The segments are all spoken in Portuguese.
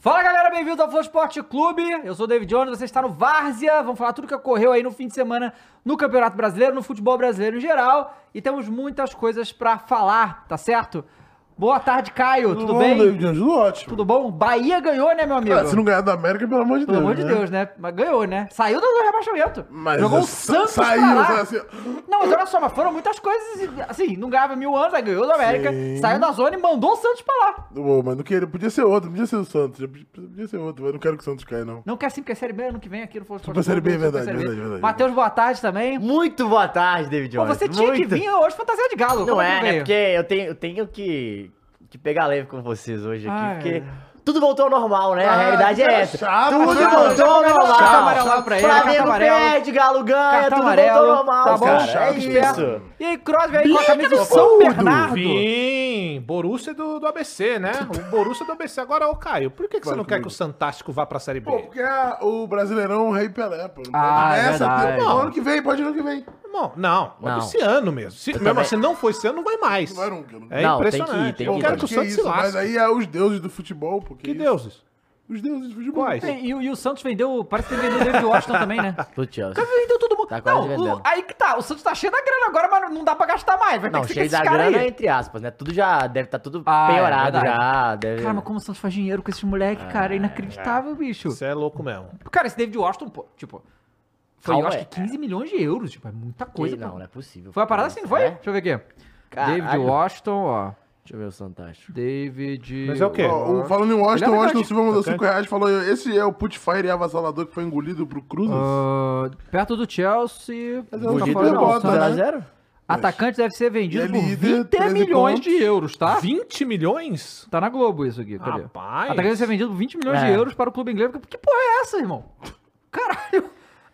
Fala galera, bem-vindos ao Flow Esporte Clube. Eu sou o David Jones, você está no Várzea. Vamos falar tudo que ocorreu aí no fim de semana no Campeonato Brasileiro, no futebol brasileiro em geral. E temos muitas coisas pra falar, tá certo? Boa tarde, Caio. Tudo, bom, bem? David Jones? Tudo ótimo. Tudo bom? Bahia ganhou, né, meu amigo? Cara, se não ganhar da América, pelo amor de Pelo Deus. amor de né? Deus, né? Mas ganhou, né? Saiu do rebaixamento. Mas Jogou o sa- Santos saiu, pra lá. saiu assim, Não, mas olha só, mas foram muitas coisas. e, Assim, não ganhava mil anos, aí ganhou do América, Sim. saiu da zona e mandou o Santos pra lá. Ô, mas não queria, podia ser outro, podia ser o Santos, já podia, podia ser outro, mas não quero que o Santos caia, não. Não quer sim, porque é Série B ano que vem aqui no Flow Super Série B, é verdade, verdade, verdade. Matheus, boa tarde também. Muito boa tarde, David Pô, Jones. você tinha que Muito. vir hoje fantasia de galo. Não como é, veio? né? Porque eu tenho, eu tenho que, que pegar leve com vocês hoje aqui, Ai. porque tudo voltou ao normal, né? Ah, a realidade é cara essa. chato, tudo chato, voltou ao chato, normal. cartão amarelo pra ele, cartão Flamengo amarelo. perde, Galo ganha, Cartão tudo amarelo, voltou ao normal. tá bom? cara, Chato, é esperto. isso. E aí, Crosby aí com a Blinca camisa do do São Porto. Bernardo. Sim, Borussia do, do ABC, né? O Borussia do ABC. Agora, ô Caio, por que, que você Vai não quer que comigo. o Santástico vá pra Série B? Pô, porque ah, o Brasileirão é um rei Pelé, pô. Não Ah, pode é nessa, verdade. não, ano que vem, pode ir ano que vem. Bom, não, não. Não. esse ano mesmo. Se, mesmo também- assim, não foi esse ano, não vai mais. Não vai nunca, nunca. É Não, tem que ir, impressionante. tem Eu que ir. quero Mas que o é Santos se isso, Mas lasque. aí é os deuses do futebol, pô. Que isso? deuses? Os deuses do futebol. Quais? pô. E, e o Santos vendeu, parece que ele vendeu o David Washington também, né? Putz, ó. Cara, vendeu todo mundo. Tá quase não, o- vendendo. aí que tá, o Santos tá cheio da grana agora, mas não dá pra gastar mais. Vai ter Não, que seguir cheio esses da caras grana, aí. entre aspas, né? Tudo já deve estar tudo Ah, é piorado verdade. já. Deve... Cara, mas como o Santos faz dinheiro com esse Ah, moleque, cara? É inacreditável, bicho. Você é louco mesmo. Cara, esse David Washington, pô, tipo, foi, eu Calma acho aí. que 15 milhões de euros, tipo, é muita coisa. Que- não, pô. não é possível. Foi uma parada assim, não foi? É? Deixa eu ver aqui. Caralho. David Washington, ó. Deixa eu ver o Santástico. David. Mas é o quê? Ó, o- falando em Washington, Ele é o Washington atacante. Silva mandou Atacante. 5 reais e falou: esse é o Putfire avassalador que foi engolido pro Cruzes? Ah, perto do Chelsea. Mas é Tá um Bonito fora do Super Bowl, não, bota, Santos. né? 0x0? Atacante deve ser vendido Ele é por líder, 20 13 milhões de pontos. euros, tá? 20 milhões? Tá na Globo isso aqui, cadê? Rapaz. Atacante deve ser vendido por 20 milhões de É. euros para o clube inglês. Porque- Que porra é essa, irmão? Caralho.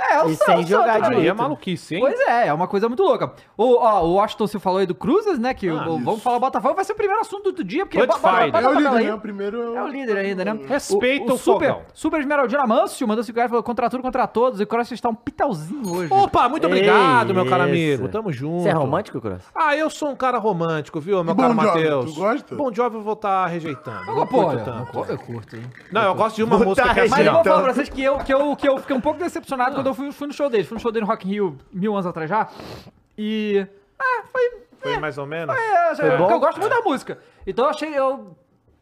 É, E o Santos, sem Santos, jogar né? Aí é direito. maluquice, hein? Pois é, é uma coisa muito louca. O, ó, o Washington se falou aí do Cruzes, né? Que Ah, o- isso. vamos falar o Botafogo, vai ser o primeiro assunto do dia, porque tá Pode bo- bota- falar. bota É na o tabela líder, aí. né? O primeiro É o líder ainda, né? Respeita o Super, fogão. super Esmeraldina Mâncio mandou 5 reais e falou: contra tudo, contra todos. E o Cross está um pitalzinho hoje. Opa, muito obrigado, Ei, meu caro isso. amigo. Tamo junto. Você é romântico, Cross? Ah, eu sou um cara romântico, viu, meu E Bon caro Jovi, Matheus? tu gosta? Bom Jovi eu vou estar rejeitando. Eu não pô, curto olha, tanto. eu curto, hein? Não, eu gosto de uma Vou música tá que é assim, Mas eu rejeitando. ó. vou falar pra vocês que eu, que eu, que eu fiquei um pouco decepcionado quando eu fui, fui no show dele. Fui no show dele no Rock in Rio mil anos atrás já. E. Ah, foi. Foi mais ou menos? É, já- bom? porque eu gosto muito da música. Então eu achei. Eu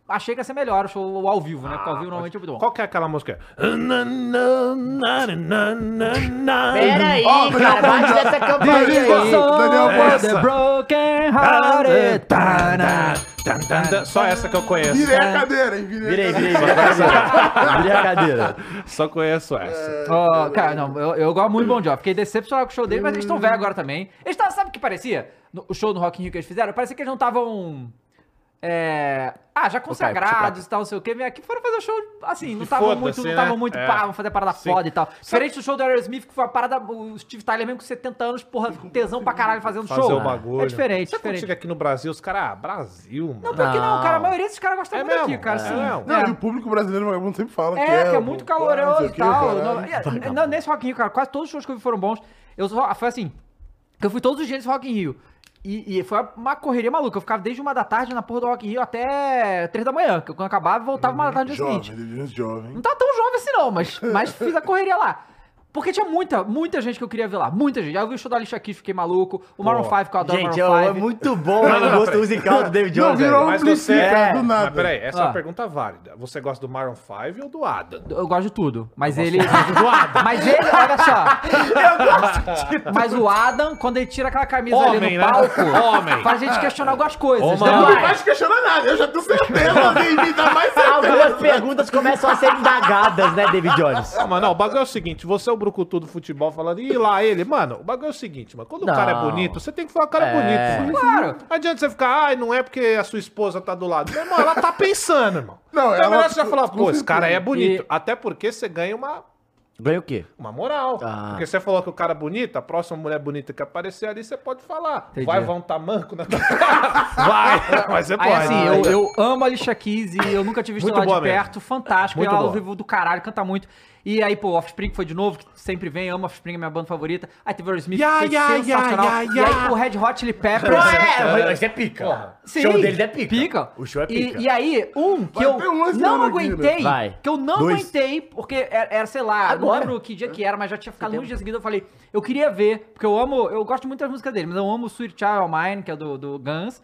achei que ia ser melhor o show ao vivo, né? Porque ao vivo normalmente é muito bom. Qual que é aquela música? Pera Pera aí, Ó, cara, bate nessa campainha aí. Daniel Bossa. The broken hearted. tá, na. Só essa que eu conheço. É. Virei a cadeira, hein? Virei, É. Virei, a cadeira. É, virei, virei a cadeira. Virei a cadeira. Só conheço essa. Ó, cara, não, eu, eu gosto muito do Bon Jovi. Fiquei decepcionado com o show dele, mas eles estão velhos agora também. Eles tavam- sabe o que parecia? No- o show no Rock in Rio que eles fizeram? Parecia que eles não estavam... É... Ah, já consagrados e tal, não sei o quê. Aqui foram fazer o show, assim, não estavam foda-se, muito, não né? tavam muito É. pá, vamos fazer a parada Sim. foda e tal. Diferente do show do Aerosmith, que foi uma parada... O Steve Tyler mesmo com 70 anos, porra, tesão pra caralho fazendo Fazer show. o bagulho. É diferente, Sabe quando diferente. chega aqui no Brasil, os caras... Ah, Brasil, mano. Não, porque não, Não. cara, a maioria desses caras gosta É muito aqui, mesmo? cara, É assim. mesmo? Não, e o público brasileiro vagabundo sempre fala que É, que é muito pô, caloroso não sei o e quê, "Ah, né? tal. caralho. Não, é, e- não, nesse Rock in Rio, cara, quase todos os shows que eu vi foram bons. Eu só, foi assim, que eu fui todos os dias nesse Rock in Rio. E, e foi uma correria maluca. Eu ficava desde uma da tarde na porra do Rock in Rio até três da manhã. Que eu, quando acabava, voltava uma da tarde no dia Jovem, seguinte. David Jones jovem. Não tá tão jovem assim não, mas, mas fiz a correria lá. Porque tinha muita, muita gente que eu queria ver lá. Muita gente. Aí eu vi o show da Alicia Keys, fiquei maluco. O Maroon 5, que eu adoro Gente, o é, Maroon é 5. muito bom o gosto musical do David Não, Jones. virou velho. um Mas você... publicitário É. do nada. Mas peraí, essa é Ah. uma pergunta válida. Você gosta do Maroon 5 ou do Adam? Eu gosto de tudo. Mas ele. mas ele, olha só. Mas o Adam, quando ele tira aquela camisa ali Homem, no né? palco, Homem. faz a gente questionar algumas coisas. Ô, né? mano. Não vai te questionar nada, eu já tenho certeza, assim, me dá mais certeza. Algumas perguntas começam a ser indagadas, né, David Jones? Não, mano, não, o bagulho é o seguinte, você é o brucutu do futebol falando, e lá ele, mano, o bagulho é o seguinte, mano, quando Não. o cara é bonito, você tem que falar o cara é É. bonito. mano. Claro. Não adianta você ficar, ai, não é porque a sua esposa tá do lado. Meu irmão, ela tá pensando, irmão. Não, Não, ela- então, ela... você já falar, com pô, esse cara aí é certeza. bonito. E- Até porque você ganha uma, Ganha o quê? uma moral. Ah. Porque você falou que o cara é bonito, a próxima mulher bonita que aparecer ali, você pode falar. Entendi. Vai, vai um tamanco na tua cara. Vai, mas você Aí pode. né? assim, eu, eu amo a Alicia Keys e eu nunca tive visto Muito ela de boa mesmo. perto, fantástico. Muito e ela ao boa. vivo do caralho, canta muito. E aí, pô, Offspring foi de novo, que sempre vem, amo Offspring, é minha banda favorita. Aí teve Aerosmith, Ya, que foi ya, ya, sensacional. ya, E aí, ya. o Red Hot Chili Peppers... É, isso é pica. Sim, o show deles é pica. pica. O show é E- pica. E, aí, um que Vai eu ter um lance não da Anaquina. aguentei, Vai. que eu não Dois. aguentei, porque é, era, era, sei lá, Agora? não lembro que dia que era, mas já tinha ficado muitos dias seguidos, eu falei, eu queria ver, porque eu amo, eu gosto muito das músicas dele, mas eu amo Sweet Child of Mine, que é do, do Guns,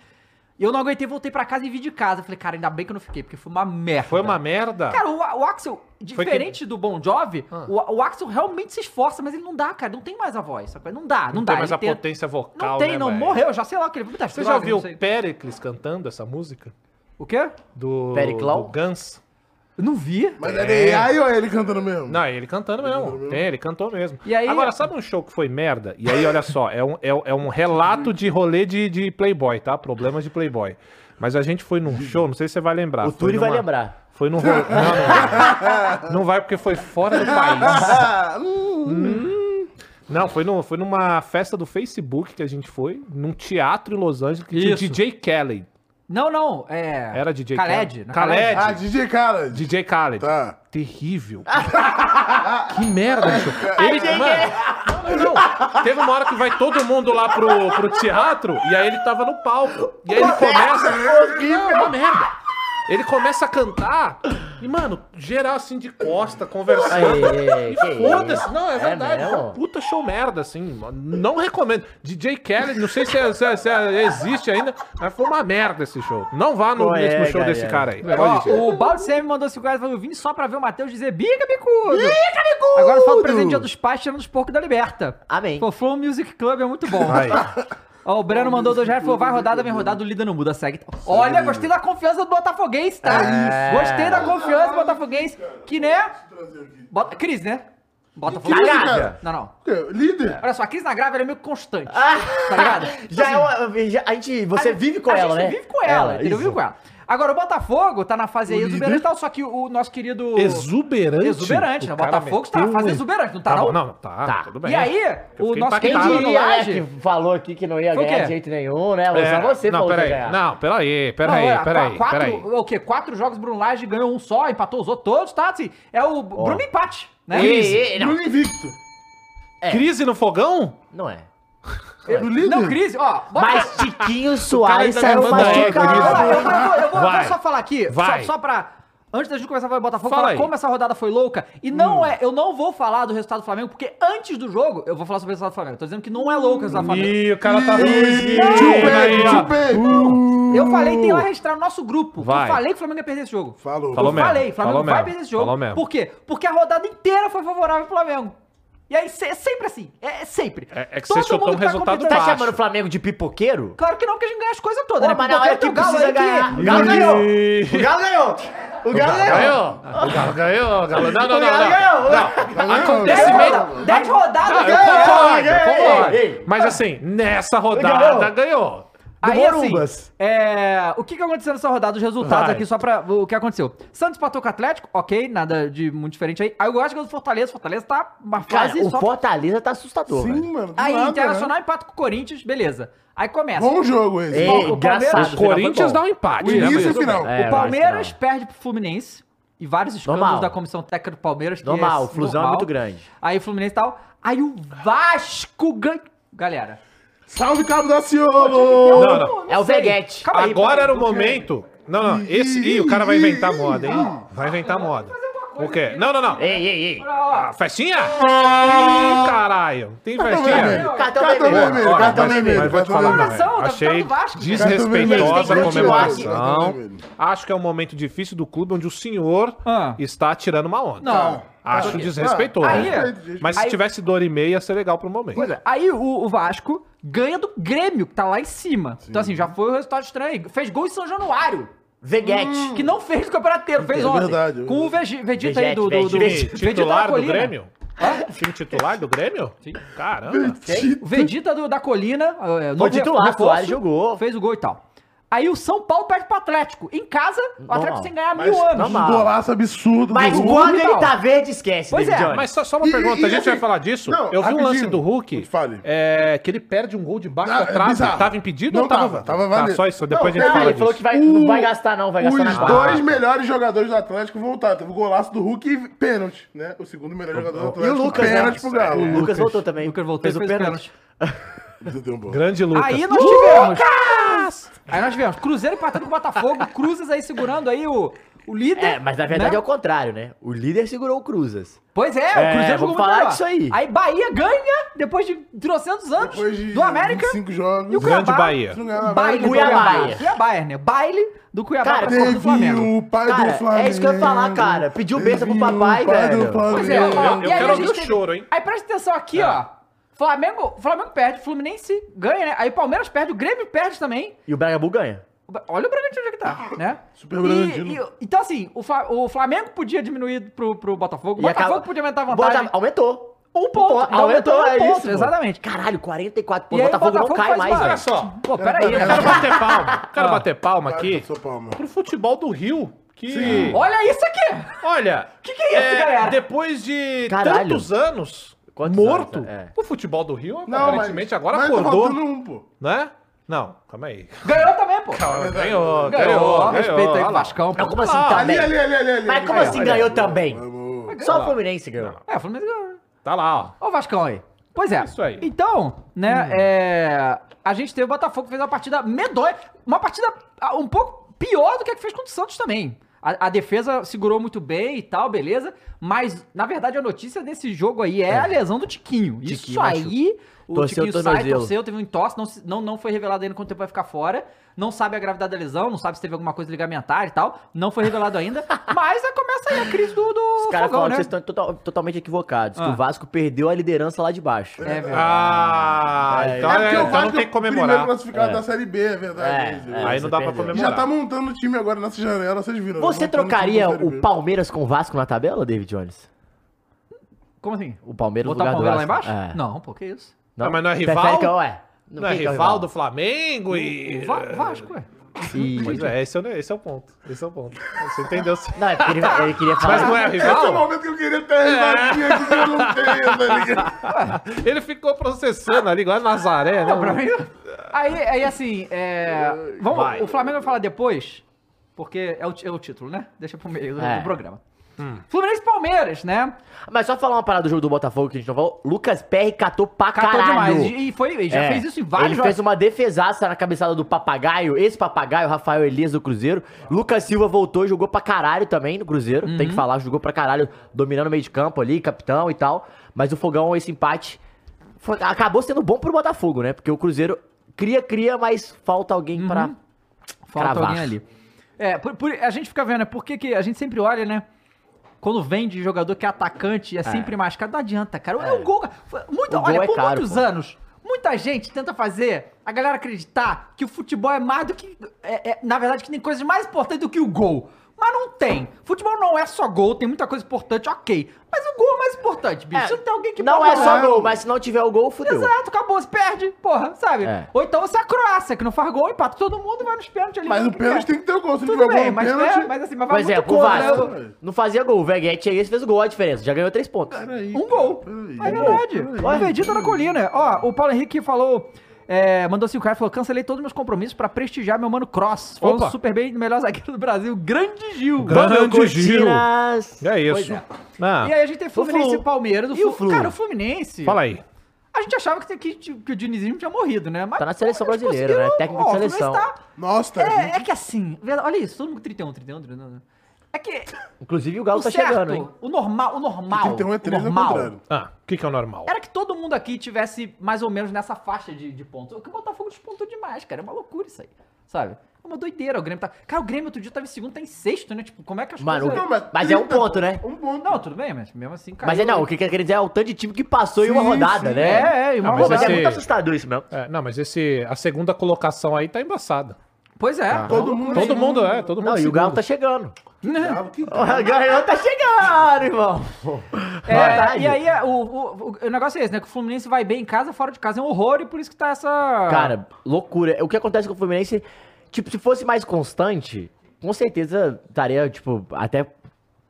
e eu não aguentei, voltei pra casa e vi de casa, eu falei, cara, ainda bem que eu não fiquei, porque foi uma merda. Foi uma merda. Cara, o, o Axel, diferente do Bon Jovi, Ah. o, o Axel realmente se esforça, mas ele não dá, cara, não tem mais a voz, sacou? Não dá, Ah, não, não dá. tem mais ele a potência vocal, Não tem, né, não, velho? morreu, já sei lá o que ele... Você já ouviu o Pericles cantando essa música? O quê? Do, Periclau? do Guns? Eu não vi. Mas é AI ou é ele cantando mesmo? Não, é ele cantando mesmo. Tem, ele cantou mesmo. E aí- Agora, sabe um show que foi merda? E aí, olha só, é um, é, um- é um relato de rolê de, de Playboy, tá? Problemas de Playboy. Mas a gente foi num show, não sei se você vai lembrar. O foi Túlio vai numa- lembrar. Foi num rolê. Não, não, vai. não vai porque foi fora do país. Ah, hum. Não, foi, no, foi numa festa do Facebook que a gente foi, num teatro em Los Angeles, que tinha o Isso. DJ Kelly. Não, não, é... Era DJ Khaled. Khaled. na Khaled. Ah, DJ Khaled. DJ Khaled. Tá. Terrível. que merda, bicho. Ele, é mano, não, não. Teve uma hora que vai todo mundo lá pro, pro teatro e aí ele tava no palco. E aí ele começa. Não, é uma merda. Ele começa a cantar e, mano, geral assim de costa, conversando. Aê, que E Foda-se, não, é É verdade. mesmo? foi um puta show merda, assim. Não recomendo. DJ Kelly, não sei se, é- se é- se é- existe ainda, mas foi uma merda esse show. Não vá no Qual é, mesmo show galera? desse cara aí. Pode Ó, dizer. o Balde CM mandou 5 reais e falou: eu vim só pra ver o Matheus dizer bica, bicudo! Bica, bicudo! Agora só o presente dia dos pais tirando os porcos da liberta. Amém. Fofão Music Club é muito bom. Aí. Ó, o Breno mandou 2 reais e falou: vai rodada, vem rodada, o Lida não muda, segue. Olha, gostei da confiança do Botafoguês, tá? É. É. Gostei da confiança do Botafoguês, que né? Bota... Cris, né? Botafoguês. Que grávida? Não, não. O quê? Líder? Olha só, a Cris na grávida é meio constante. Tá Ah, ligado? já assim. é uma, já- a gente, você A- vive com a ela, gente né? vive com ela, É, entendeu? isso. Vive com ela. Agora, o Botafogo tá na fase aí O líder. exuberante e tal, só que o nosso querido... Exuberante. Exuberante, né? O cara Botafogo tá na meteu fase um- exuberante, não tá bom, não? Não, tá, Tá. tudo bem. E aí, Eu o fiquei nosso impactado, querido Quem Tava no diria, né, Laje... que falou aqui que não ia Foi o ganhar quê? de jeito nenhum, né? É, Só você não, falou que ia peraí, ganhar. não, peraí, Não, peraí, olha, peraí, qua- peraí. quatro, O quê? Quatro jogos Bruno Laje ganhou um só, empatou os outros todos, tá? Assim, é o Bruno empate, né? Ei, ei, ei, não. Bruno Invicto. É. Crise no fogão? não é. Do líder? Não, crise, ó. bota- Mas Tiquinho Soares O cara saiu ainda me manda Olha, Crise. eu, machucado. vou- eu vou- eu vou- eu vou Vai. só falar aqui, só, Vai. só pra... Antes da gente começar a falar do Botafogo, Fala falar aí. Hum. como essa rodada foi louca. E não é, eu não vou falar do resultado do Flamengo, porque antes do jogo, eu vou falar sobre o resultado do Flamengo. Tô dizendo que não é louco o resultado do Flamengo. Ih, o cara tá Chupete, ruim. chupete. Eu falei, tem lá registrar no nosso grupo. que Uh. Vai. Eu falei que o Flamengo ia perder esse jogo. Falou. Falou Eu mesmo. falei, o Flamengo falou vai mesmo, perder esse jogo. falou mesmo. Por quê? Porque a rodada inteira foi favorável pro Flamengo. E aí se- é sempre assim. É, é sempre. É- é que você chutou um resultado completando- Tá baixo. chamando o Flamengo de pipoqueiro? Claro que não, porque a gente ganha as coisas todas, Pô, né? mas na Porque hora que o Galo precisa aí ganhar, que- Galo ganhou. Ih. O Galo ganhou! O Galo ganhou! O Galo ganhou, o Galo. Não, não, não. O Galo não. ganhou! Dez Acontece mesmo. rodadas, dez rodadas, Ah, né? Eu ganha. concordo, Ei, eu ei, concordo. ei. Mas assim, nessa rodada ganhou. Aí, assim, Morumbas. é, o que, que aconteceu nessa rodada? Os resultados Vai. aqui, só pra. O que aconteceu? Santos empatou com o Atlético, ok, nada de muito diferente aí. Aí eu gosto do Fortaleza, Fortaleza tá uma Cara, fase o só. Fortaleza tá assustador, velho. Sim, mano. do Aí, nada, Internacional né? empata com o Corinthians, beleza. Aí começa. Bom jogo esse. Ei, Bom, o Palmeiras- tá engraçado. O Corinthians dá um empate. O né, início e o mas- final. É, o eu Palmeiras acho perde pro Fluminense. E vários escândalos Normal. da comissão técnica do Palmeiras. que Normal, o Flusão é normal. muito grande. Aí o Fluminense e tal. Aí o Vasco ganha. Galera. Salve, Cabo da Não, Ciolo! não. É o sei. Veguete. Calma aí, Agora peraí, era o peraí. momento. Não, não, esse. Ih, o cara vai inventar moda, hein? Vai inventar moda. O quê? Não, não, não. Ei, ei, ei. Ó, Ah, festinha? Ih, caralho. Tem festinha? vermelho. Cartão Cartão vermelho. vermelho, Olha, cartão vai- vai- vermelho, vai te cartão falar, vermelho. Comemoração, velho. tá Achei ficando Vasco. desrespeitosa a Cartão vermelho. Cartão comemoração. vermelho. Acho que é um momento difícil do clube onde o senhor Ah. está tirando uma onda. Não. Acho desrespeitoso. Aí, Mas se aí- tivesse dor e meia, ia ser legal pro momento. Pois é, aí o, o Vasco ganha do Grêmio, que tá lá em cima. Então, assim, já foi um resultado estranho. Fez gol em São Januário, Veguete. que não fez o campeonato inteiro, fez É ontem. verdade, é com o Vegi- Vegeta aí do. do, do Time Vegeta. titular do Colina. Grêmio? Time titular do Grêmio? Caramba. O Vegeta do- da Colina. é, novo Foi titular, reforço, Soares jogou. Fez o gol e tal. Aí o São Paulo perde pro Atlético. Em casa, o Atlético sem ganhar há Mas mil anos. um golaço absurdo do Mas Hulk. quando Hulk, ele não. tá verde, esquece, Pois David é, Jones. Mas só, só uma E- pergunta, e a gente assim- vai falar disso. Não, eu vi um rapidinho, lance do Hulk fale. é, que ele perde um gol debaixo Não, da é trave. bizarro. tava impedido Não ou tava? tava, tava tá, valendo. só isso, depois Não, é, a gente não, fala ele disso. falou que vai, não vai gastar, não, vai gastar na Os barra. dois melhores jogadores do Atlético voltaram. Teve o golaço do Hulk e pênalti, né? O segundo melhor jogador do E o Atlético. Lucas, né? pênalti pro Galo. O Lucas voltou também. Lucas voltou e fez pênalti. Deu um bom. Grande Lucas. Aí nós tivemos. Aí nós tivemos Cruzeiro empatando com o Botafogo, Cruzes aí segurando aí o, o líder. É, mas na verdade né? é o contrário, né? O líder segurou o Cruzas. Pois é, o É, Cruzeiro vamos jogou muito falar melhor. disso aí. Aí Bahia ganha depois de trocentos anos Depois de do América. cinco jogos. E o Grande Cuiabá, Bahia. não ganhava Baile do Cuiabá. Cuiabá. Cuiabá, né? Baile do Cuiabá Cara, pra cima do Teve Flamengo. o pai Cara, do Flamengo. é isso que eu ia falar, cara. Pediu Teve bênção pro o papai, pai velho. do Flamengo. Pois é, ó, Eu- e eu aí quero a gente ouvir o teve- choro, hein? Aí presta atenção aqui, ó. Flamengo, Flamengo perde, Fluminense ganha, né? Aí Palmeiras perde, o Grêmio perde também. E o Bragabu ganha. O Bra- Olha o Bragantino onde é que tá, né? Super E- Bragantino. e- então, assim, o, Fla- o Flamengo podia diminuir pro, pro Botafogo. O E Botafogo acaba- podia aumentar a vantagem. Bota- Aumentou. Um ponto. Aumentou, Aumentou um é ponto, isso, pô. exatamente. Caralho, 44 E pontos. aí O Botafogo, não cai faz mais, barulho. Olha velho. só. Pô, peraí. Eu quero bater palma. Quero Ah. bater palma Aqui. aqui pro futebol do Rio. Que. Sim. Olha isso aqui! Olha. Que que é isso, galera? Depois de Caralho. tantos anos Quantos morto, anos, é? o futebol do Rio Não, aparentemente mas, agora mas tá acordou. faltando um, pô. Né? Não, calma aí. Ganhou também, pô. Ganhou, Ganhou. ganhou. Respeita aí ganhou, pro olha lá. Vascão, pô. Tá Não, como assim Ah, Ali, também? ali, ali, ali, ali. Mas como ali, assim ali. ganhou também? Vamos. Só o Fluminense ganhou. É, o Fluminense ganhou. Tá lá, ó. Ó o Vascão aí. Pois é. Isso aí. Hum. Então, né, é, a gente teve o Botafogo que fez uma partida medonha, uma partida ah, um pouco pior do que a que fez contra o Santos também. A, a defesa segurou muito bem e tal, beleza, mas na verdade a notícia desse jogo aí é, a lesão do Tiquinho. Isso Tiquinho machucou. aí, é o Torceu o Tiquinho sai, tornozelo. torceu, teve um entorse, não, se- não, não foi revelado ainda quanto tempo vai ficar fora, não sabe a gravidade da lesão, não sabe se teve alguma coisa ligamentar e tal, não foi revelado ainda, mas aí começa aí a crise do, do Os caras Fogão, falam né? que vocês estão total- totalmente equivocados. Que Ah. o Vasco perdeu a liderança lá de baixo. É verdade. Ah, então, É porque é, o então não Vasco é tem que o primeiro comemorar. classificado É. da Série B, é verdade. É, é. Aí não dá pra Você perdeu. Já comemorar. tá montando o time agora nessa janela, vocês viram. Você né? montando time pra trocaria Série B. o Palmeiras com o Vasco na tabela, David Jones? Como assim? O Palmeiras no Botar o lugar do Palmeiras lá Vasco? embaixo? É. Não, pô, que isso. Ah, mas não é Prefere rival? que eu- é. Não é quem que rival do Flamengo e. Va Vasco, ué. Pois é, esse é, o- esse é o ponto. Esse é o ponto. Você entendeu? Não, é porque ele, ele queria falar. Mas não é Esse é o rival? É. momento que eu queria ter risadinha que você não tem, tá ligado? Ele ficou processando ali, igual a Nazaré, Não, pra né? mim. Aí, aí assim, é. Vamos, Vai. o Flamengo vai falar depois, porque é o, ti- é o título, né? Deixa pro meio do, É. do programa. Fluminense e Palmeiras, né? Mas só falar uma parada do jogo do Botafogo que a gente não falou. Lucas Perry catou pra Catou caralho. demais. E foi, ele já É. fez isso em vários Ele fez uma defesaça na cabeçada do papagaio, esse papagaio, Rafael Elias do Cruzeiro. Lucas Silva voltou e jogou pra caralho também no Cruzeiro. Uhum. Tem que falar, jogou pra caralho, dominando o meio de campo ali, capitão e tal. Mas o Fogão, esse empate, foi- acabou sendo bom pro Botafogo, né? Porque o Cruzeiro cria, cria, mas falta alguém pra. Uhum. Falta Cravar. alguém ali. É, por- por- a gente fica vendo, né? Porque que a gente sempre olha, né? Quando vende jogador que é atacante, é, sempre mais caro. Não adianta, cara. É, o gol. cara. Foi- Muito, O gol olha, é por caro, muitos pô. anos, muita gente tenta fazer a galera acreditar que o futebol é mais do que. é- é- na verdade, que tem coisas mais importantes do que o gol. Mas não tem. Futebol não é só gol, tem muita coisa importante, ok. Mas o gol é mais importante, bicho. É, Não tem alguém que não bota é lá. só gol, mas se não tiver o gol, fudeu. Exato, acabou, você perde, porra, sabe? É. Ou então você é a Croácia, que não faz gol, empata todo mundo e vai nos pênaltis ali. Mas faz o que pênalti quer. tem que ter o gol. Se Tudo Então, tiver bem, gol, mas, é, pênalti. mas assim, mas vai Por muito exemplo, o contra, Vasco né? não fazia gol. O Veguete aí, esse fez o gol, a diferença. Já ganhou três pontos. Um gol. Peraí, É um verdade. gol, Ó, Vegeta na colina. Ó, o Paulo Henrique falou... É, mandou cinco reais, falou, cancelei todos meus compromissos pra prestigiar meu mano Cross. Falou Opa. super bem, melhor zagueiro do Brasil, grande Gil. Grande Gil. Cortinas. É Pois isso. Ah, E aí a gente tem Fluminense Flu. e Palmeiras. O E o Flu? Cara, o Fluminense... Fala aí. A gente achava que, que, que o Dinizismo tinha morrido, né? Mas, Tá na seleção eles brasileira, conseguiram- né? Técnico de Ó, o Fluminense seleção. tá- Nossa, tá É, é gente. que assim, verdade, olha isso, todo mundo 31, 31, 31. né? É que Inclusive o o Galo tá certo, chegando, hein? o normal, o normal, 31 é 3 o ao normal, contrário. Ah, o que, que é o normal? era que todo mundo aqui tivesse mais ou menos nessa faixa de, de pontos. O que o Botafogo despontou demais, cara, é uma loucura isso aí, sabe? É uma doideira, o Grêmio tá... Cara, o Grêmio outro dia tava em segundo, tá em sexto, né? Tipo, como é que as Mano, coisas... o- mas é um ponto, né? Um ponto. Não, tudo bem, mas mesmo assim, cara... Mas é não, o que quer dizer é o tanto de time que passou em uma Sim, rodada, sim. né? É, é, e uma Ah, Pô, mas mas rodada... é esse- muito assustador isso mesmo. É, não, mas esse, a segunda colocação aí tá embaçada. Tá. Pois é. Todo mundo. Todo mundo é, todo mundo. Não, e o Galo segundo. tá chegando. Galo, que O Galo tá chegando, irmão. É, Verdade. e aí, o, o, o- o negócio é esse, né? Que o Fluminense Ah. vai bem em casa, fora de casa é um horror, e por isso que tá essa... Cara, loucura. O que acontece com o Fluminense, Tipo, se fosse mais constante, com certeza estaria, tipo, até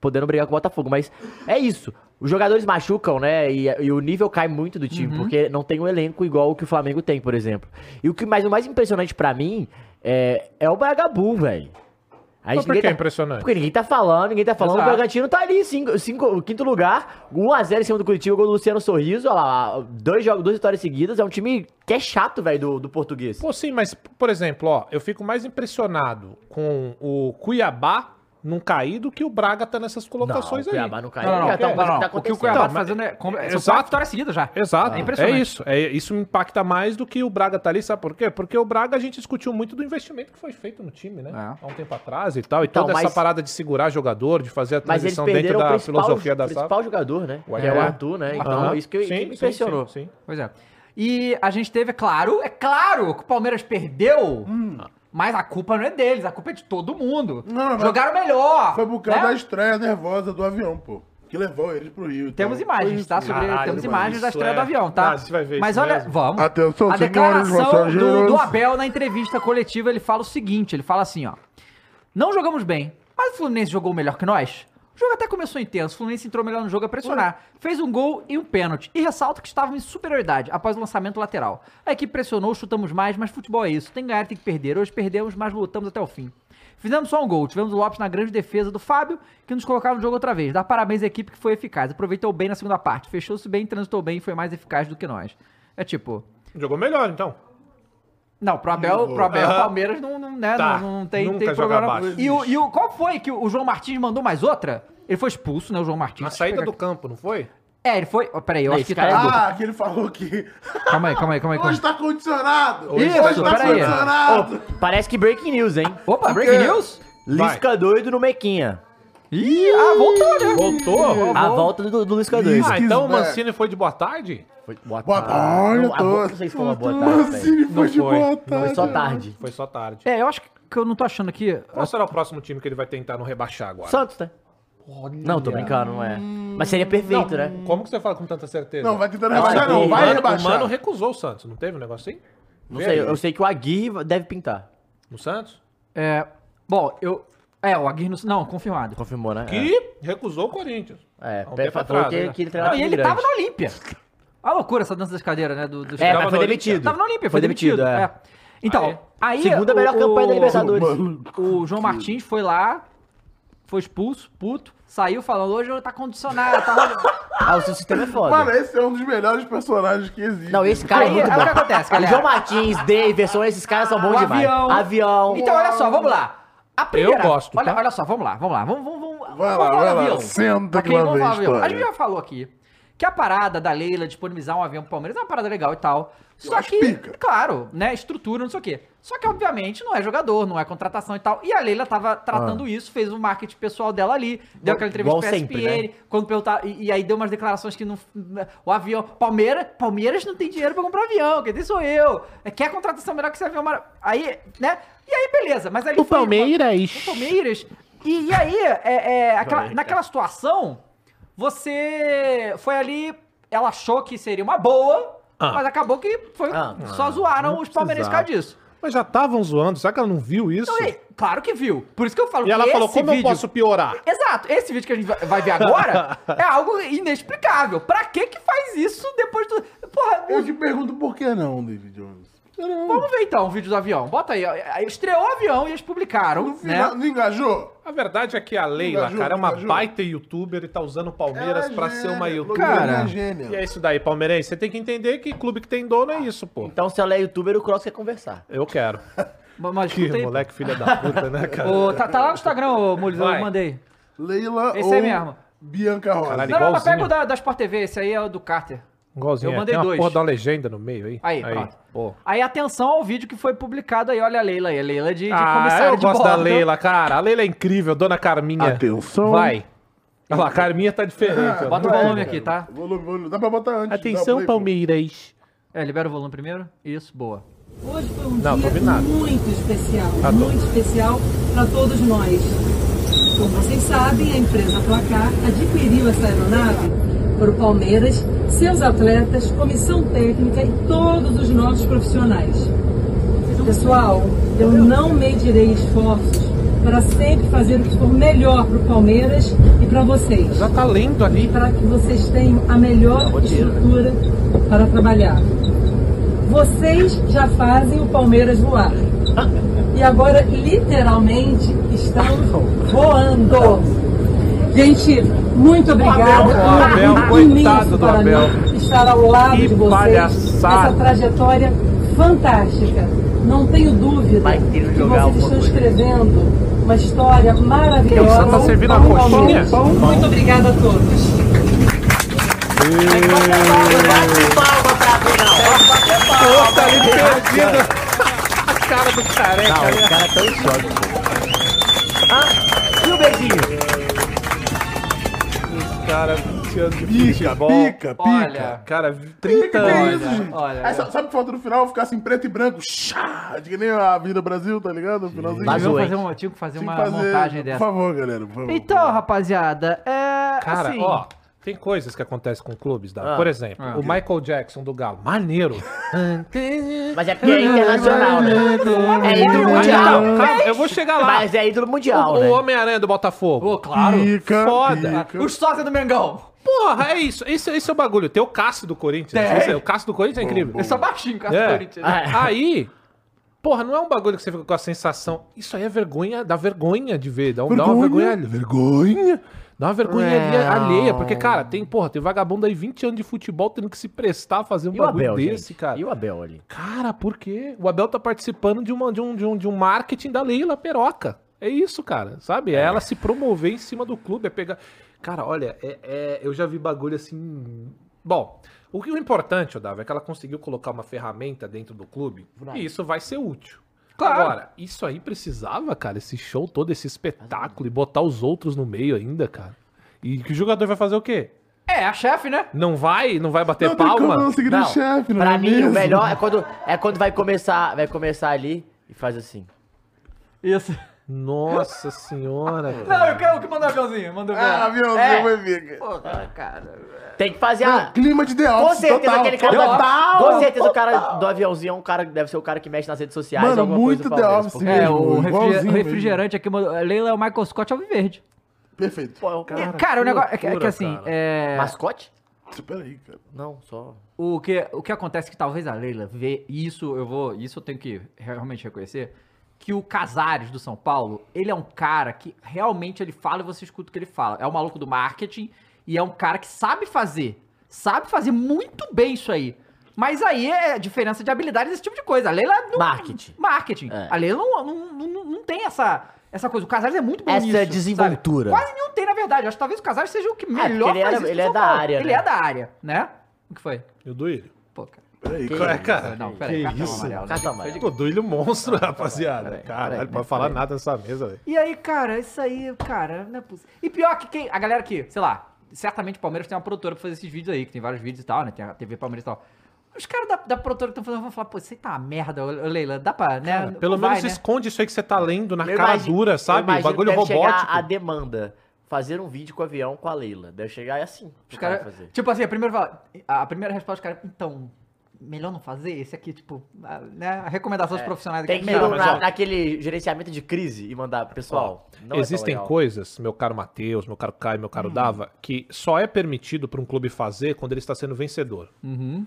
podendo brigar com o Botafogo. Mas é isso. Os jogadores machucam, né? E, e o nível cai muito do Uhum. time, porque não tem um elenco igual o que o Flamengo tem, por exemplo. E o que mais, o mais impressionante pra mim é, é o Bragabu, velho. A Mas por ninguém que é tá- impressionante? Porque ninguém tá falando, ninguém tá falando. Exato. O Bragantino tá ali, cinco, cinco, o quinto lugar. 1x0 em cima do Curitiba, gol do Luciano Sorriso. Olha lá, dois jogos, duas vitórias seguidas. É um time que é chato, velho, do, do português. Pô, sim, mas, por exemplo, ó, eu fico mais impressionado com o Cuiabá não cair do que o Braga tá nessas colocações o aí. Cuiabá não caiu. Não, não, É, não. tá, não, mas não, tá o que o acontecendo. Cuiabá tá Não, mas- fazendo é. com- São Exato. quatro vitórias seguidas já. Exato. É É impressionante. isso. É, isso me impacta mais do que o Braga tá ali, sabe por quê? Porque o Braga a gente discutiu muito do investimento que foi feito no time, né? É. Há um tempo atrás e tal. E Então, toda essa mas- parada de segurar jogador, de fazer a Mas eles transição dentro perderam o da principal, filosofia da SAF. principal jogador, né? O Que é o Arthur. Arthur, né? Então, Aham. isso que, que Sim, me sim, impressionou. sim, sim. Pois é. E a gente teve, é claro, é claro que o Palmeiras perdeu, mas a culpa não é deles, a culpa é de todo mundo. Hum. Não, mas- Jogaram melhor. Foi por causa né? da estreia nervosa do avião, pô. Que levou eles pro Rio. então. Temos imagens, tá? Foi isso. Sobre, Caralho, temos mano, imagens da isso estreia é- do avião, tá? Ah, você vai ver Mas isso olha, mesmo. vamos. Atenção, a senhoras e declaração do, passageiros. do Abel na entrevista coletiva, ele fala o seguinte, ele fala assim, ó. Não jogamos bem, mas o Fluminense jogou melhor que nós. O jogo até começou intenso, o Fluminense entrou melhor no jogo a pressionar, fez um gol e um pênalti. E ressalto que estavam em superioridade após o lançamento lateral. A equipe pressionou, chutamos mais, mas futebol é isso. Tem que ganhar, tem que perder. Hoje perdemos, mas lutamos até o fim. Fizemos só um gol, tivemos o Lopes na grande defesa do Fábio, que nos colocava no jogo outra vez. Dá parabéns à equipe que foi eficaz, aproveitou bem na segunda parte, fechou-se bem, transitou bem e foi mais eficaz do que nós. É tipo, Jogou melhor, então. não, pro Abel, pro Abel Aham. Palmeiras não, não, né, Tá. não, não tem, Nunca tem joga problema. abaixo. E o, e o qual foi que o João Martins mandou mais outra? Ele foi expulso, né, o João Martins. Na Deixa eu saída pegar do campo, não foi? aqui. É, ele foi... ó, Peraí, eu Não, acho esse que cara é tá... Ah, que ele falou que. Ah! Calma aí, calma aí, calma aí. Hoje Calma. tá condicionado! Isso, Hoje tá peraí. condicionado! Ô, parece que breaking news, hein? aí. Opa, breaking news? Lisca doido no Mequinha. Ih, ah, voltou, né? Voltou? A volta do, do Lisca doido. Ah, então o Esquisito, Mancini foi de boa tarde? Foi boa Ah, Boa tarde, Não, a tô- boa- não sei se foi uma boa tarde. velho. Mancini foi de foi. boa Não, tarde. foi só tarde. Foi só tarde. É, eu acho que eu não tô achando aqui... Qual será o próximo time que ele vai tentar não rebaixar agora? Santos, tá? Não, tô brincando, não é. Mas seria Não, perfeito, né? Como que você fala com tanta certeza? Não, vai tentar rebaixar, não. O Vai Mano- O Mano rebaixar. recusou o Santos, não teve um negócio assim? Não sei, eu sei que o Aguirre deve pintar. No Santos? É, bom, eu... É, o Aguirre... Não, não confirmado. Confirmou, né? Que recusou o Corinthians. É, Há um é tempo falou atrás, que, né? que ele Não, treinava e time ele tava grande. na Olímpia. A loucura essa dança das cadeiras, né, do, dos É, caras. tava mas foi na demitido. Tava na Olímpia, foi, demitido. é. Então, Ah, é? aí. Segunda o- melhor campanha da o- Libertadores. O João Martins foi lá, foi expulso, puto, saiu falando: hoje tá condicionado, tá rolando. Ah, o seu sistema é foda. Mano, esse é um dos melhores personagens que existe. Não, esse cara Aí, é muito aí bom. o que acontece, O galera? João Martins, Davidson, esses caras são bons O demais. avião. Avião. Então, olha só, vamos lá. A primeira, gosto, Olha, tá? olha só, vamos lá, vamos lá. Vamos, vamos, vamos, vamos lá, falar do vai lá, avião. senta Ok, que lá vamos vem falar a do avião. A história. gente já falou aqui que a parada da Leila disponibilizar um avião pro Palmeiras é uma parada legal e tal. Só acho que, pica. claro, né, estrutura, não sei o quê. Só que, obviamente, não é jogador, não é contratação e tal. E a Leila tava Ah. tratando isso, fez o marketing pessoal dela ali, deu aquela entrevista igual pra sempre, ESPN, quando perguntar e, e aí deu umas declarações que não o avião Palmeiras Palmeiras não tem dinheiro pra comprar avião quem tem sou eu É, quer contratação melhor que esse avião mara- aí né e aí beleza mas ali O foi- é Palmeiras. o Palmeiras e, e aí é, é, aquela- naquela situação você foi ali ela achou que seria uma boa Ah. mas acabou que foi Ah. só zoaram os é palmeirenses por causa disso Mas já estavam zoando, será que ela não viu isso? Então, e- claro que viu por isso que eu falo E ela que falou, esse como eu vídeo- posso piorar? Exato, esse vídeo que a gente vai- vai ver agora é algo inexplicável. Pra que que faz isso depois do. Porra, Eu te pergunto por que não, David Jones. Por que não? vamos ver então o vídeo do avião. Bota aí, ó. Estreou o avião e eles publicaram, No final, né? Não engajou? A verdade é que a Leila, Engajou, cara, é uma engajou. é baita youtuber e tá usando o Palmeiras pra ser uma youtuber. Cara, E é isso daí, palmeirense. Você tem que entender que clube que tem dono é isso, pô. Então, se ela é youtuber, o Cross quer conversar. Eu quero. Mas Que escuta aí. moleque filha da puta, né, cara? Ô, tá, tá lá no Instagram, ô, Mules, eu Vai. mandei. Leila Esse ou aí mesmo. Bianca Rosa. Caralho, Não, não, mas igualzinho. pega o da, da Sport TV, esse aí é o do Carter. Igualzinho. Eu é, mandei tem uma dois. porra da legenda no meio aí. Aí, pronto. Aí atenção ao vídeo que foi publicado aí, olha a Leila aí. A Leila de, de Ah, comissária eu de gosto da bordo. Leila, cara. A Leila é incrível, dona Carminha. Atenção. Vai. Olha lá, a Carminha tá diferente. ó. Bota o volume aqui, tá? Volume, volume. Dá pra botar antes. dá Atenção, o play, Palmeiras. É, libera o volume primeiro. Isso, boa. Hoje foi um Não, tô dia ouvindo nada. muito especial, Tá bom. muito especial para todos nós. Como vocês sabem, a empresa Placar adquiriu essa aeronave para o Palmeiras, seus atletas, comissão técnica e todos os nossos profissionais. Pessoal, Eu não medirei esforços para sempre fazer o que for melhor para o Palmeiras e para vocês Já tá lendo ali. Tá né? para que vocês tenham a melhor estrutura para trabalhar. Vocês já fazem o Palmeiras voar. E agora, literalmente, estão voando. Gente, muito obrigada. Abel, Um coitado do para Abel. mim estar ao lado Que de vocês. palhaçada. Essa trajetória fantástica. Não tenho dúvida Vai ter que que jogar vocês alguma estão coisa. escrevendo uma história maravilhosa. Santa tá servindo a para o coxinha? Palmeiras. Muito obrigada a todos. Bate palma pra mim, Tá ali perdido. A cara do não. Não, careca. os caras tão em choque. Ah, e o beijinho? Os caras 20 anos de Pica, pica, pica. Olha. Cara, 30 Que é anos. isso, gente? olha. é. Aí, sa- sabe que falta no final ficar assim, preto e branco? Chá! De que nem a Avenida Brasil, tá ligado? No finalzinho. Mas Tinha que zoei. fazer uma, tinha que fazer Tinha uma que fazer- montagem Por dessa. favor, galera, por favor. Então, rapaziada, é. Cara, assim, ó, tem coisas que acontecem com clubes, Davi. Ah. Por exemplo, Ah. o Michael Jackson do Galo. Maneiro. Mas é porque é internacional, né? É ídolo Ah, mundial. então, calma, eu vou chegar lá. Mas é ídolo mundial, o né? Homem-Aranha do Botafogo. Pô, claro. Pica, Foda. pica. Os sócios do Mengão. Porra, é isso. Esse, esse é o bagulho. Tem o Cássio do Corinthians. Tem. Esse é- o Cássio do Corinthians é incrível. Eu sou baixinho com as É. Corinthians. Ah, Aí, porra, não é um bagulho que você fica com a sensação. Isso aí é vergonha, dá vergonha de ver. Dá, um- dá uma vergonha. Vergonha, ali. Vergonha? Dá uma vergonha ali, É, Não. alheia. Porque, cara, tem, porra, tem vagabundo aí 20 anos de futebol tendo que se prestar a fazer um E o bagulho Abel, desse, gente? cara. E o Abel ali? Cara, por quê? O Abel tá participando de, uma, de, um, de, um, de um marketing da Leila Peroca. É isso, cara. Sabe? É ela se promover em cima do clube, é pegar. Cara, olha, é- é- eu já vi bagulho assim. Bom, o que o importante, Odava, é que ela conseguiu colocar uma ferramenta dentro do clube e isso vai ser útil. Claro. Agora, isso aí precisava, cara, esse show todo, esse espetáculo e botar os outros no meio ainda, cara. E que o jogador vai fazer o quê? É, a chefe, né? Não vai? Não vai bater Não tem como palma? não seguir o chefe, não pra é mim, mesmo? o melhor é quando, é quando vai começar vai começar ali e faz assim. Isso. Nossa senhora. cara. Não, eu quero que mandou o aviãozinho. Mandou o Ah, aviãozinho, É. foi pica. Pô, cara. Tem que fazer Não, a... clima de The Com Office, certeza total. aquele cara... Total. Com certeza o cara do aviãozinho é um cara que deve ser o cara que mexe nas redes sociais. Mano, alguma muito coisa do Palmeiras, The Office. porque- É, Mesmo, o, refri- igualzinho mesmo. refrigerante aqui mandou. Leila é o Michael Scott Alviverde. Perfeito. Pô, é um- Cara, que o negócio. É que, é que loucura, assim, cara. é, Mascote? Peraí, cara. Não, só... o, que, o que acontece é que talvez a Leila vê isso, eu vou. Isso eu tenho que realmente reconhecer. Que o Casares do São Paulo, ele é um cara que realmente ele fala e você escuta o que ele fala. É o maluco do marketing e é um cara que sabe fazer. Sabe fazer muito bem isso aí. Mas aí é diferença de habilidades, esse tipo de coisa. A Leila não. Marketing. Marketing. É. A Leila não, não, não, não tem essa, essa coisa. O Casares é muito bom Essa nisso, desenvoltura. sabe? Quase nenhum tem, na verdade. Acho que talvez o Casares seja o que melhor porque ele faz era- isso no ele é São da Paulo. área, Ele né? é da área, né? O que foi? E o Duílio? Pô, cara. Peraí, Que- cara. É, cara. Não, peraí, que cartão isso? amarelo, né? Cartão amarelo. Pô, Duílio é um monstro, rapaziada. Caralho, peraí, não pode falar nada nessa mesa, velho. E aí, cara, isso aí, cara, não é possível. E pior que quem, a galera que, sei lá, certamente o Palmeiras tem uma produtora pra fazer esses vídeos aí, que tem vários vídeos e tal, né? Tem a TV Palmeiras e tal. Os caras da, da produtora que estão fazendo vão falar, pô, isso aí tá uma merda, ô, ô, Leila, dá pra, né? Não Pelo vai, menos né? esconde isso aí que você tá lendo na Eu cara imagi- eu dura, sabe? O imagino bagulho que deve chegar robótico. a demanda. Fazer um vídeo com o avião com a Leila. Deve chegar assim. Os pro cara caras, tipo assim, a primeira, fala- a primeira resposta, os caras, então, melhor não fazer esse aqui, tipo, a- né? A recomendação dos profissionais É. Tem que tá, ir melhor. mas na- ó. naquele gerenciamento de crise e mandar, pessoal. não é tão Existem legal. Uhum. coisas, meu caro Matheus, meu caro Caio, meu caro Dava, que só é permitido pra um clube fazer quando ele está sendo vencedor. Uhum.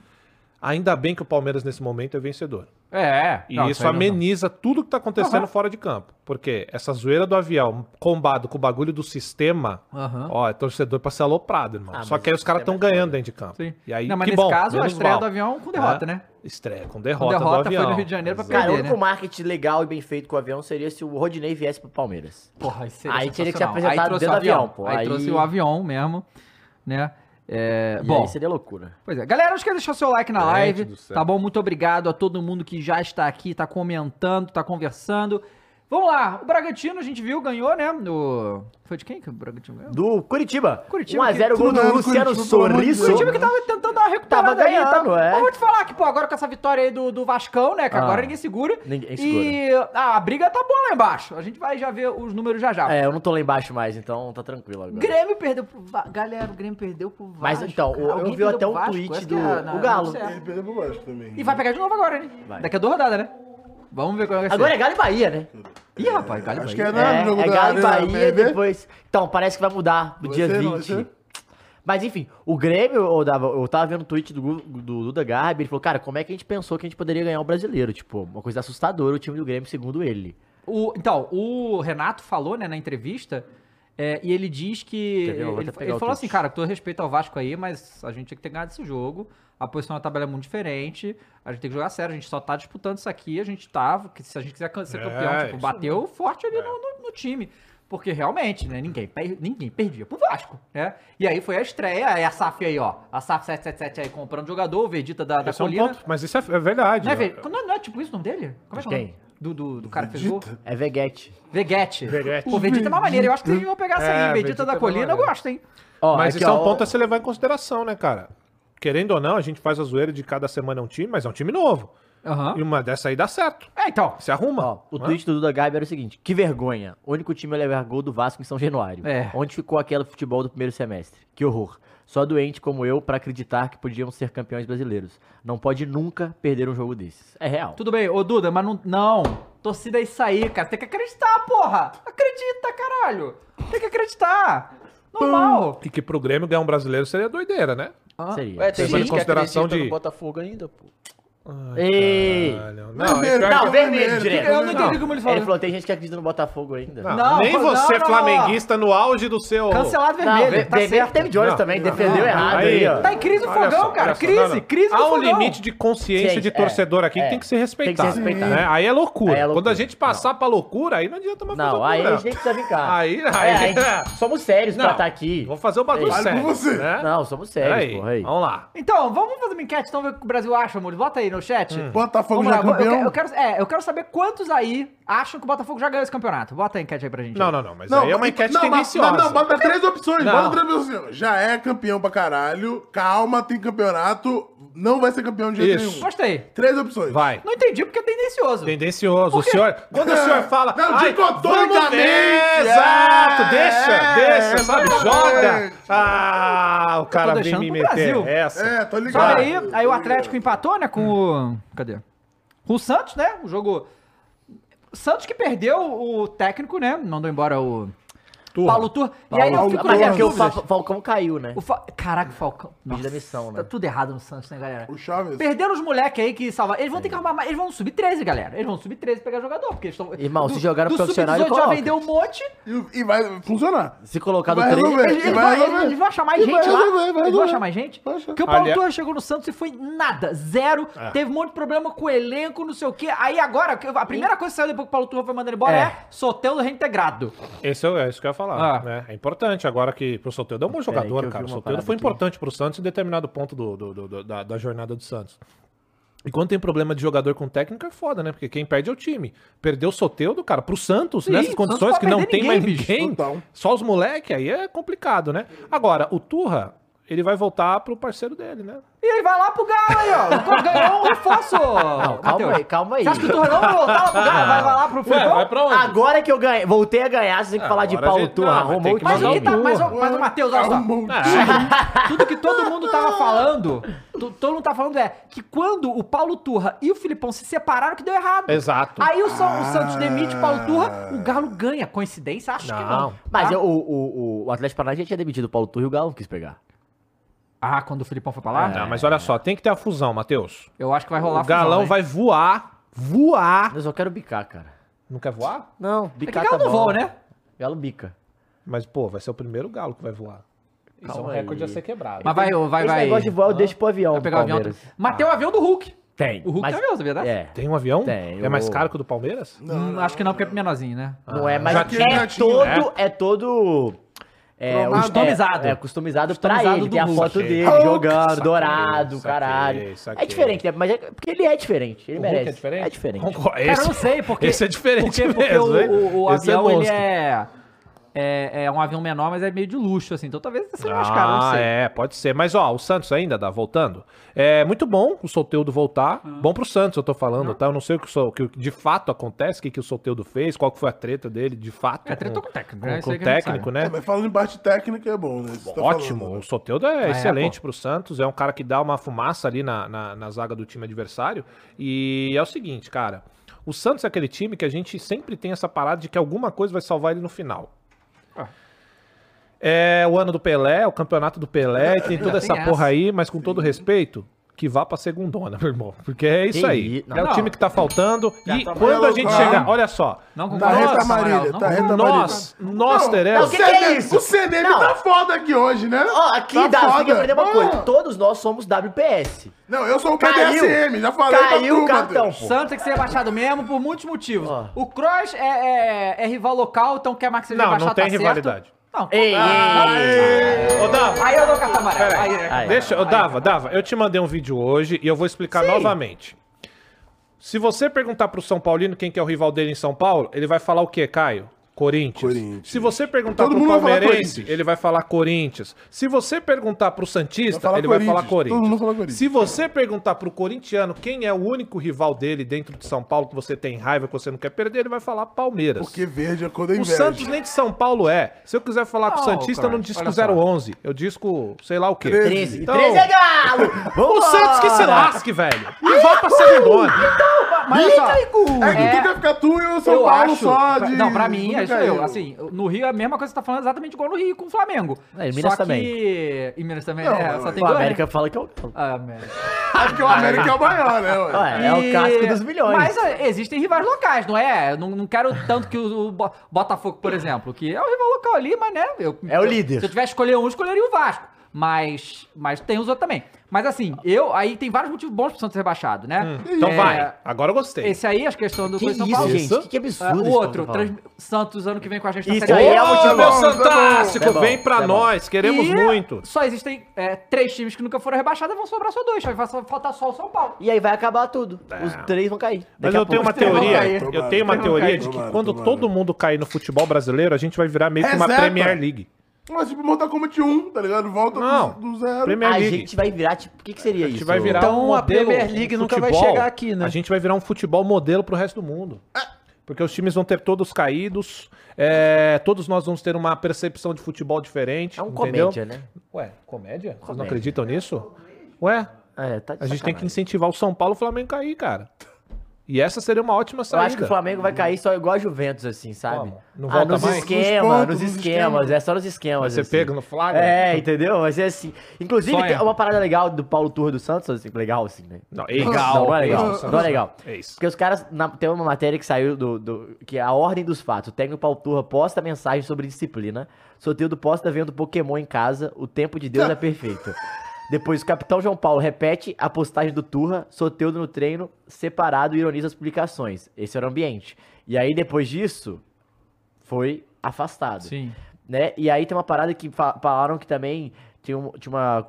Ainda bem que o Palmeiras nesse momento é vencedor. É, E não, isso aí não- ameniza tudo que tá acontecendo fora de campo. Porque essa zoeira do avião combado com o bagulho do sistema, Aham. ó, é torcedor pra ser aloprado, irmão. Ah, Só mas que aí o os caras sistema tão é ganhando dentro de campo. Sim. E aí, Não, mas que nesse bom, caso, a menos estreia mal. do avião com derrota, É. né? Estreia com derrota, Com derrota do foi avião. no Rio de Janeiro pra Exato. Cara, o perder, único né? marketing legal e bem feito com o avião seria se o Rodinei viesse pro Palmeiras. Porra, isso seria Aí teria que ser sensacional. apresentado Aí trouxe tá, dentro do o avião, pô. Aí, Aí- trouxe o avião mesmo, né? É, E bom, aí seria loucura. pois é. Galera, não esqueça de deixar seu like na Gente live, do céu. tá bom? Muito obrigado a todo mundo que já está aqui, tá comentando, tá conversando. Vamos lá, o Bragantino a gente viu, ganhou, né? No... Foi de quem que o Bragantino ganhou? Do Curitiba. Curitiba, 1x0 que gol do tudo, Luciano Curitiba, pelo amor de Sorriso. O time que tá- tava tentando dar uma recuperada Tava ganhando, aí, e tal. é. Mas vou te falar que, pô, agora com essa vitória aí do, do Vascão, né? Que Ah. agora ninguém segura. Ninguém E a briga tá boa lá embaixo. A gente vai já ver os números já já. É, eu não tô lá embaixo mais, então tá tranquilo agora. Grêmio perdeu pro Vasco. Galera, o Grêmio perdeu pro Vasco. Mas então, cara. eu- eu Alguém vi perdeu até pro um Vasco? tweet Essa do- que é a- do na- Galo. certo. Ele perdeu pro baixo também. E vai pegar de novo agora, né? Vai. Daqui a duas rodadas, né? Vamos ver como é que vai Agora é ser. Galo e Bahia, né? Ih, rapaz, Galo e Acho que Bahia. é É, na jogo é da Galo e Arena Bahia BB. depois. Então, parece que vai mudar do Vai dia ser, não vai 20. ser? Mas enfim, o Grêmio, ô, Dava, eu tava vendo um tweet do, Gu- do Duda Garbi, ele falou, cara, como é que a gente pensou que a gente poderia ganhar o brasileiro? Tipo, uma coisa assustadora o time do Grêmio, segundo ele. O- então, o Renato falou, né, na entrevista, é, e ele diz que. Quer ver? Eu vou Ele, até pegar ele o falou tweet. assim, cara, com todo respeito ao Vasco aí, mas a gente tinha que ter ganhado esse jogo. A posição na tabela é muito diferente. A gente tem que jogar sério, a gente só tá disputando isso aqui, a gente tá. que Se a gente quiser can- ser É, campeão, tipo, isso É. bateu forte ali no, no- no time. Porque realmente, né, ninguém, per- ninguém perdia pro Vasco, né? E aí foi a estreia, aí a SAF aí, ó. A SAF 777 aí comprando jogador, o Vegeta da, da Esse é um Colina. ponto, mas isso é, é verdade. Não é, ó. Ve- não, é- não é tipo isso o nome dele? Como é que é o Quem? nome? Do, do, do cara que fez gol? É Veguete. Veguete. Veguete. O Vegeta é uma maneira. Eu acho que vocês vão pegar essa É, aí. Vegeta Vegeta é da uma colina, eu maneira. gosto, hein? Ó, Mas aqui, isso é ó, um ponto a se levar em consideração, né, cara? Querendo ou não, a gente faz a zoeira de cada semana é um time, mas é um time novo. Aham. E uma dessa aí dá certo. É, então. Se arruma. Ó, o né? tweet do Duda Gabi era o seguinte: que vergonha. O único time a levar gol do Vasco em São Januário. É. Onde ficou aquele futebol do primeiro semestre? Que horror. Só doente como eu pra acreditar que podíamos ser campeões brasileiros. Não pode nunca perder um jogo desses. É real. Tudo bem, ô Duda, mas não. Não. Torcida é isso aí, cara. Tem que acreditar, porra. Acredita, caralho. Tem que acreditar. Normal. E que pro Grêmio ganhar um brasileiro seria doideira, né? Ah, Hã? Seria. é, Ué, tem Levando em gente que consideração acredita no de- Botafogo ainda, pô. Ei! Caralho. Não, Não, é pior não, que- Não, vermelho Vermelho, direto. Eu não entendi Não. como ele Ele falou. falou: tem gente que acredita no Botafogo ainda. não, Não, nem não, você não, não. flamenguista no auge do seu... Cancelado vermelho. Não, tá Be- certo. teve Jones Não, também, defendeu errado aí, ó. Tá em crise o Olha fogão, só, cara. olha só, Crise, não, não. crise do Há um fogão. limite de consciência Gente, de é, torcedor aqui é. que tem que ser respeitado. respeitado. né? Aí é loucura. Aí é loucura. Quando a gente passar pra loucura, aí não adianta mais fazer Não, aí a loucura. gente nem precisa brincar. Aí- É, aí- a gente- somos sérios pra Não. estar aqui. Vou fazer o bagulho Fale sério. com você. né? Não, somos sérios, Peraí, porra. Aí. vamos lá. Então, vamos fazer uma enquete, então, ver o que o Brasil acha, amor. Bota aí no chat. É. Botafogo Vamos já lá, eu, eu campeão. quero- eu quero, é, eu quero saber quantos aí acham que o Botafogo já ganhou esse campeonato. Bota a enquete aí pra gente. Não, não, não, mas aí é uma enquete tendenciosa. Não, não, bota três opções, Não. bota três opções. Já é campeão pra caralho, calma, tem campeonato, não vai ser campeão de jeito Isso. nenhum. Gostei. Três opções. Vai. Não entendi porque é tendencioso. Tendencioso. O senhor, quando o É. senhor fala. Não, "Ai, dicotomicamente, vamos ver", é, Exato, deixa, é, deixa, sabe? Joga. exatamente. Ah, o cara tô vem deixando me pro meter Brasil. essa. É, tô ligado. Olha aí, aí o Atlético empatou, né, com o... Cadê? Com o Santos, né? O jogo... Santos que perdeu o técnico, né? Mandou embora o Turra. Paulo Tur. E aí eu Paulo fico Mas é com porque o dúvidas. Fa- Falcão caiu, né? O Fa- Caraca, o Falcão. Pedido da Nossa, missão, né? Tá tudo errado no Santos, né, galera? O Chaves. Perderam os moleques aí que salvaram. Eles vão ter que arrumar mais. Eles vão subir 13, galera. Eles vão subir 13 e pegar jogador. Porque eles estão. Irmão, se jogar no profissional, ele já coloca. vendeu um monte. E, e vai funcionar. Se colocar no Vai 13, resolver. Eles, eles vai vão, resolver. eles- eles vão achar mais E gente vai lá. resolver, vai eles vão resolver. achar mais gente. Vai achar. Porque o Paulo Aliás- Torres chegou no Santos e foi nada. Zero. É. Teve um monte de problema com o elenco, não sei o quê. Aí agora, a primeira coisa que saiu depois que o Paulo Torres foi mandando embora é, É. Soteldo reintegrado. Esse é, é isso que eu ia falar. Ah. né? É importante agora que pro Soteldo é um bom Peraí, que eu jogador, vi cara. O uma Soteldo parada foi aqui. importante pro Santos em determinado ponto do, do- do- do- da, da jornada do Santos. E quando tem problema de jogador com técnico é foda, né? Porque quem perde é o time. Perdeu o Soteldo, cara, pro Santos, Sim, nessas o condições Santos que não não vai tem perder mais ninguém, bicho. ninguém, Total. só os moleque, aí é complicado, né? Agora, o Turra, ele vai voltar pro parceiro dele, né? E ele vai lá pro Galo aí, ó. O Torres Ganhou um reforço. Não, calma aí, calma aí. Você acha que o Torres não tá, vai voltar lá pro Galo? Vai, vai lá pro futebol? pra Agora que eu ganhei, voltei a ganhar, você tem que Ah, falar de agora a Paulo gente- Turra, não, vai ter arrumou o que Mas o mandar um que time. tá. Mas, o- Ué, mas o Matheus, olha só. arrumou um Tudo que todo mundo tava falando, tu- todo mundo tá falando é que quando o Paulo Turra e o Filipão se separaram, que deu errado. Exato. Ah. Aí o, Sa- o Santos demite o Paulo Turra, o Galo ganha. Coincidência? Acho que não. Não. Mas tá? eu- o, o, o Atlético Paranaense já tinha demitido o Paulo Turra e o Galo não quis pegar. Ah, quando o Filipão foi pra lá? Não, É, mas olha só, tem que ter a fusão, Matheus. Eu acho que vai rolar O galão vai voar, voar. Eu só quero bicar, cara. Não quer voar? Não, É que bicar o é Galo não voa, né? Galo bica. Mas, pô, vai ser o primeiro galo que vai voar. Isso é um Calma recorde aí. a ser quebrado. Mas vai, vai, Esse vai. negócio de voar eu deixo pro avião, vai pegar o avião. Palmeiras. Mas tem o avião do Hulk. Tem. O Hulk mas- é avião, sabia dessa? É. Tem um avião? Tem, É mais o- caro que o do Palmeiras? Ah. Hum, acho que não, porque é menorzinho, né? Não é, mas já é tinha, já tinha, todo. tipo né? É todo. É, Cromado. os- Customizado. É, é customizado, pra Customizado ele. do Tem a Hulk. foto Saquei. dele Hulk. jogando, Saquei, dourado, saquei, caralho. saquei. É diferente, né? Mas é porque ele é diferente. Ele O merece. Hulk é diferente? É diferente. Concordo. Cara, eu não sei, porque. Esse é diferente porque, porque mesmo, hein? o, o, o Esse é avião, ele monstro. é, é. É um avião menor, mas é meio de luxo, assim. Então talvez seja mais caro, não Ah, sei. é, pode ser. Mas, ó, o Santos ainda dá, voltando. É muito bom o Soteudo voltar. Ah. Bom pro Santos, eu tô falando, tá? Eu não sei o que, o so- o que de fato acontece, o que, que o Soteudo fez, qual que foi a treta dele, de fato. É treta com o técnico, né? com, Isso com aí o que a gente técnico, sabe. né? É, mas falando em parte técnica é bom, né? Isso tá Ótimo, falando, né? o Soteldo é é, excelente pro Santos, é um cara que dá uma fumaça ali na, na, na zaga do time adversário. E é o seguinte, cara, O Santos é aquele time que a gente sempre tem essa parada de que alguma coisa vai salvar ele no final. Ah. É o ano do Pelé, o campeonato do Pelé, e tem toda Ah, tem essa essa. porra aí, mas com todo respeito, que vá pra segundona, meu irmão. Porque é isso Que aí. i- não. é o time que tá faltando. E tá quando a maluco, gente não. chegar, olha só. Não Tá concordo. reta Nossa, Marília, Amaral, tá não- reta Marília. Nós, nós não, teremos. o que é CDM isso? O CDM Não. tá foda aqui hoje, né? Ó, aqui tá dá, você tem que foda. aprender uma coisa. Ah, Todos nós somos WPS. Não, eu sou o Caiu. PDSM, já falei pra Caiu o tu, Matheus. cartão, pô. Santos tem que ser rebaixado mesmo por muitos motivos. Ó. O Cross é, é- é rival local, então quer mais que seja Não, não rebaixado, tem tá certo. rivalidade. Não, Ei, ei, ei. Ô, Dava, Aí eu dou cartão amarelo. pera aí. Aí, é. Aí. Deixa, eu Dava, Dava, eu te mandei um vídeo hoje e eu vou explicar Sim. novamente. Se você perguntar pro São Paulino quem que é o rival dele em São Paulo, ele vai falar o quê, Caio? Corinthians. Corinthians. Se você perguntar Todo pro mundo vai falar palmeirense, Corinthians. ele vai falar Corinthians. Se você perguntar pro santista, Vai falar ele vai falar Corinthians. Todo Corinthians. mundo fala Corinthians. Se você perguntar pro corintiano quem é o único rival dele dentro de São Paulo que você tem raiva, que você não quer perder, ele vai falar Palmeiras. Porque verde é quando eu O inveja. Santos nem de São Paulo é. Se eu quiser falar com o Não, Santista, eu não cara, disco olha só. 011. Eu disco sei lá o quê. 13. Então, 13 é galo! o Vamos Santos que se lasque, velho. E vá pra segundona. Mas olha só, É que É, tu quer ficar tu e o São Então, eu Paulo acho. só pra- de... não, pra mim, Tudo é isso caiu. eu. Assim, no Rio é a mesma coisa que você tá falando, exatamente igual no Rio com o Flamengo. É, em Minas só também. que. Em Minas também, Não, é, só tem O dois. América fala que é o galo. Ah, América. Acho que o América é o maior, né, ué? Ué, é o E- casco dos milhões. Mas ah, existem rivais locais, não é? Eu Não, não quero tanto que o, o Bo- Botafogo, por exemplo, que é o rival local ali, mas né? eu- É o eu- líder. Se eu tivesse que escolher um, escolheria o Vasco. Mas, mas tem os outros também. Mas assim, eu. Aí tem vários motivos bons pro Santos ser rebaixado, Hum, né? Então É, vai. Agora eu gostei. Esse aí, as questões do Que Coisa isso, São Paulo. gente? Que, que Ah, absurdo. isso o que outro, eu tô falando. Trans- Santos ano que vem com a gente Isso Série aí B. é Ô, motivo meu bom, tá Santástico, bom, tá bom. vem pra nós. Queremos E é muito. Só existem é, três times que nunca foram rebaixados vão sobrar só dois. só Vai só- faltar só o São Paulo. E aí vai acabar tudo. Os três vão cair. É. Mas Daqui a eu pouco tenho uma os três um vão teoria, cair. eu tenho uma Tomara, teoria tomara, de que tomara, quando tomara. todo mundo cair no futebol brasileiro, a gente vai virar meio que uma Reseta. Premier League. Mas tipo, montar Combat 1, tá ligado? Volta Não. do, do zero. Premier A League. gente vai virar, tipo, o que, que é seria A isso? gente vai virar Então, um a modelo, Premier League um nunca vai chegar aqui, né? A gente vai virar um futebol modelo pro resto do mundo. Porque os times vão ter todos caídos, é, todos nós vamos ter uma percepção de futebol diferente. É um entendeu? comédia, né? Ué, comédia? Vocês não Comédia. acreditam nisso? Ué, É, tá de a gente tem que sacanagem. incentivar o São Paulo e o Flamengo a cair, cara. E essa seria uma ótima Eu saída. acho que o Flamengo vai cair só igual a Juventus, assim, sabe? Como? Não ah, volta nos mais? Nos esquemas, pontos, nos nos esquemas, esquemas. é só nos esquemas. Você assim. pega no Flamengo. É, entendeu? Mas é assim. Inclusive, Sonha. tem uma parada legal do Paulo Turra do Santos, assim, legal, assim, né? Não, é legal. Não, não é legal. isso, Não é legal. É isso. Porque os caras. na- tem uma matéria que saiu do, do- que é a ordem dos fatos. O técnico Paulo Turra posta mensagem sobre disciplina. Soteldo posta vendo Pokémon em casa. O tempo de Deus é perfeito. Depois o capitão João Paulo repete a postagem do Turra, Soteldo no treino, separado e ironiza as publicações. Esse era o ambiente. E aí, depois disso, foi afastado Sim. né? E aí tem uma parada que fa- falaram que também tinha, um- tinha uma,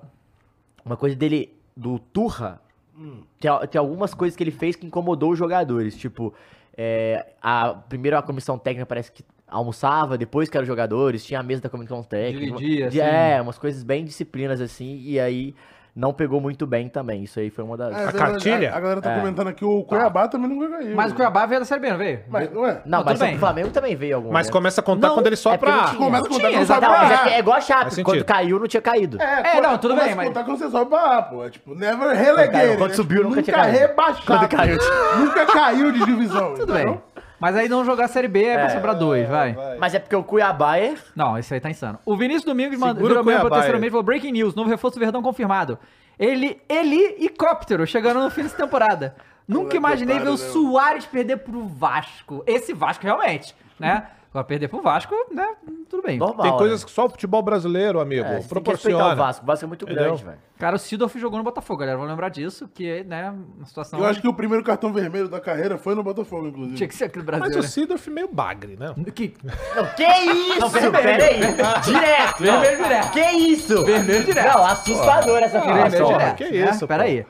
uma coisa dele, do Turra. Hum. Tem, al- tem algumas coisas que ele fez que incomodou os jogadores. Tipo, é, a, primeiro a comissão técnica parece que almoçava, depois que eram os jogadores, tinha a mesa da comissão técnica. Dividia, De- assim. É, umas coisas bem disciplinas assim. E aí não pegou muito bem também. Isso aí foi uma das. É. É, A tá- cartilha? A, a galera tá comentando aqui, o Cuiabá também nunca caiu. né? Mas o Cuiabá veio da Série B, não veio? Mas, ué, Não, não, mas tudo o bem. Flamengo também veio alguma Mas né? começa a contar Não, quando ele é só porque não pra. tinha. Ah, começa a contar Tinha, quando sobe Não, pra mas é, A. que é igual a Chape, Faz quando sentido. caiu, não tinha caído. Ah, É, quando- não, tudo começa bem, a mas- contar quando você sobe pra ah, A, pô. É tipo, never relegated. Quando né? subiu, Tipo, nunca tinha caído. rebaixado. Quando caiu, tipo. tinha- Nunca caiu de divisão. Tudo bem. Mas aí não jogar a Série B é, pra sobrar dois, vai. Mas é porque o Cuiabá é. Não, isso aí tá insano. O Vinícius Domingos Segura mandou virou o mesmo pro Cuiabá, terceiro é. mês e falou: Breaking News, novo reforço do Verdão confirmado. Ele, ele e Cóptero chegando no fim dessa temporada. Nunca Moleque é imaginei ver o otário, né, Soares perder pro Vasco. Esse Vasco, realmente, né? Agora perder pro Vasco, né? Tudo bem. Normal. Tem né? coisas que só o futebol brasileiro, amigo, É, você tem que respeitar proporciona. o Vasco. O Vasco é muito Entendeu? grande, velho. Cara, o Sidorf jogou no Botafogo, galera. Vamos lembrar disso, que, né? Uma situação. Eu acho que o primeiro cartão vermelho da carreira foi no Botafogo, inclusive. Tinha que ser aqui no Mas Brasil. o Sidorf meio bagre, né? né? Que... Não, que isso? Não, peraí. Direto. não. Vermelho direto. Que isso? Vermelho direto. Não, assustador essa Virei Ah, meu só, afirmação. direto, que né? isso, Pera pô. aí.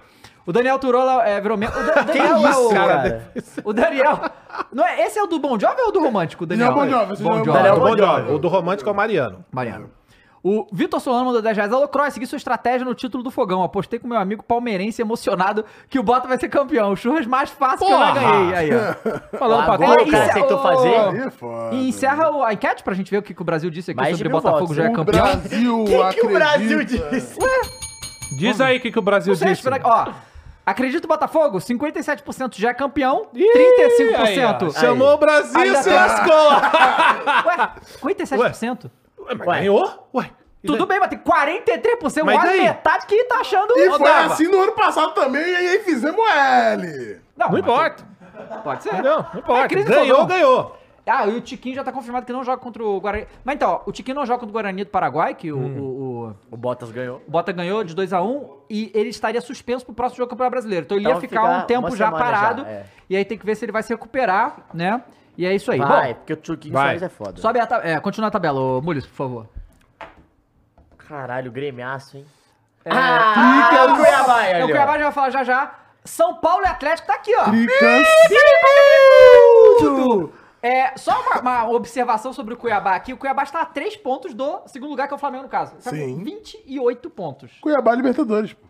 O Daniel Turola é, virou membro. O Que Da- Daniel é isso, o. cara? O Daniel. Não é, esse é o do Bon Jovi ou o do Romântico, Daniel? Não, Bon Jovi, esse não é o Jovi. Daniel O Bon Bon Jovi. Jovi. O do romântico é o Mariano. Mariano. O Vitor Solano mandou 10 reais. Alô, Cross, segui sua estratégia no título do fogão. Apostei com meu amigo palmeirense emocionado que o Bota vai ser campeão. Churras mais fácil que eu já Porra! ganhei. Aí, ó. Falando pra Agora Cross. o cara aceitou fazer. Aí é foda. E encerra o- a enquete pra gente ver o que, que o Brasil disse aqui Mais de sobre mil Botafogo votos. já é O campeão. Brasil Que que o Brasil acredita. disse? Hum. Diz aí o que, que o Brasil Não sei, disse. espera- Ó, Acredito Botafogo, 57% já é campeão, Aí, ó. 35%. Chamou o Brasil, Ainda se tem- lascou! Ué, 57%? Ué, mas Ué. ganhou? Ué. e Tudo daí? bem, mas tem 43%, Mas e quase daí? metade que tá achando E Ô, foi Dava. assim no ano passado também, e aí fizemos L. Não, Não mas importa. Pode ser. Não, não É importa. crise do ganhou, fogão. ganhou. Ah, e o Tiquinho já tá confirmado que não joga contra o Guarani. Mas então, ó, o Tiquinho não joga contra o Guarani do Paraguai, que o- Hum. o, o- O Bottas ganhou. o Bota ganhou de 2 a 1 e ele estaria suspenso pro próximo jogo do Campeonato Brasileiro. Então ele ia Então ficar fica um tempo uma já semana parado. já, é. E aí tem que ver se ele vai se recuperar, né? E é isso aí. Vai, Bom, porque o Tchuquinho Vai. Soares é foda. sobe a tabela. É, continua a tabela, ô Mules, por favor. Caralho, gremiaço, hein? É, Ah, Tricas. o Cuiabá, É, ali, o ó. Cuiabá já vai falar já já. São Paulo e Atlético tá aqui, ó. Tricas. Tudo. É, só uma, uma observação sobre o Cuiabá aqui. O Cuiabá está a 3 pontos do segundo lugar, que é o Flamengo, no caso. Está com Sim. 28 pontos. Cuiabá Libertadores, pô.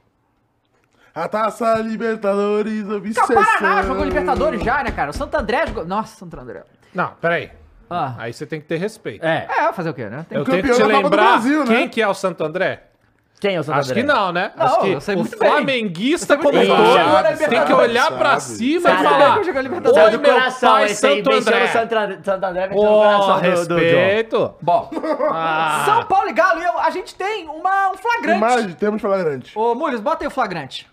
A taça Libertadores, Tá, obsessão. o Paraná jogou Libertadores já, né, cara? O Santo André jogou... Nossa, Santo André. Não, peraí. Ah, Aí você tem que ter respeito. É. é, fazer o quê, né? Tem Eu que... tenho que campeão te da Copa do lembrar Brasil, né? quem que é o Santo André? Quem é o Santo Acho que André? não, né? Não, Acho que eu sei o muito bem. flamenguista Eu sei como muito um bem. todo Sabe, tem que sabe, olhar sabe. pra cima Sabe. tá e falar: Sabe, Oi, Saiu do meu coração, pai, esse aí Santo mexeu no André. Santo André. Santo André mexeu no Pô, coração do- do- do John. respeito. Bom, Ah. São Paulo e Galo, e eu- a gente tem uma, um flagrante. Imagem, temos flagrante. Ô, Mules, bota aí o flagrante.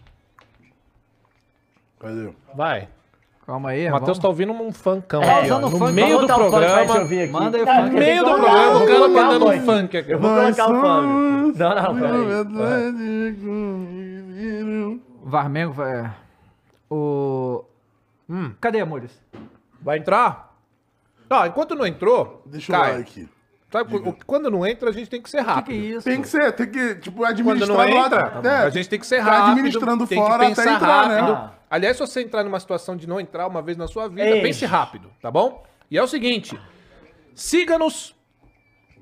Cadê? Vai. Calma aí, O Matheus tá ouvindo um funkão É, aí, ó, usando no funk. meio do Vamos botar o funk pra gente programa. ouvir aqui. Manda aí o Não, funk. No meio do tem que programa, o colocar cara o mandando um funk. funk aqui. Eu vou Nós colocar o somos funk. Não, não, é peraí. Atlético. Varmengo vai... é. O... Hum, cadê, Mules? Vai entrar? Não, enquanto não entrou, Deixa Caio, o like. Sabe, o- quando não entra, a gente tem que O ser que, que é rápido. isso? Tem que ser, tem que, tipo, Quando administrar não entra, tá lá, né? a gente tem que ser Ficar rápido. administrando tem fora que até pensar entrar, né? rápido. Ah. Aliás, se você entrar numa situação de não entrar uma vez na sua vida, Ei. pense rápido, tá bom? E é o seguinte: siga-nos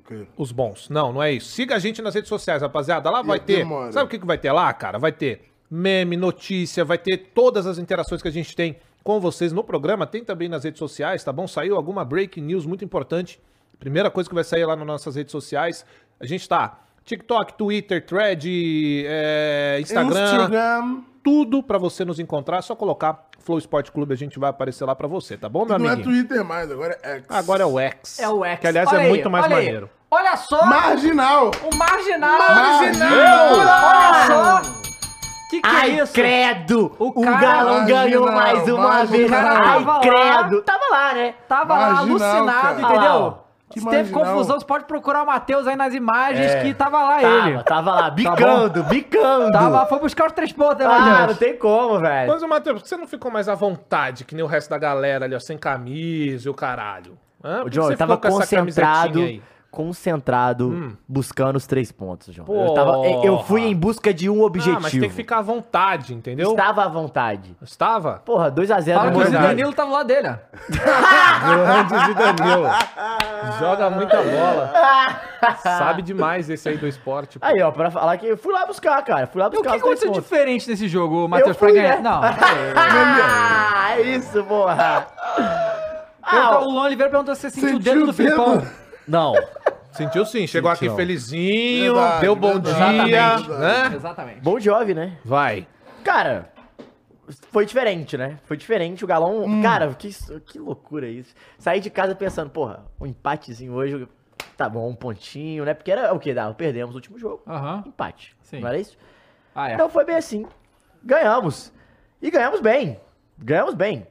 Ok. os bons. Não, não é isso. Siga a gente nas redes sociais, rapaziada. Lá vai ter. demora. Sabe o que, que vai ter lá, cara? Vai ter meme, notícia, vai ter todas as interações que a gente tem com vocês no programa. Tem também nas redes sociais, tá bom? Saiu alguma breaking news muito importante. Primeira coisa que vai sair lá nas nossas redes sociais. A gente tá TikTok, Twitter, Thread, é, Instagram Instagram. tudo pra você nos encontrar. É só colocar Flow Esporte Clube, a gente vai aparecer lá pra você, tá bom, meu Não é amiguinho? Twitter mais, agora é X. Agora é o X. É o X. Que, aliás, Olha é aí, muito mais olha aí. maneiro. Olha só Marginal. o marginal. Marginal! Olha só. Que que é Ai, isso? credo! O O cara- galão Um ganhou mais Marginal, uma vez. marginal. Ai, Tava lá. credo! Tava lá, né? Tava lá Marginal, alucinado, cara. entendeu? Ah, que Se teve marginal. confusão, você pode procurar o Matheus aí nas imagens É. que tava lá ele. Tava, tava Tá lá, bicando, bicando. Tava, foi buscar os três pontos, né, Ah, não Matheus? tem como, velho. Mas, ô, Matheus, por que você não ficou mais à vontade, que nem o resto da galera ali, ó, sem camisa e o caralho? Hã? Por O que John, você eu tava ficou com essa concentrado, camisetinha aí? concentrado, buscando os três pontos, John. Eu, Porra. tava- eu- eu fui em busca de um objetivo. Ah, mas tem que ficar à vontade, entendeu? Estava à vontade. Estava? Porra, 2x0 Fala que o Verdade. Danilo tava lá dele, ó. Antes de Danilo. Joga muita bola. Sabe demais esse aí do esporte. pô. Aí, ó, pra falar que eu fui lá buscar, cara. Fui lá E o buscar que os três aconteceu pontos. diferente nesse jogo, Matheus, pra fui, ganhar? né? Não. Ah, é isso, porra. Pergunta- Ah, o Lon Oliveira perguntou se você sentiu o Sentiu dedo o do dedo. Filipão. Não. Sentiu sim, chegou Sentiu. aqui felizinho, Verdade, né? deu bom verdade, dia, verdade. né? Exatamente. Bom jovem, né? Vai. Cara, foi diferente, né? Foi diferente. O galão. Hum. Cara, que, isso- que loucura isso. Saí de casa pensando, porra, um empatezinho hoje. Tá bom, um pontinho, né? Porque era o que dava? Perdemos o último jogo. Aham. Empate. Sim. Não era isso? Ah, é. Então foi bem assim. Ganhamos. E ganhamos bem. Ganhamos bem.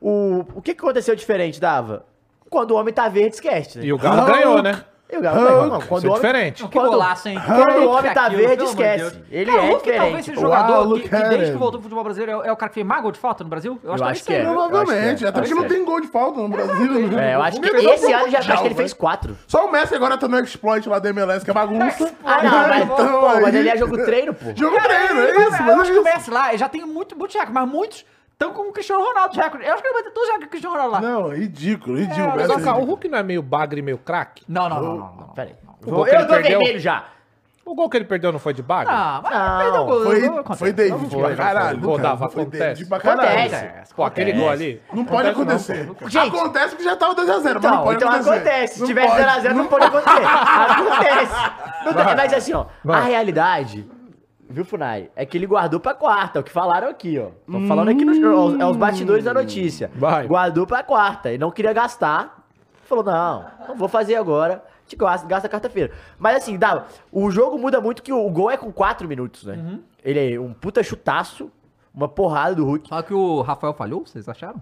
O, o que que aconteceu diferente, Dava? Quando o homem tá verde, esquece, né? E o Galo Hulk. ganhou, né? E o Galo ganhou. Não, Isso quando é o homem... diferente. Que golaço, hein? quando o Hulk homem tá aquilo, verde, pelo amor de esquece. Deus. Ele Cara, é o Hulk talvez diferente. seja o jogador Uau, que, que Luke desde que Heron. voltou pro futebol brasileiro é, é o cara que fez mais gol de falta no Brasil? Eu acho que é. é. isso aí. Provavelmente. Eu acho que é, Até porque não acho tem gol de falta no Brasil, né? É, eu acho que Ele fez esse um ano já mundial, acho que ele fez né? quatro. Só o Messi agora tá no exploit lá da MLS, que é bagunça. Ah, não, mas, Então, pô, aí- mas ele é jogo treino, pô. Jogo treino, é Ele vai- eu isso, acho mas que é o isso. Messi lá já tem muito, muito recorde, mas muitos estão com o Cristiano Ronaldo de recorde. Eu acho que ele vai ter todos os recordes do Cristiano Ronaldo lá. Não, ridículo, É, ridículo. mas Messi Só que, ó, ridículo. o Hulk não é meio bagre, meio craque? Não, não, não, não. não. Peraí. O gol que ele Eu tô perdeu- vermelho já. O gol que ele perdeu não foi de bagre? Ah, mas Não, perdeu o gol. Foi, foi David foi, pra não caralho. foi. Pô, cara, Dava, foi acontece. David pra Acontece. caralho. Pô, aquele gol Acontece. ali. Não pode Acontece acontecer. Gente. acontece porque já tá tava 2x0, mas não Então, pode então acontecer. acontece. Se Não tiver pode. tá, 0x0, não pode acontecer. Acontece. Não tem- mas assim, ó, a realidade Viu, Funai? É que ele guardou pra quarta, é o que falaram aqui, ó. Hum. Tô falando aqui nos é os bastidores da notícia. Vai. Guardou pra quarta e não queria gastar. Falou, não, não vou fazer agora. Te gasta, gasta quarta-feira. Mas assim, dá, o jogo muda muito que o gol é com 4 minutos, né? Uhum. Ele é um puta chutaço, uma porrada do Hulk. Só que o Rafael falhou, vocês acharam?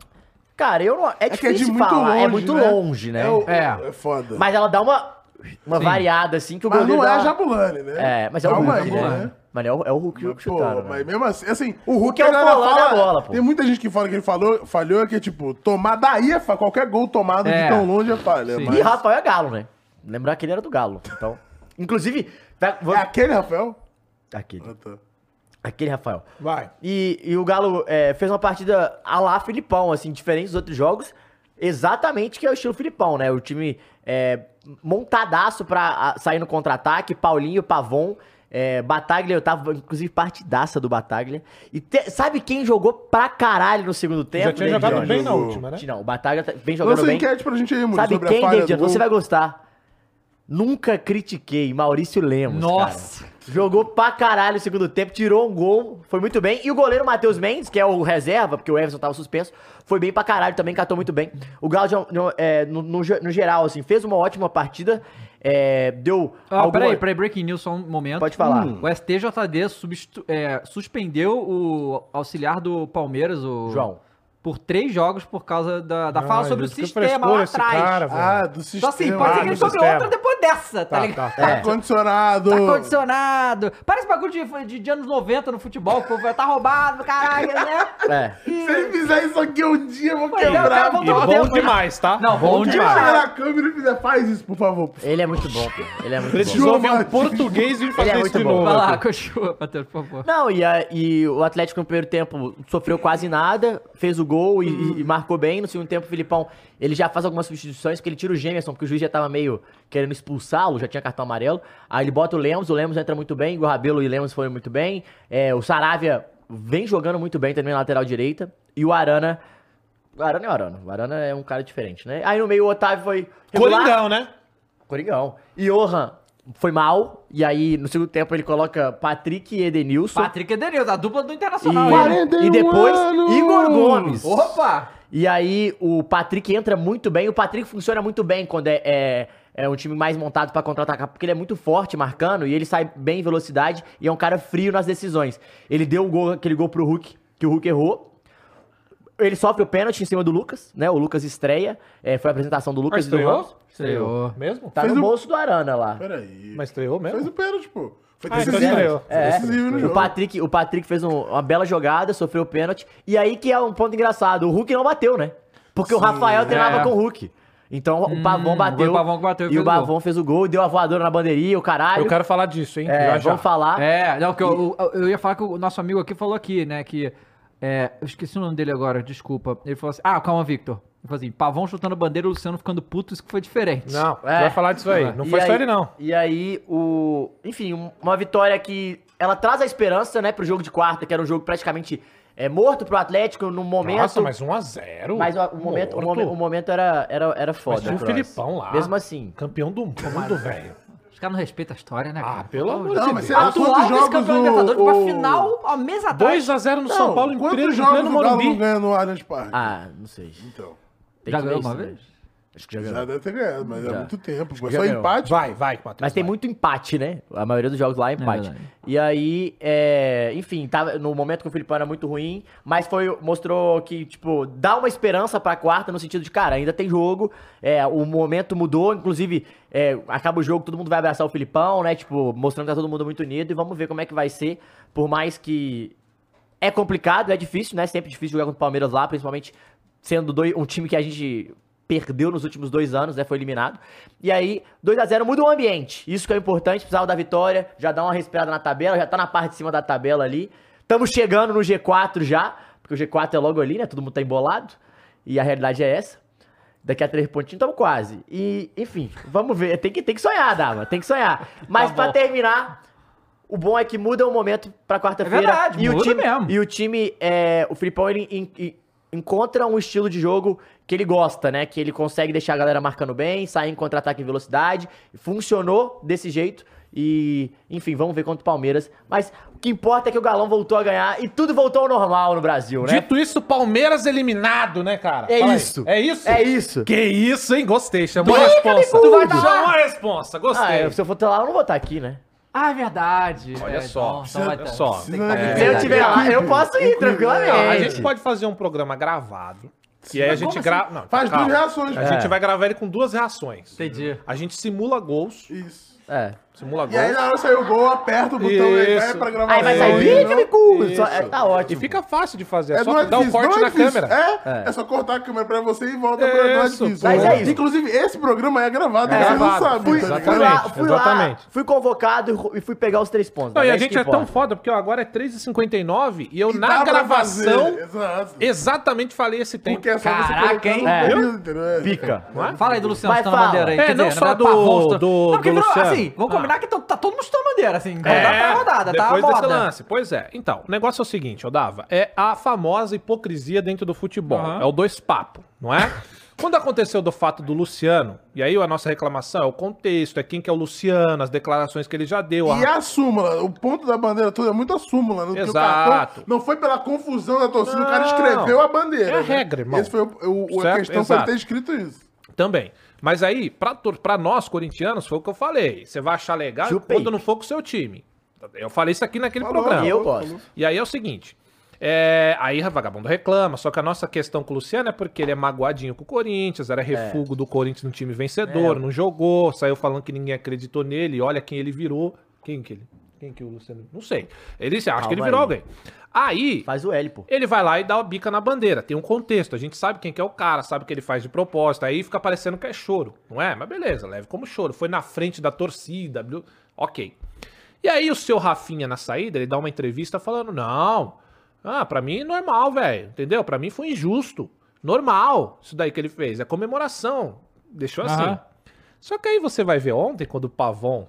Cara, eu não. É, É que é difícil de muito falar, longe. é muito longe, né? É, o- É. é foda. Mas ela dá uma, uma variada, assim, que o Mas goleiro. não é dá a uma- Jabulani, né? É, mas é o Calma Hulk, aí, né? né? Mas é o, é o Hulk que Mas, pô, chutaram. né? mas mesmo assim, assim, o Hulk Hulk é o a galera volante da bola, pô. Tem muita gente que fala que ele falou, falhou, que é tipo, tomar daí é fa- qualquer gol tomado É. de tão longe é falha. Sim. Mas... E Rafael é Galo, né? Lembrar que ele era do Galo. Então. Inclusive. tá- vou- É aquele, Rafael? Aquele. Ah, tá. Aquele Rafael. Vai. E, e o Galo é, fez uma partida a lá Filipão, assim, diferente dos outros jogos. Exatamente que é o estilo Filipão, né? O time é, montadaço pra a- sair no contra-ataque. Paulinho, Pavon, é, Bataglia, eu tava, inclusive, partidaça do Bataglia. E te- sabe quem jogou pra caralho no segundo tempo? Já tinha David jogado Jones? bem na jogou. última, né? Não, o Bataglia tá- vem jogando Lança bem. enquete pra gente aí, Murilo, Sabe sobre a quem, falha do David? Você gol. vai gostar. Nunca critiquei Maurício Lemos. Nossa. cara. Jogou pra caralho o segundo tempo, tirou um gol, foi muito bem. E o goleiro Matheus Mendes, que é o reserva, porque o Everson tava suspenso, foi bem pra caralho também, catou muito bem. O Galo, já- no, é, no- no ge- no geral, assim, fez uma ótima partida, é, deu. Ah, alguma- peraí, peraí, breaking news só um momento. Pode falar. Hum. O STJD substitu- é, suspendeu o auxiliar do Palmeiras, o João. por três jogos por causa da, da fala Ai, sobre o Jesus, que sistema frescura lá esse atrás. cara, velho. Ah, do Então sistema. assim, pode ser que do ele sobre sistema. outra depois dessa, tá, Tá, ligado? tá, Tá condicionado. Tá condicionado. Parece bagulho de, de, de anos 90 no futebol, que o povo vai tá roubado, caralho, né? É. Se ele fizer isso aqui um dia, eu vou Pois é, o cara quebrar. voltou E Não, bom não. demais, tá? Não, bom Se ele demais. chegar na câmera e fizer, faz isso, por favor. Ele é muito bom, pô. Ele é muito bom. Precisou ver um Giovani. português vir Ele fazer é isso muito de bom. novo. Vai lá, aqui. continua, Matheus, por favor. Não, e, a- e o Atlético no primeiro tempo sofreu quase nada, fez o gol e, Uhum. e- e marcou bem. No segundo tempo, o Filipão ele já faz algumas substituições, porque ele tira o Gemerson, porque o juiz já tava meio querendo expulsá-lo, já tinha cartão amarelo. Aí ele bota o Lemos, o Lemos entra muito bem, o Rabelo e o Lemos foram muito bem. É, o Saravia vem jogando muito bem também na lateral direita. E o Arana. O Arana é o Arana. O Arana é um cara diferente, né? Aí no meio o Otávio foi. regular. Coringão, né? Coringão. E Johan foi mal. E aí, no segundo tempo, ele coloca Patrick e Edenilson. Patrick Edenilson, a dupla do Internacional. hein? E, 41 e depois, anos. Igor Gomes. Opa! E aí, o Patrick entra muito bem. O Patrick funciona muito bem quando é, é, é um time mais montado pra contra-atacar, porque ele é muito forte marcando e ele sai bem em velocidade e é um cara frio nas decisões. Ele deu o gol, aquele gol pro Hulk, que o Hulk errou. Ele sofre o pênalti em cima do Lucas, né? O Lucas estreia. É, foi a apresentação do Lucas e do estreou? Ramos. Estreou. Mesmo? Tá Fez no o- bolso do Arana lá. Peraí. Mas estreou Fez mesmo? o pênalti, pô. Foi Ah, então decisivo. estreou. Foi É, decisivo no o jogo. Patrick, o Patrick fez um- uma bela jogada, sofreu o pênalti. E aí que é um ponto engraçado, o Hulk não bateu, né? Porque o Rafael treinava é. com o Hulk. Então Hum, o Pavon bateu. foi o Pavon que bateu e e fez o o gol. Pavon fez o gol, deu a voadora na bandeirinha, o caralho. Eu quero falar disso, hein? É, já, já. vamos falar. É, não, que eu, eu, eu ia falar que o nosso amigo aqui falou aqui, né, que... é, eu esqueci o nome dele agora, desculpa. Ele falou assim, ah, calma, Victor. Ele falou assim, Pavão chutando a bandeira, o Luciano ficando puto, isso que foi diferente. Não, É. vai falar disso aí. Não E foi só aí- ele, não. E aí, o. Enfim, um- uma vitória que. Ela traz a esperança, né, pro jogo de quarta, que era um jogo praticamente é, morto pro Atlético no momento. Nossa, mas 1x0. Mas o, o momento, o, momen- o momento era, era, era foda. tinha o pro nós. Filipão lá. Mesmo assim. Campeão do mundo, velho. Os caras não respeitam a história, né, Ah, cara? pelo amor Não, mas é de Deus. será que Atual quantos jogos é vice-campeão o... Libertadores pra o- final, a mesa atrás. 2x0 no Não, São Paulo, em quantos pleno, jogos pleno o Galo não Morumbi. ganha no Allianz Parque? Ah, não sei. Então, Tem Já que ganhou ver uma isso, né? vez? Acho que já já ganhou. deve ter ganhado, mas é muito tempo. pô. que já Só ganhou. empate. Vai, vai, Matheus. Mas tem vai. muito empate, né? A maioria dos jogos lá é empate. verdade. e aí, é, enfim, tava no momento que o Filipão era muito ruim, mas foi mostrou que, tipo, dá uma esperança pra quarta no sentido de, cara, ainda tem jogo, é, o momento mudou, inclusive, é, acaba o jogo, todo mundo vai abraçar o Filipão, né? Tipo, mostrando que tá todo mundo muito unido e vamos ver como é que vai ser, por mais que é complicado, é difícil, né? Sempre difícil jogar contra o Palmeiras lá, principalmente sendo dois- um time que a gente perdeu nos últimos dois anos, né? Foi eliminado. E aí, 2 a 0 muda o ambiente. Isso que é importante, precisava da vitória, já dá uma respirada na tabela, já tá na parte de cima da tabela ali. Estamos chegando no G4 já, porque o G4 é logo ali, né? Todo mundo tá embolado. E a realidade é essa. Daqui a três pontinhos estamos quase. E, enfim, vamos ver. Tem que, tem que sonhar, Dava. Tem que sonhar. Mas pra bom. terminar, o bom é que muda o momento pra quarta-feira. É verdade, e o muda time, mesmo. E o time, é, o Filipão, ele en- en- encontra um estilo de jogo que ele gosta, né? Que ele consegue deixar a galera marcando bem, sair em contra-ataque em velocidade. Funcionou desse jeito. E E, enfim, vamos ver quanto o Palmeiras. Mas o que importa é que o Galão voltou a ganhar e tudo voltou ao normal no Brasil, né? Dito isso, Palmeiras eliminado, né, cara? É Fala aí. isso. É isso? É isso. Que isso, hein? Gostei. Chamou a Ih, responsa. Gabigol! Tu vai tá lá? Chamou a responsa. Gostei. Ah, é, se eu for ter lá, eu não vou estar aqui, né? Ah, é verdade. Olha É, só. nossa, vai Olha tá- só. tem que tá- É. Se eu tiver lá, eu posso ir Incrível. tranquilamente. Não, a gente assim? pode fazer um programa gravado. E aí a Mas gente como grava. Não, Faz calma. duas reações. A gente vai gravar ele com duas reações. Entendi. A gente simula gols. Isso. É. Simula gols. E aí na hora que sair o gol, aperta o botão e vai Isso. pra gravar. Aí vai sair vídeo. bica, bico. Isso. Só- é, Tá E ótimo. fica fácil de fazer. É É, não só é dar um difícil, corte não é na difícil. câmera. É, é, só cortar a câmera pra você e volta pra não é Isso, difícil. pô. Mas é isso. Inclusive, esse programa é gravado, é, vocês não gravado. sabem. Fui- tá ligado? Fui lá, fui, lá, Exatamente. fui convocado e ro- e fui pegar os três pontos. Não, né? e a Isso gente que é tão importa. foda, porque agora é 3h59 e eu, Que na dá pra gravação, fazer, Exato. exatamente falei esse tempo. Porque é só você Caraca, colocar hein? no É. filtro, é. Pica. Não é? Fala aí do Luciano Mas Mas fala. Bandeira aí. É, quer não dizer, só é do- pavão, do- Não, porque do virou, Luciano. assim, vamos Ah. combinar que tá, tá todo mundo chutando bandeira, assim. É, Rodada pra rodada, tá? depois a desse moda. lance. Pois é. Então, o negócio é o seguinte, Odava. É a famosa hipocrisia dentro do futebol. Aham. É o dois papo, não é? Quando aconteceu do fato do Luciano, e aí a nossa reclamação é o contexto, é quem que é o Luciano, as declarações que ele já deu. a- E a súmula, o ponto da bandeira toda é muito a súmula. Né? Porque o Exato. cartão não foi pela confusão da torcida, o cara Não. escreveu a bandeira. né? É a regra, irmão. Esse foi o, o- a Certo? questão Exato. foi ter escrito isso. Também. Mas aí, pra, tor- pra nós, corintianos, foi o que eu falei. Você vai achar legal Chupa quando aí. não for com o seu time. Eu falei isso aqui naquele Falou, programa. falou, Eu falou. gosto. E aí é o seguinte. É, aí a vagabundo reclama, só que a nossa questão com o Luciano é porque ele é magoadinho com o Corinthians, É. era refugo do Corinthians no time vencedor, não jogou, saiu falando que ninguém acreditou nele, e olha quem ele virou. Quem que ele? Quem que o Luciano? Não sei. Ele acha que ele Calma virou aí. alguém. Aí, Faz o L, pô. ele vai lá e dá a bica na bandeira. Tem um contexto. A gente sabe quem que é o cara, sabe o que ele faz de propósito. Aí fica parecendo que é choro, não é? Mas beleza, leve como choro. Foi na frente da torcida. blu- Ok. E aí o seu Rafinha na saída, ele dá uma entrevista falando: não, ah, pra mim é normal, velho. Entendeu? Pra mim foi injusto. Normal isso daí que ele fez. É comemoração. Deixou assim. Aham. Só que aí você vai ver ontem, quando o Pavon Fala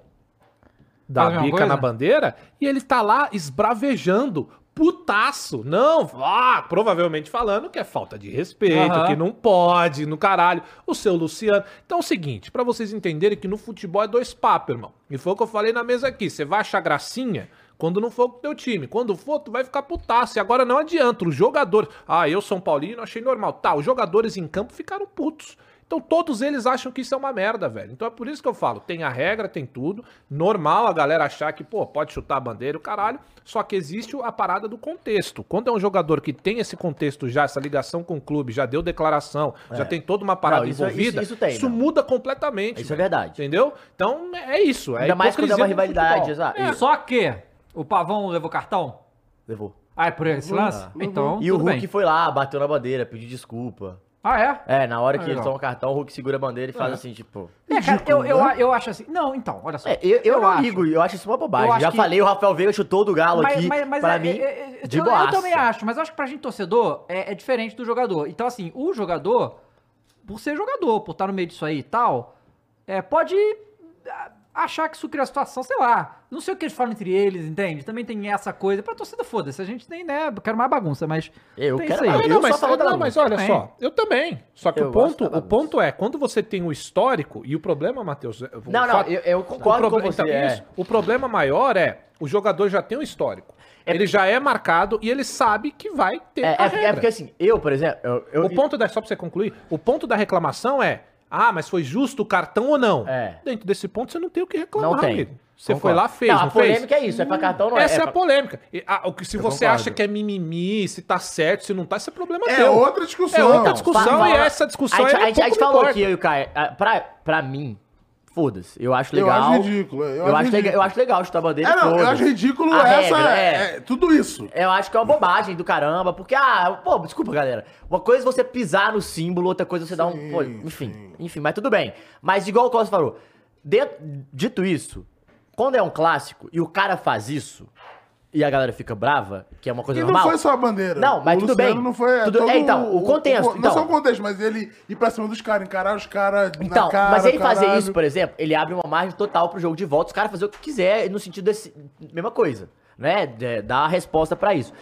dá a a mesma bica coisa? na bandeira e ele tá lá esbravejando, putaço. Não, ah, provavelmente falando que é falta de respeito, Aham. que não pode, no caralho. O seu Luciano. Então é o seguinte, pra vocês entenderem que no futebol é dois papos, irmão. E foi o que eu falei na mesa aqui. Você vai achar gracinha quando não for com o teu time. Quando for, tu vai ficar putaço. E agora não adianta. Os jogadores. Ah, eu, São Paulino, achei normal. Tá, os jogadores em campo ficaram putos. Então todos eles acham que isso é uma merda, velho. Então é por isso que eu falo, tem a regra, tem tudo. Normal a galera achar que, pô, pode chutar a bandeira, o caralho. Só que existe a parada do contexto. Quando é um jogador que tem esse contexto já, essa ligação com o clube, já deu declaração, já tem toda uma parada É. Não, isso- envolvida, isso- isso tem, não. muda completamente. Isso é velho. verdade. Entendeu? Então é isso. É Ainda mais quando é uma hipocrisia do rivalidade, futebol. É. exato. Isso. Só que o Pavão levou cartão? Levou. Ah, é por Uhum. esse lance? Então, E o tudo Hulk bem. foi lá, bateu na bandeira, pediu desculpa. Ah, é? É, na hora que Ah, eles legal. tomam o cartão, o Hulk segura a bandeira e faz assim, tipo. É, cara, eu, né? eu, eu acho assim. Não, então, olha só. É, eu, eu, não acho. ligo, eu acho isso uma bobagem. Eu acho Já que- falei, o Rafael Veiga chutou do galo aqui. pra é- mim, é- é- de eu, boaça. eu também acho, mas eu acho que pra gente torcedor é, é diferente do jogador. Então, assim, o jogador, por ser jogador, por estar no meio disso aí e tal, é, pode ah, achar que isso cria a situação, sei lá. Não sei o que eles falam entre eles, entende? Também tem essa coisa. Pra torcida, foda-se. A gente tem, né? eu Quero mais bagunça, mas. Eu tem quero isso mais aí. Eu Ah, não, só mas, falo da não, bagunça. mas olha Também. só, eu também. Só que Eu o gosto ponto, da o bagunça. ponto é, quando você tem o histórico, e o problema, Matheus... Não, não, eu, eu concordo com você. é. o problema maior é, o jogador já tem o histórico. É- Ele já é marcado e ele sabe que vai ter É, a é- é regra. porque assim, eu, por exemplo, eu, eu- O ponto da, só pra você concluir, o ponto da reclamação é, ah, mas foi justo o cartão ou não? É. Dentro desse ponto, você não tem o que reclamar, Não tem. amigo. Você Concordo. foi lá, fez, Não, não, a fez? polêmica é isso, é pra cartão ou não é? Essa é, É a pra- polêmica. E, ah, o que, se Eu você concordo. acha que é mimimi, se tá certo, se não tá, isso é problema É teu. outra discussão. É outra Então, discussão Fala- e fala- essa discussão A é um gente, aí é um a gente, a gente pouco me falou importa. aqui, eu e o Caio. ah, Pra, pra mim, foda-se. Eu acho Eu legal. acho ridículo, Eu, acho legal, eu acho legal chutar a bandeira. É, não, eu foda-se. acho ridículo A essa. regra, é, tudo isso. Eu acho que é uma bobagem do caramba, porque, ah, pô, desculpa, galera. Uma coisa é você pisar no símbolo, outra coisa é você dar um. Sim, pô, enfim, sim. enfim, mas tudo bem. Mas igual o Costa falou, dentro- dito isso, quando é um clássico e o cara faz isso e a galera fica brava, que é uma coisa E não normal. foi só a bandeira. Não, mas O tudo Luciano bem. Não foi, Tudo- é, então, o contexto, então. Não é só o contexto, mas ele ir pra cima dos caras, encarar os caras Então, na cara. mas ele fazer caralho. isso, por exemplo, ele abre uma margem total pro jogo de volta, os caras fazer o que quiser, no sentido desse. mesma coisa, né? É, dar a resposta pra isso.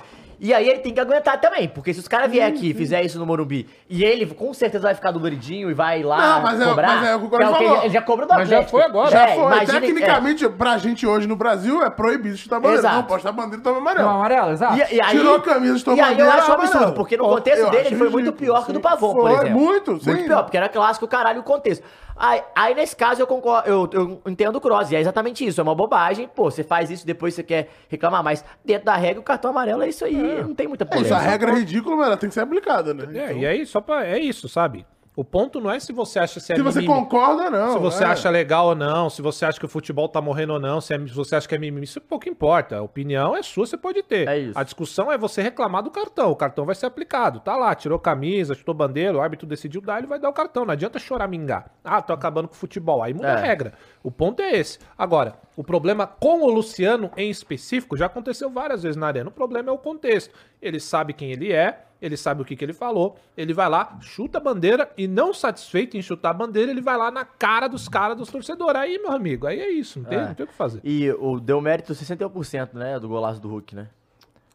E aí ele tem que aguentar também, porque se os caras vier aqui e Uhum. fizer isso no Morumbi, e ele com certeza vai ficar doloridinho e vai lá Não, mas é- mas é o que o Gordo que ele- falou. Ele já cobrou do Mas já Atlético. foi agora. Já É, foi. imagina- Tecnicamente, pra gente hoje no Brasil, é proibido chutar bandeira. Exato. Não pode chutar bandeira e Não, tomar amarelo. amarelo, é. exato. E- e aí- Tirou a camisa, estou E aí eu bandeira, acho um absurdo, amarelo. porque no contexto Eu dele acho ele foi muito ridículo, pior que o sim. do Pavon, por Foi, exemplo. muito, Muito sim. pior, porque era clássico, caralho, o contexto. Aí, aí, nesse caso eu concordo, eu, eu entendo o Cross, e é exatamente isso, é uma bobagem, pô, você faz isso depois você quer reclamar, mas dentro da regra o cartão amarelo é isso aí, não tem muita É polêmica. isso, a regra é ridícula, mas ela tem que ser aplicada, né? É, Então, e aí, só pra. É isso, sabe? O ponto não é se você acha se é se você mimimi, concorda, não. se você é. acha legal ou não, se você acha que o futebol tá morrendo ou não, se, é- se você acha que é mimimi, isso pouco importa. A opinião é sua, você pode ter. É isso. A discussão é você reclamar do cartão. O cartão vai ser aplicado. Tá lá, tirou camisa, chutou bandeira, o árbitro decidiu dar, ele vai dar o cartão. Não adianta choramingar. Ah, tô acabando com o futebol. Aí muda a É. regra. O ponto é esse. Agora, o problema com o Luciano em específico já aconteceu várias vezes na arena. O problema é o contexto. Ele sabe quem ele é, ele sabe o que, que ele falou, ele vai lá, chuta a bandeira e não satisfeito em chutar a bandeira, ele vai lá na cara dos caras, dos torcedores. Aí, meu amigo, aí é isso, não tem, É. não tem o que fazer. E o, deu mérito 61%, né, do golaço do Hulk, né?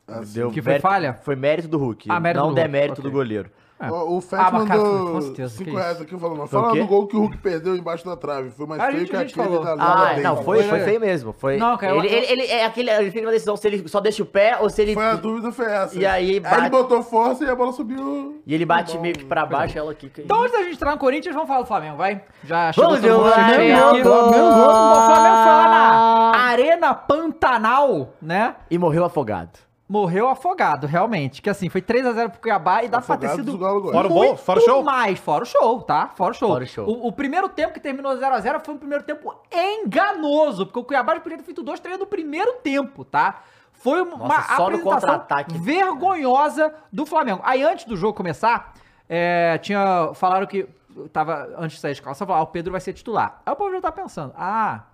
Ah, Deu Que foi mérito- falha? Foi mérito do Hulk, Ah, mérito não do Hulk, demérito ok. do goleiro. O, o Fett Ah, mas, cara, com mandou certeza, 5 que reais aqui falando. Mas Foi o Fala quê? do gol que o Hulk perdeu embaixo da trave. Foi mais Ah, a feio gente- que a gente aquele falou. da Lana Ah, não, Davis. foi, né? foi feio mesmo. Foi... Não, cara, eu- ele, ele, ele- é aquele, ele fica na decisão se ele só deixa o pé ou se ele. Foi a dúvida, foi essa. E aí bate- ele botou força e a bola subiu. E ele bate meio que pra baixo, ela quica. aí. Então, antes da gente entrar no Corinthians, vamos falar do Flamengo, vai. Já Vamos todo mundo. de Flamengo, Chegou aqui. Flamengo. O Flamengo foi lá na Arena Pantanal, né? E morreu afogado. Morreu afogado, realmente. Que assim, foi 3x0 pro Cuiabá e dá pra ter Afogados, sido o Galo ganhou. Fora o gol, fora o muito show. mais. Fora o show, tá? Fora o show. Fora o show. O, o primeiro tempo que terminou 0x0 foi um primeiro tempo enganoso, porque o Cuiabá já podia ter feito 2x3 no primeiro tempo, tá? Foi uma Nossa, só no apresentação contra-ataque. vergonhosa do Flamengo. Aí, antes do jogo começar, é, tinha falaram que tava antes da escalação, falaram, ah, o Pedro vai ser titular. Aí o povo já tá pensando, ah...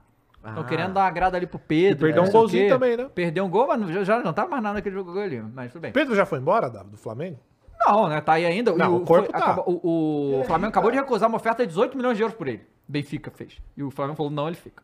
Estão Ah. querendo dar uma agrada ali pro Pedro. E perdeu não um sei o golzinho quê. também, né? Perdeu um gol, mas já- já não tá tava mais nada naquele jogo ali, mas tudo bem. Pedro já foi embora Davi, do Flamengo? Não, né? Tá aí ainda. E Não, o corpo tá. acabou- o- o Flamengo acabou de recusar uma oferta de 18 milhões de euros por ele. Benfica fez. E o Flamengo falou, não, ele fica.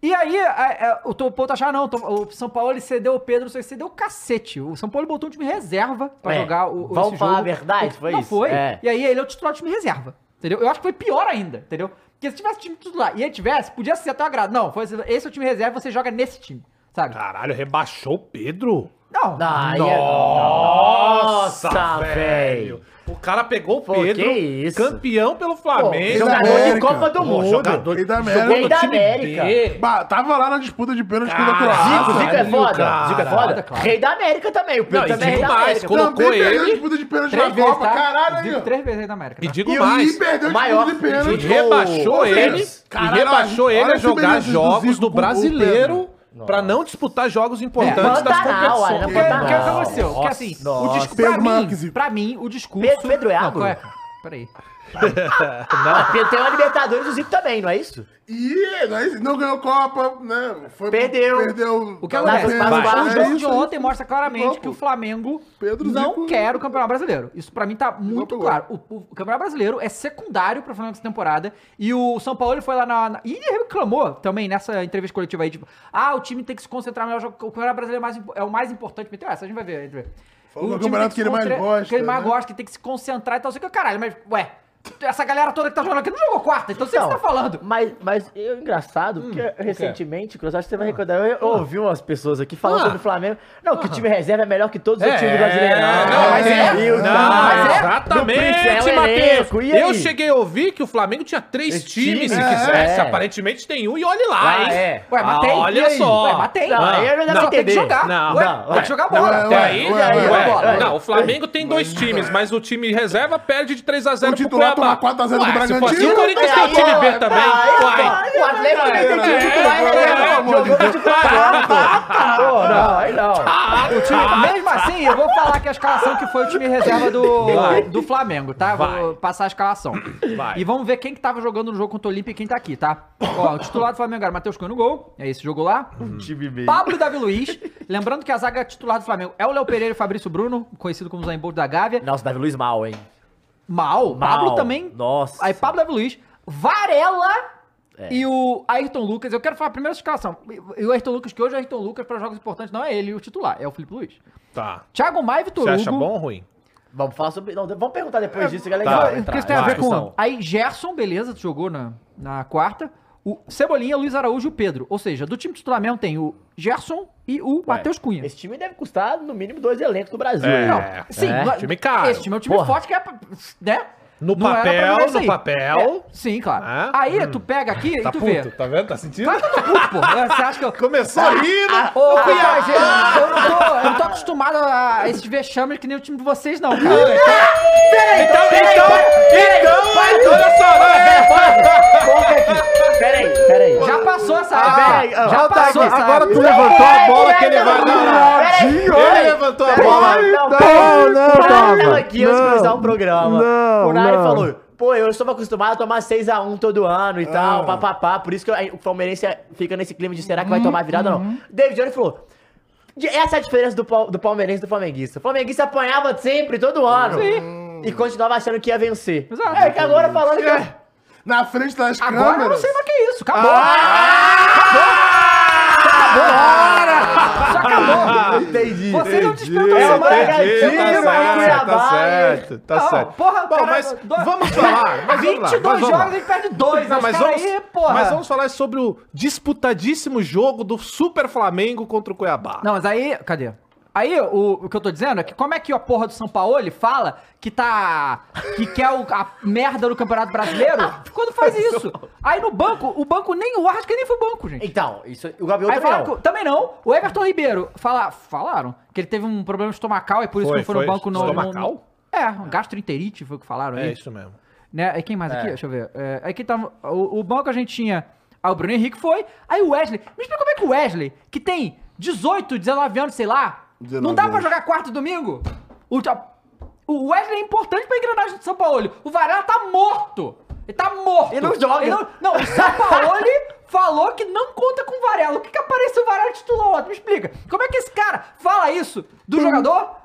E aí, a- a- o Tom Paulo achar, não, o Tom- o São Paulo ele cedeu o Pedro, não sei, cedeu o cacete. O São Paulo botou um time reserva pra É, jogar o, o vamos esse falar jogo. a verdade, foi não isso? foi. É. E aí ele é o titular do time reserva, entendeu? Eu acho que foi pior ainda, entendeu? Porque se tivesse time titular e ele tivesse, podia ser até um agrado. Não, foi, esse- esse é o time reserva, você joga nesse time, sabe? Caralho, rebaixou o Pedro? Não, Ai, Nossa, é- Nossa, velho! velho. O cara pegou o Pô, Pedro, que isso? campeão pelo da Flamengo. jogador de América. Copa do Pô, Mundo. jogador E da jogou América. no E da time América. B. Bah, tava lá na disputa de pênalti contra a Caralho, Zico, Croácia. Zico é Caralho, foda. cara. Zico é Foda, foda. claro. Rei da América também. O Pedro Não, e também é digo rei da mais, América. quando- Também colocou perdeu tipo, ele. a disputa de pênalti na três vezes, Copa. tá? Caralho aí, Zico ó. três vezes aí na América. E tá? digo E mais, o perdeu a maior disputa de E pênalti. rebaixou Ô, ele, Fênix, e caralho, rebaixou olha ele a esse jogar benefício do jogos Zico com do o brasileiro Pedro. É, pra não disputar jogos importantes das É, Pantanal, competições. olha, Porque, Não. porque é aconteceu, porque Nossa, assim, o nossa. discurso, pra, Pedro mim, Marques. pra mim, o discurso... Pedro- Pedro é Não, agro? qual é, cara? Peraí. Ah, Pedro tem uma Libertadores do Zico também, não é isso? E daí não ganhou Copa, né? Foi- Perdeu. Perdeu. O que Tá, Vai, acontece? pênalti, vai. O é um jogo de isso aí. ontem mostra claramente Igual, que o pô. Flamengo Pedro não Zico- quer o Campeonato Brasileiro. Isso pra mim tá muito pro claro. O, o Campeonato Brasileiro é secundário pro Flamengo essa temporada. E o São Paulo ele foi lá na, na- E ele reclamou também nessa entrevista coletiva aí, tipo, ah, o time tem que se concentrar melhor. O Campeonato Brasileiro é, mais, impo- é o mais importante. Meteu essa, a gente vai ver. A gente vai ver. Falou do time tem campeonato que ele se mais concentra- gosta, Que ele mais né? gosta, que tem que se concentrar e tal. Sei que, caralho, mas, ué, essa galera toda que tá jogando aqui não jogou quarta, então, então Então, você tá falando. Mas, mas é Hum, engraçado, porque recentemente, Cruz, acho que você vai recordar, eu, eu ouvi umas pessoas aqui falando Ah. sobre o Flamengo. Não, que o time reserva é melhor que todos os É, outros times do Ah, Brasileirão. não, mas é, E o não, tal, mas é, do Prince, exatamente, é o elenco, Matheus. e aí? Eu cheguei a ouvir que o Flamengo tinha três Esse times, time, se é. É. quisesse. Aparentemente tem um e olha lá, Ah, hein? é. Ué, mas Ah, tem, e Olha aí? só. Ah. Ué, mas tem. Não, aí eu já dá pra Não, tem que entender. jogar. Não, ué, não, tem ué. que jogar bola. Não, Até Ué, Tá aí, ué, ué, ué, ué. ué. Não, o Flamengo tem dois times, mas o time reserva perde de 3x0 O titular toma 4x0 do Ué, Se for assim, Bragantino, o Corinthians um tem o time B também. Uai. O Atlético né? tem é, time é, titular, é, é, né? amor de Jogou com titular. Pô, não, tá. aí não. O time- mesmo assim, eu vou falar que a escalação que foi o time reserva do, Vai. do Flamengo, tá? Vou Vai. passar a escalação. Vai. E vamos ver quem que tava jogando no jogo contra o Olímpia e quem tá aqui, tá? Ó, o titular do Flamengo era Matheus Cunha no gol. É esse jogo lá. Um Time meio. Pablo e Davi Luiz. Lembrando que a zaga titular do Flamengo é o Léo Pereira e o Fabrício Bruno, conhecido como Zain Bolt da Gávea. Nossa, Davi Luiz mal, hein? Mal. Mal. Pablo também. Nossa. É. Aí Pablo Davi Luiz. Varela E o Ayrton Lucas, eu quero falar primeiro a escalação. E o Ayrton Lucas, que hoje é o Ayrton Lucas para jogos importantes, não é ele o titular, é o Felipe Luiz. Tá. Thiago Maia e Vitor Você Hugo. acha bom ou ruim? Vamos falar sobre. Não, vamos perguntar depois disso, que é legal. tá. entrar Porque isso tem a na ver com. discussão. Aí Gerson, beleza, tu jogou na, na quarta. O Cebolinha, Luiz Araújo e o Pedro. Ou seja, do time titular mesmo tem o Gerson e o Matheus Cunha. Esse time deve custar no mínimo dois elencos do Brasil. É. hein? Não, sim, é, não- time caro. Esse time é um time Porra. forte que é. pra- Né? No Não era pra papel, jogar isso no aí. papel. É, sim, claro. Ah, Aí tu pega aqui Tá e tu puto, vê. tá vendo? Tá sentindo? Claro que eu tô puto, pô. Você acha que eu. Ah, Começou a rir, né? Ô, cara, gente, ah, eu, não tô, eu não tô acostumado a esses vexames que nem o time de vocês, não, cara. Então, então, então, olha só, vai, Coloca aqui. Peraí, peraí. Já passou essa Ah, época. peraí, Já volta passou essa tá agora época. tu levantou a bola que ele vai dar. Peraí, Ele levantou a bola. Não, Não, não, Tava Tava. aqui antes de começar o programa. Não, o Nari não. falou, pô, eu estou acostumado a tomar 6x1 todo ano e tal, papapá. Por isso que o palmeirense fica nesse clima de será que vai tomar virada ou não. David Jones falou... "De- Essa é a diferença do, pal- do palmeirense e do flamenguista. O flamenguista apanhava sempre, todo ano. E continuava achando que ia vencer. Exato. É, que agora falando que... Na frente das Agora eu não câmeras. sei mais o que é isso. Acabou. Acabou. Acabou. Isso acabou. Entendi. Vocês não Entendi, disputam essa uma merda. entendi, tá Gatinho, certo, tá Cuiabá, certo, tá Não, certo. porra, Bom, cara, mas dois- vamos falar. Mas vamos lá, 22 mas vamos lá. jogos, a gente perde dois. Não, mas, cara vamos, aí, porra. mas vamos falar sobre o disputadíssimo jogo do Super Flamengo contra o Cuiabá. Não, mas aí. Cadê? Aí, o, o que eu tô dizendo é que como é que a porra do São Paulo fala que tá. que quer o- a merda do Campeonato Brasileiro quando faz isso? Aí no banco, o banco nem. O Arrasca nem foi banco, gente. Então, isso, o Gabriel Aí também falaram não. que- também não. O Everton Ribeiro, fala, falaram que ele teve um problema estomacal e por isso Foi, que não foi no foi. banco. Não, Estomacal? Não, é, um gastroenterite foi o que falaram É aí. isso mesmo. Né? Aí quem mais aqui? Deixa eu ver. É, aí quem tava, o, o banco a gente tinha... Ah, o Bruno Henrique foi. Aí o Wesley... Me explica como é que o Wesley, que tem 18, 19 anos, sei lá, 19 não dá pra anos. jogar quarto e domingo? O, ta- o Wesley é importante pra engrenagem do São Paulo. O Varela tá morto. Ele tá morto. Ele não joga. Ele não, não, o São Paulo falou que não conta com o Varela. O que que apareceu o Varela titular ontem? Me explica. Como é que esse cara fala isso do jogador?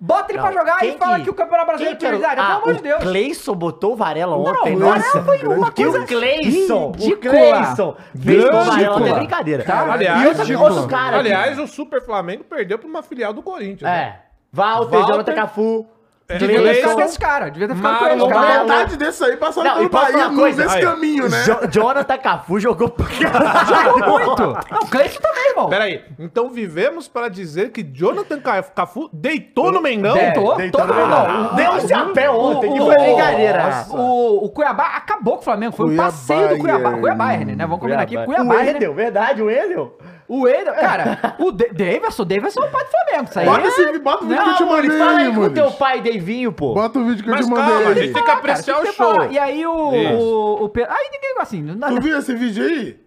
Bota ele É. Não, pra jogar quem e fala que, o Campeonato Brasileiro é quem que era o- prioridade. Pelo Ah, amor de o Deus. Cleison botou o Varela ontem. não, o nossa. Varela foi uma O que coisa o Cleison, o ridícula. Cleison fez com o Varela Ridícula. não é brincadeira. Tá, Aliás, e outro, ridícula. outro cara aqui. Aliás, o Super Flamengo perdeu pra uma filial do Corinthians. né? é, Walter, Walter, Jonathan Cafu, É, Devia ter ficado Cleison, com esses caras. Devia ter ficado com Marlon eles, cara. Brando. Metade desse aí passaram Não, e pelo posso falar Bahia uma cruz coisa? nesse Aí. caminho, né? Jo- Jonathan Cafu jogou pra Jogou muito. Não, o Cleiton também, irmão. Peraí, então vivemos para dizer que Jonathan Ca- Cafu deitou no Mengão? Deitou, Deitou todo no mundo. Deu um chapéu ontem, que o- foi o- brincadeira. O, o Cuiabá acabou com o Flamengo. Foi um Cuiabá, passeio do Cuiabá. é. Cuiabá, né? Vamos combinar aqui. Cuiabá, o né? Edel, verdade, o Edel. O Eder, cara, o De Davidson, Davidson é o pai do Flamengo, isso aí. Bota, esse, bota o vídeo que eu te Não, mandei, Muniz, fala aí com Muniz. teu pai, Deivinho, pô. Bota o vídeo que eu Mas te calma, a mandei. gente tem que Ah, cara, apreciar tem o que falar. show. E aí o. Isso. o, o Pedro- Aí ninguém assim. Não, Tu viu esse vídeo aí?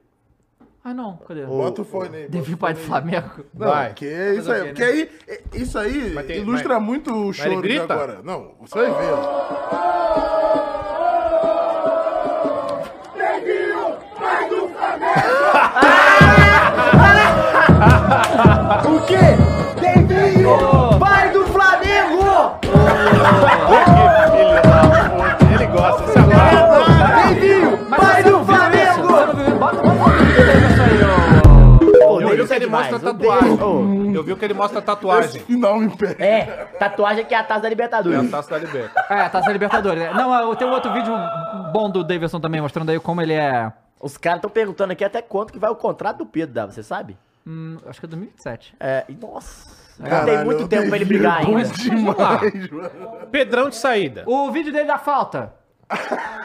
ah, não, cadê? Bota o fone aí. Devinho pai do Flamengo. Não, Vai. que é isso aí. Porque aí, é- isso aí tem- ilustra muito o choro de grita? agora. Não, você vai ver. ó. O quê? Deivinho, pai do Flamengo! Ele gosta, se amarra. Deivinho, pai do Flamengo! Você não viu? Bota, bota, bota. Pô, Eu vi Davidson que é ele demais, mostra o Davidson- tatuagem. Eu vi que ele mostra Esse tatuagem. final me pega. É, tatuagem que é a taça da Libertadores. É a taça da Liberta. É, tá sendo Libertadores. né? Não, eu tenho outro vídeo bom do Davidson também, mostrando aí como ele é. Os caras estão perguntando aqui até quanto que vai o contrato do Pedro, Dava, você sabe? hum, acho que é 2007. É, e nossa, não Caralho, tem muito eu tempo pra ele dei brigar ainda. Bom demais, mano. Pedrão de saída. O vídeo dele da falta.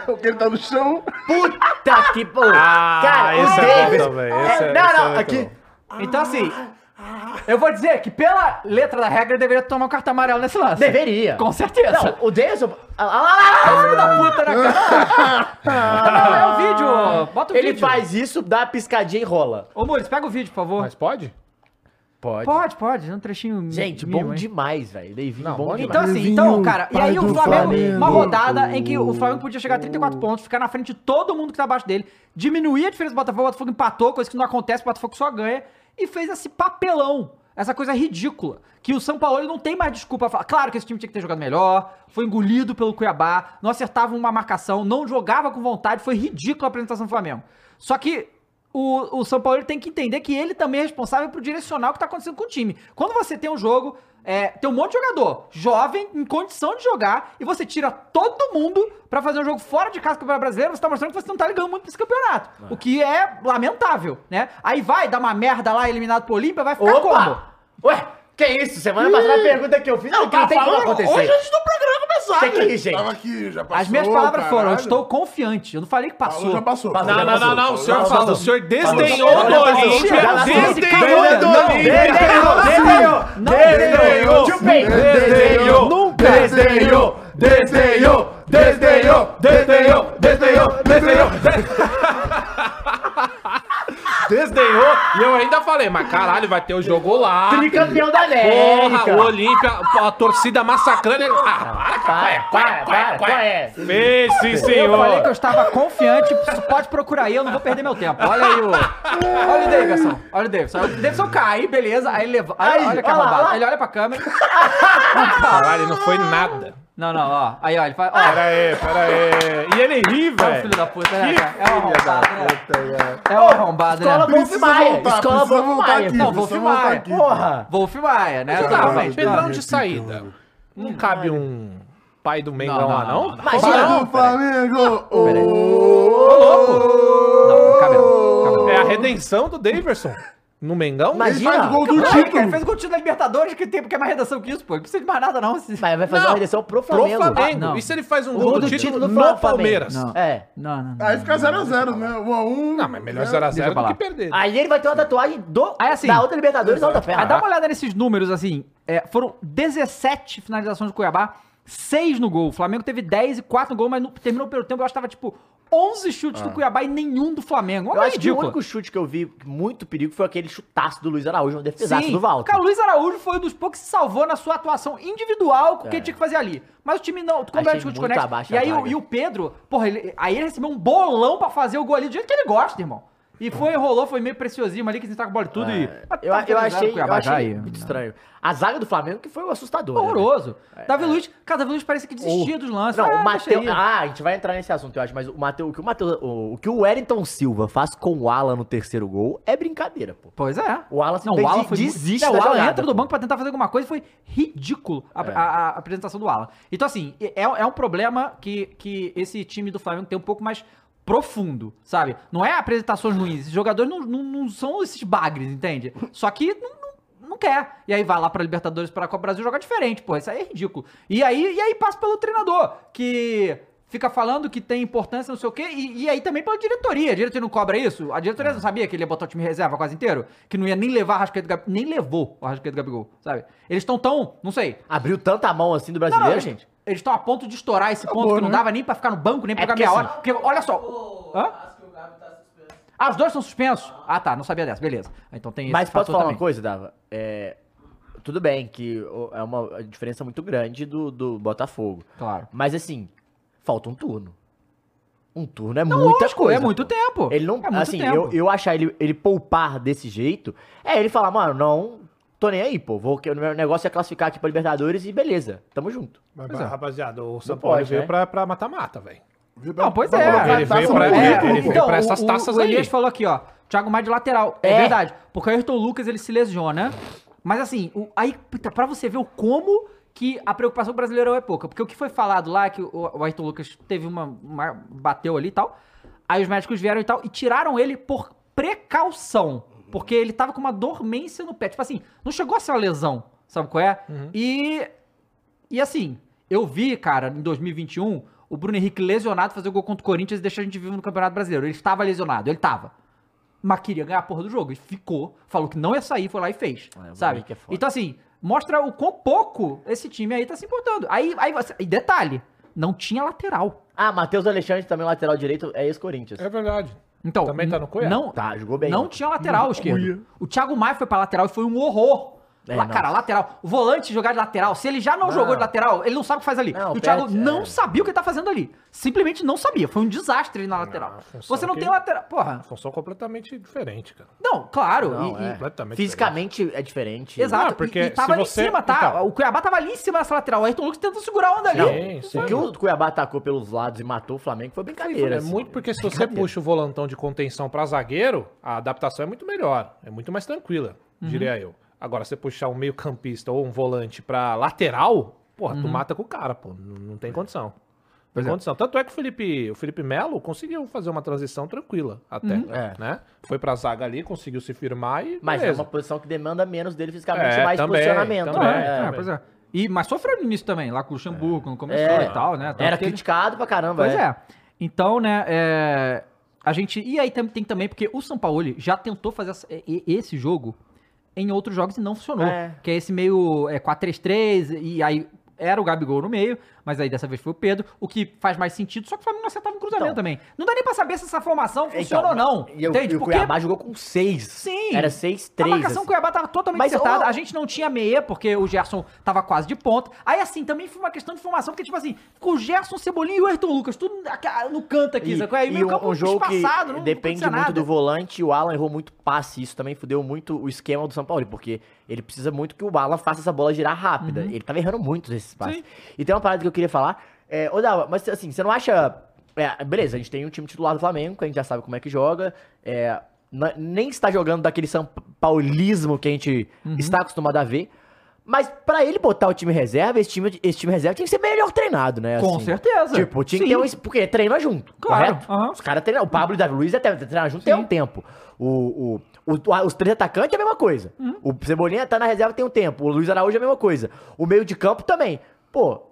Porque ele tá no chão. Puta que pô. Ah, cara, esse o é bom Davis. é, também, esse é- não, esse é não, muito aqui. bom. Então, assim, eu vou dizer que pela letra da regra, ele deveria tomar um cartão amarelo nesse lance. Deveria. Com certeza. Não, o Davis. Ah, lá, lá, lá, lá. Filho da Tá puta né, na cara. Não, é o vídeo. Bota o Ele vídeo. faz isso, dá uma piscadinha e rola. Ô, Muris, pega o vídeo, por favor. Mas pode? Pode. Pode, pode. É um trechinho Gente, mínimo, bom hein? demais, velho. Davinho, Não, bom, bom demais. Então, assim, então, cara, e aí o Flamengo, uma rodada em que o Flamengo podia chegar a 34 pontos, ficar na frente de todo mundo que tá abaixo dele, diminuir a diferença do Botafogo, o Botafogo empatou, coisa que não acontece, o Botafogo só ganha, e fez esse papelão, essa coisa ridícula, que o São Paulo não tem mais desculpa. pra falar. Claro que esse time tinha que ter jogado melhor, foi engolido pelo Cuiabá, não acertava uma marcação, não jogava com vontade, foi ridícula a apresentação do Flamengo. Só que o, o São Paulo tem que entender que ele também é responsável por direcionar o que tá acontecendo com o time. Quando você tem um jogo, é, tem um monte de jogador jovem, em condição de jogar, e você tira todo mundo pra fazer um jogo fora de casa do Campeonato Brasileiro, você tá mostrando que você não tá ligando muito pra esse campeonato. O que é lamentável, né? Aí vai, dá uma merda lá, eliminado pro Olímpia, vai ficar como? Opa! Ué, que isso? Semana passada a pergunta que eu fiz, não, não tem como acontecer. Hoje antes do programa começar. Tem que ir, gente. Tava aqui, já passou, As minhas palavras foram, eu caralho. estou confiante. Eu não falei que Falou, passou. já passou. Passou, Não, já não, não, não. O senhor, falou, o senhor desdenhou Falou. do Falou. Olímpia. Falou. Desdenhou do Não, Olímpia. Desenhou, desenhou, Desenhou, desenhou, desenhou, Não. desenhou, desenhou, desenhou, desenhou, desenhou. Desdenhou. E eu ainda falei, mas caralho, vai ter o jogo lá. Tricampeão da Porra, o América. Olímpia, a torcida massacrando. ele. Ah, Para, para, para, é? qual é? para. Fez, sim, é? Eu falei que eu senhor. estava confiante, pode procurar aí, eu não vou perder meu tempo. Olha aí o. Olha o Davidson. Olha o Davidson. O Davidson cai, beleza. Aí ele leva. Olha, olha que olha lá, arrombado. lá. Ele olha pra câmera. Caralho, não foi nada. Não, não, ó. Aí, ó, ele faz. Ó, Pera aí, pera aí. E ele ri, é um velho. filho da puta, né, Que cara? É um arrombado, né? Puta, É um arrombado, Escola né? Wolf Precisa Maia, voltar, escola precisa Wolf voltar Maia. aqui. Não, Wolf precisa voltar Maia. aqui. Porra. Wolf Maia, né? Tá, Caralho, mas Exatamente. Pedrão de que saída. Não cabe um pai do Mengão Não, lá, não, não? não, não. Imagina, Para do Flamengo! Peraí. Ô, Ô, louco! Não, cabe não. Cabe não. É a redenção do Daverson no Mengão? Mas- Ele faz o gol do Não, título. cara, fez o título da Libertadores, que tem porque é mais redação que isso, pô. Não precisa de mais nada, não. esse- Mas vai fazer Não, uma redenção pro Pro Flamengo. Flamengo. Ah, não. e se ele faz um O gol do título, do no Flamengo. Palmeiras? Não. É. Não, não, não. Aí fica 0x0, né? 1x1. Não, mas melhor Deixa 0x0 eu do que falar. perder. Aí ele vai ter uma tatuagem do, Aí, assim, da outra Libertadores da outra Aí perna. dá uma olhada nesses números, assim. é, foram 17 finalizações do Cuiabá, 6 no gol. O Flamengo teve 10 e 4 no gol, mas no- terminou pelo tempo. Eu acho que tava tipo 11 chutes do Cuiabá e nenhum do Flamengo. Ah. Uma Eu coisa acho que o ridícula. único chute que eu vi muito perigo foi aquele chutaço do Luiz Araújo, um defesaço do Walter. Cara, o Luiz Araújo foi um dos poucos que se salvou na sua atuação individual com o que ele tinha que fazer ali. Mas o time não. Como Achei era É. de muito conecta, abaixo E a aí o, zaga. e o Pedro, porra, ele- aí ele recebeu um bolão pra fazer o gol ali do jeito que ele gosta, irmão. E foi, rolou, foi meio preciosinho ali, que ele tá com a bola e tudo. e, tá É, eu, eu achei, eu Cuiabá já achei aí, muito né? estranho. A zaga do Flamengo que foi o assustador. né? Horroroso. Davi Luiz, cara, Davi Luiz parece que desistia dos lances. Não, Ah, o deixa Matheus. aí. Ah, a gente vai entrar nesse assunto, eu acho, mas o Matheus, o que o Matheus, o, o que o Wellington Silva faz com o Alan no terceiro gol é brincadeira, pô. Pois é. O Alan não, também o Alan de- foi desiste desiste. o da Alan jogada, entra do pô. banco pra tentar fazer alguma coisa, foi ridículo a, É. a- a apresentação do Alan. Então assim, é, é um problema que, que esse time do Flamengo tem um pouco mais profundo, sabe? Não é apresentações ruins, esses jogadores não, não, não são esses bagres, entende? Só que não, não, não quer. E aí vai lá pra Libertadores, pra Copa do Brasil jogar diferente, pô, isso aí é ridículo. E aí, e aí passa pelo treinador, que fica falando que tem importância, não sei o quê, e, e aí também pela diretoria. A diretoria não cobra isso? A É. diretoria não sabia que ele ia botar o time em reserva quase inteiro? Que não ia nem levar o Arrascaeta e Gabigol, nem levou o Arrascaeta e Gabigol, sabe? Eles estão tão, não sei... Abriu tanta mão assim do Não, não, brasileiro, eles- gente. Eles estão a ponto de estourar esse ponto bom, que não né? dava nem pra ficar no banco, nem É pra jogar porque, meia hora. assim, Porque, olha só... Hã? Ah, os dois são suspensos? Ah, tá, não sabia dessa, beleza. Então tem esse Mas posso fator falar também. uma coisa, Dava? É, tudo bem que o- é uma diferença muito grande do, do Botafogo. Claro. Mas assim, falta um turno. Um turno é Não, muita lógico, coisa. É muito pô. tempo. Ele não. é muito assim, tempo. eu, eu achar ele, ele poupar desse jeito é ele falar, mano, não tô nem aí, pô. Vou, que o meu negócio é classificar aqui pra Libertadores e beleza, tamo junto. Mas, Pois é. Rapaziada, o São Não Paulo pode, veio né? pra pra mata-mata, velho. Não, pois é. Vai Ele taça veio no pra- currículo, é, pô. ele veio pra essas o- taças o, aí. Elias falou aqui, ó. Thiago mais de lateral. É, É. verdade. Porque o Ayrton Lucas, ele se lesiona. Mas assim, o- aí, puta, pra você ver o como que a preocupação brasileira é pouca. Porque o que foi falado lá, é que o, o Ayrton Lucas teve uma, uma- bateu ali e tal. Aí os médicos vieram e tal, e tiraram ele por precaução. Porque ele tava com uma dormência no pé. Tipo assim, não chegou a ser uma lesão, sabe qual é? E e assim, eu vi, cara, em 2021, o Bruno Henrique lesionado fazer o gol contra o Corinthians e deixar a gente vivo no Campeonato Brasileiro. Ele estava lesionado, ele estava. Mas queria ganhar a porra do jogo. E ficou, falou que não ia sair, foi lá e fez. É, o Bruno sabe? Henrique é foda. então, assim, mostra o quão pouco esse time aí tá se importando. Aí, aí você- E detalhe, não tinha lateral. Ah, Matheus Alexandre também, lateral direito, é ex-Corinthians. É verdade. Então, Também tá no Cuiabá? não, Tá, jogou bem. não ontem. tinha lateral esquerdo. O Thiago Maia foi pra lateral e foi um horror. É, Lá, não. cara, lateral. O volante jogar de lateral, se ele já não, jogou de lateral, ele não sabe o que faz ali. Não, e o perde, Thiago não é. sabia o que tá fazendo ali. Simplesmente não sabia. Foi um desastre ele na lateral. função Você não que- tem lateral. Porra. Função completamente diferente, cara. Não, claro. Não, e- e- é. Completamente Fisicamente é diferente. Exato. Ah, porque e, e tava se ali você- em cima, tá? então. O Cuiabá tava ali em cima nessa lateral. O Ayrton Lucas tentou segurar a onda ali. Não, Sim, sim. o que o Cuiabá atacou pelos lados e matou o Flamengo foi brincadeira. É assim. muito porque se você puxa o volantão de contenção pra zagueiro, a adaptação é muito melhor, é muito mais tranquila, Uhum. diria eu. Agora, você puxar um meio-campista ou um volante pra lateral, porra, tu mata com o cara, pô, não não tem condição. Não Uhum. Pois tem é. condição. Tanto é que o Felipe, o Felipe Melo conseguiu fazer uma transição tranquila até, Uhum. É. né? Foi pra zaga ali, conseguiu se firmar e Mas é beleza. uma posição que demanda menos dele fisicamente, É, mais também, posicionamento. também, né? É, também. pois é. E, mas sofreu nisso também, lá com o Luxemburgo, quando começou É. e tal, né? Tanto Era que ele- criticado pra caramba. Pois é. é. Então, né, é, a gente... E aí tam- tem também, porque o São Paulo já tentou fazer essa- e- e- esse jogo em outros jogos e não funcionou. É. Que é esse meio é, 4-3-3, e aí era o Gabigol no meio, mas aí dessa vez foi o Pedro, o que faz mais sentido, só que o Flamengo não acertava um cruzamento Então. também. Não dá nem pra saber se essa formação funciona Então, ou não, E, o- entende? e o Cuiabá jogou com seis. Sim. Era A 6-3. marcação assim. do Cuiabá tava totalmente Mas, acertada. ó- A gente não tinha meia, porque o Gerson tava quase de ponta. Aí, assim, também foi uma questão de formação, porque, tipo assim, com o Gerson, o Cebolinha e o Ayrton Lucas, tudo aqui- no canto aqui, E, sacou? Aí e meio campo um, um jogo que espaçado, não- não depende acontecia muito nada. do volante. O Alan errou muito passe. Isso também fudeu muito o esquema do São Paulo, porque ele precisa muito que o Alan faça essa bola girar rápida. Uhum. Ele tava errando muito esses passes. E tem uma parada que eu queria falar. É, ô, Dava, mas assim, você não acha. é, beleza, a gente tem um time titular do Flamengo, que a gente já sabe como é que joga. é, na- nem está jogando daquele São Paulismo que a gente Uhum. está acostumado a ver. Mas pra ele botar o time reserva, esse time, esse time reserva tinha que ser melhor treinado, né? Com certeza. Tipo, tinha que ter Sim. um es- porque treina junto, Claro, correto? aham. Os caras treinam. O Pablo e o Davi Luiz até treinaram junto tem um tempo. O, o, o- a- os três atacantes é a mesma coisa. O Cebolinha tá na reserva tem um tempo. O Luiz Araújo é a mesma coisa. O meio de campo também. Pô,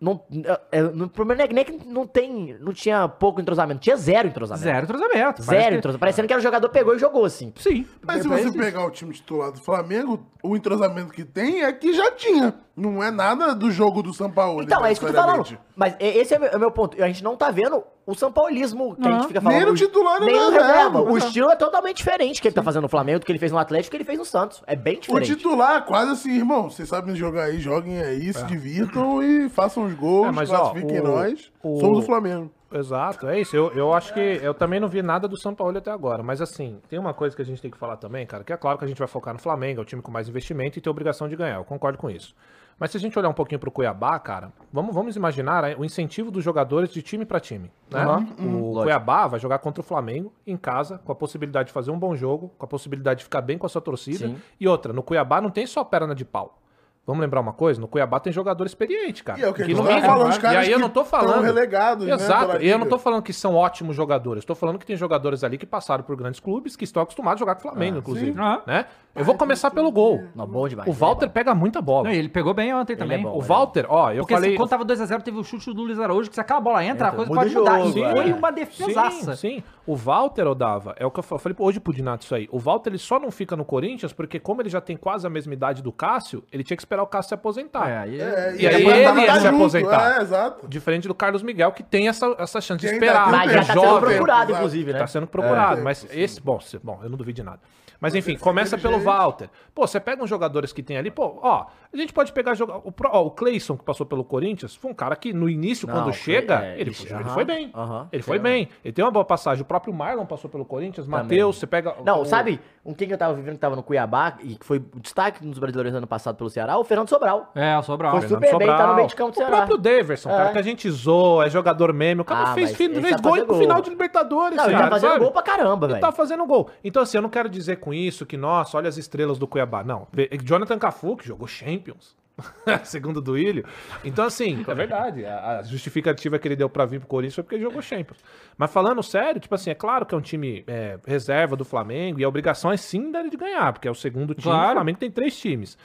não, é, é, no, o problema não é que nem que não tem. Não tinha pouco entrosamento. Tinha zero entrosamento. Zero, Zero cruzamento. entrosamento. Parecendo que era o jogador pegou e jogou, assim. Sim. Mas se Parece- você pegar o time titular do Flamengo, o entrosamento que tem é que já tinha. Não é nada do jogo do São Paulo. Então, é isso que eu tô falando. necessariamente. Mas e- esse é o meu, é o meu ponto. A gente não tá vendo o São Paulismo que a Não. gente fica Nem falando. no titular, nem nem na no reserva. reserva. O Não. né? estilo é totalmente diferente que ele tá fazendo no Flamengo, do que ele fez no Atlético, que ele fez no Santos. É bem O diferente. titular, quase assim, irmão, vocês sabem jogar aí, joguem aí, É. se divirtam e façam os gols, É, mas, ó, classifiquem o- nós. o- Somos o Flamengo. Exato, é isso. Eu, eu acho que eu também não vi nada do São Paulo até agora. Mas assim, tem uma coisa que a gente tem que falar também, cara, que é claro que a gente vai focar no Flamengo, é o time com mais investimento e tem obrigação de ganhar. Eu concordo com isso. Mas se a gente olhar um pouquinho pro Cuiabá, cara, vamos, vamos imaginar eh, o incentivo dos jogadores de time pra time. Né? o Cuiabá vai jogar contra o Flamengo em casa, com a possibilidade de fazer um bom jogo, com a possibilidade de ficar bem com a sua torcida. Sim. E outra, no Cuiabá não tem só perna de pau. Vamos lembrar uma coisa? No Cuiabá tem jogador experiente, cara. E é o que a Que gente não tava vem- falando, os e caras aí eu que não tô tão falando. relegados, né, Exato. pela e eu não tô liga. falando que são ótimos jogadores. Tô falando que tem jogadores ali que passaram por grandes clubes que estão acostumados a jogar com o Flamengo, inclusive. Ah. Né? Eu vou começar pelo gol. Não, bom demais. O Walter pega muita bola. Não, e ele pegou bem ontem também. é bom. O Walter, ó, eu Porque assim, falei. quando tava 2x0, teve o chute do Luiz Araújo, que se aquela bola entra, a Entra, coisa muda pode o mudar. jogo, E é. foi uma Sim, defesaça. sim. O Walter Odava, é o que eu fa- eu falei pô, hoje pro Dinato isso aí. O Walter ele só não fica no Corinthians porque, como ele já tem quase a mesma idade do Cássio, ele tinha que esperar o Cássio se aposentar. É, aí- É, E aí agora ele tava ia se junto, aposentar. É, exato. Diferente do Carlos Miguel, que tem essa, essa chance de Que ainda esperar. tem Mas já um é tá sendo jovem, procurado, exato. inclusive, né? Tá sendo É, procurado, mas esse. Bom, se- bom, eu não duvido de nada. Mas enfim, começa pelo Walter. Pô, você pega uns jogadores que tem ali, pô, ó, a gente pode pegar joga- o, pro- ó, o Cleison que passou pelo Corinthians, foi um cara que no início, Não, o quando Cle- chega, é, ele, isso, ele aham, foi bem. aham, ele foi bem. Ele tem uma boa passagem. O próprio Marlon passou pelo Corinthians, Matheus, você pega. Não, o- sabe um quem que eu tava vivendo que tava no Cuiabá e que foi destaque nos brasileiros ano passado pelo Ceará? O Fernando Sobral. É, o Sobral. Foi super bem, tá no meio de campo do O Ceará. próprio Daverson, um cara É. que a gente zoa, é jogador meme. O cara Ah, fez, mas fez, ele fez sabe gol fazer no gol. final de Libertadores, Não, ele tá cara, fazendo sabe? gol pra caramba, Ele velho. tá fazendo gol. Então, assim, eu não quero dizer com isso que, nossa, olha as estrelas do Cuiabá. Não. Vê- Jonathan Cafu, que jogou Champions. Segundo o Duílio. Então, assim, é verdade. A, a justificativa que ele deu pra vir pro Corinthians foi porque ele jogou Champions. Mas falando sério, tipo assim, é claro que é um time é, reserva do Flamengo e a obrigação é sim dele de ganhar, porque é o segundo time. Claro. O Flamengo tem três times.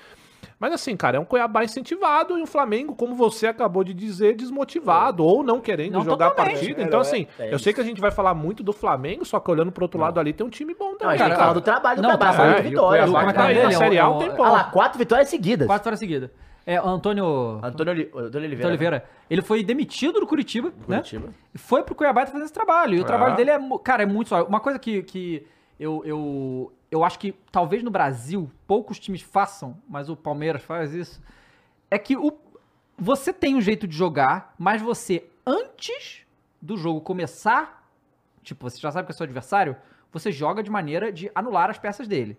Mas assim, cara, é um Cuiabá incentivado e um Flamengo, como você acabou de dizer, desmotivado ou não querendo Não, jogar a totalmente. partida. É, Então, não, é- assim, é eu isso. sei que a gente vai falar muito do Flamengo, só que olhando pro outro lado ali tem um time bom Não, a também. gente tem que Cara, falar do trabalho do não, Cuiabá, tá- falar de é, e o vitórias. Cuiabá Olha tá aí, lá, né? na Série A um é, tempão. Olha lá, quatro vitórias seguidas. Quatro horas seguidas. É, o Antônio... Antônio, Oli- Antônio Oliveira. Antônio Oliveira, ele foi demitido do Curitiba, né? Curitiba. E Foi pro Cuiabá e tá fazendo esse trabalho. E o É. trabalho dele é, mu- cara, é muito só. Uma coisa que, que eu, eu eu acho que talvez no Brasil poucos times façam, mas o Palmeiras faz isso. É que o, você tem um jeito de jogar, mas você, antes do jogo começar, tipo, você já sabe que é seu adversário, você joga de maneira de anular as peças dele.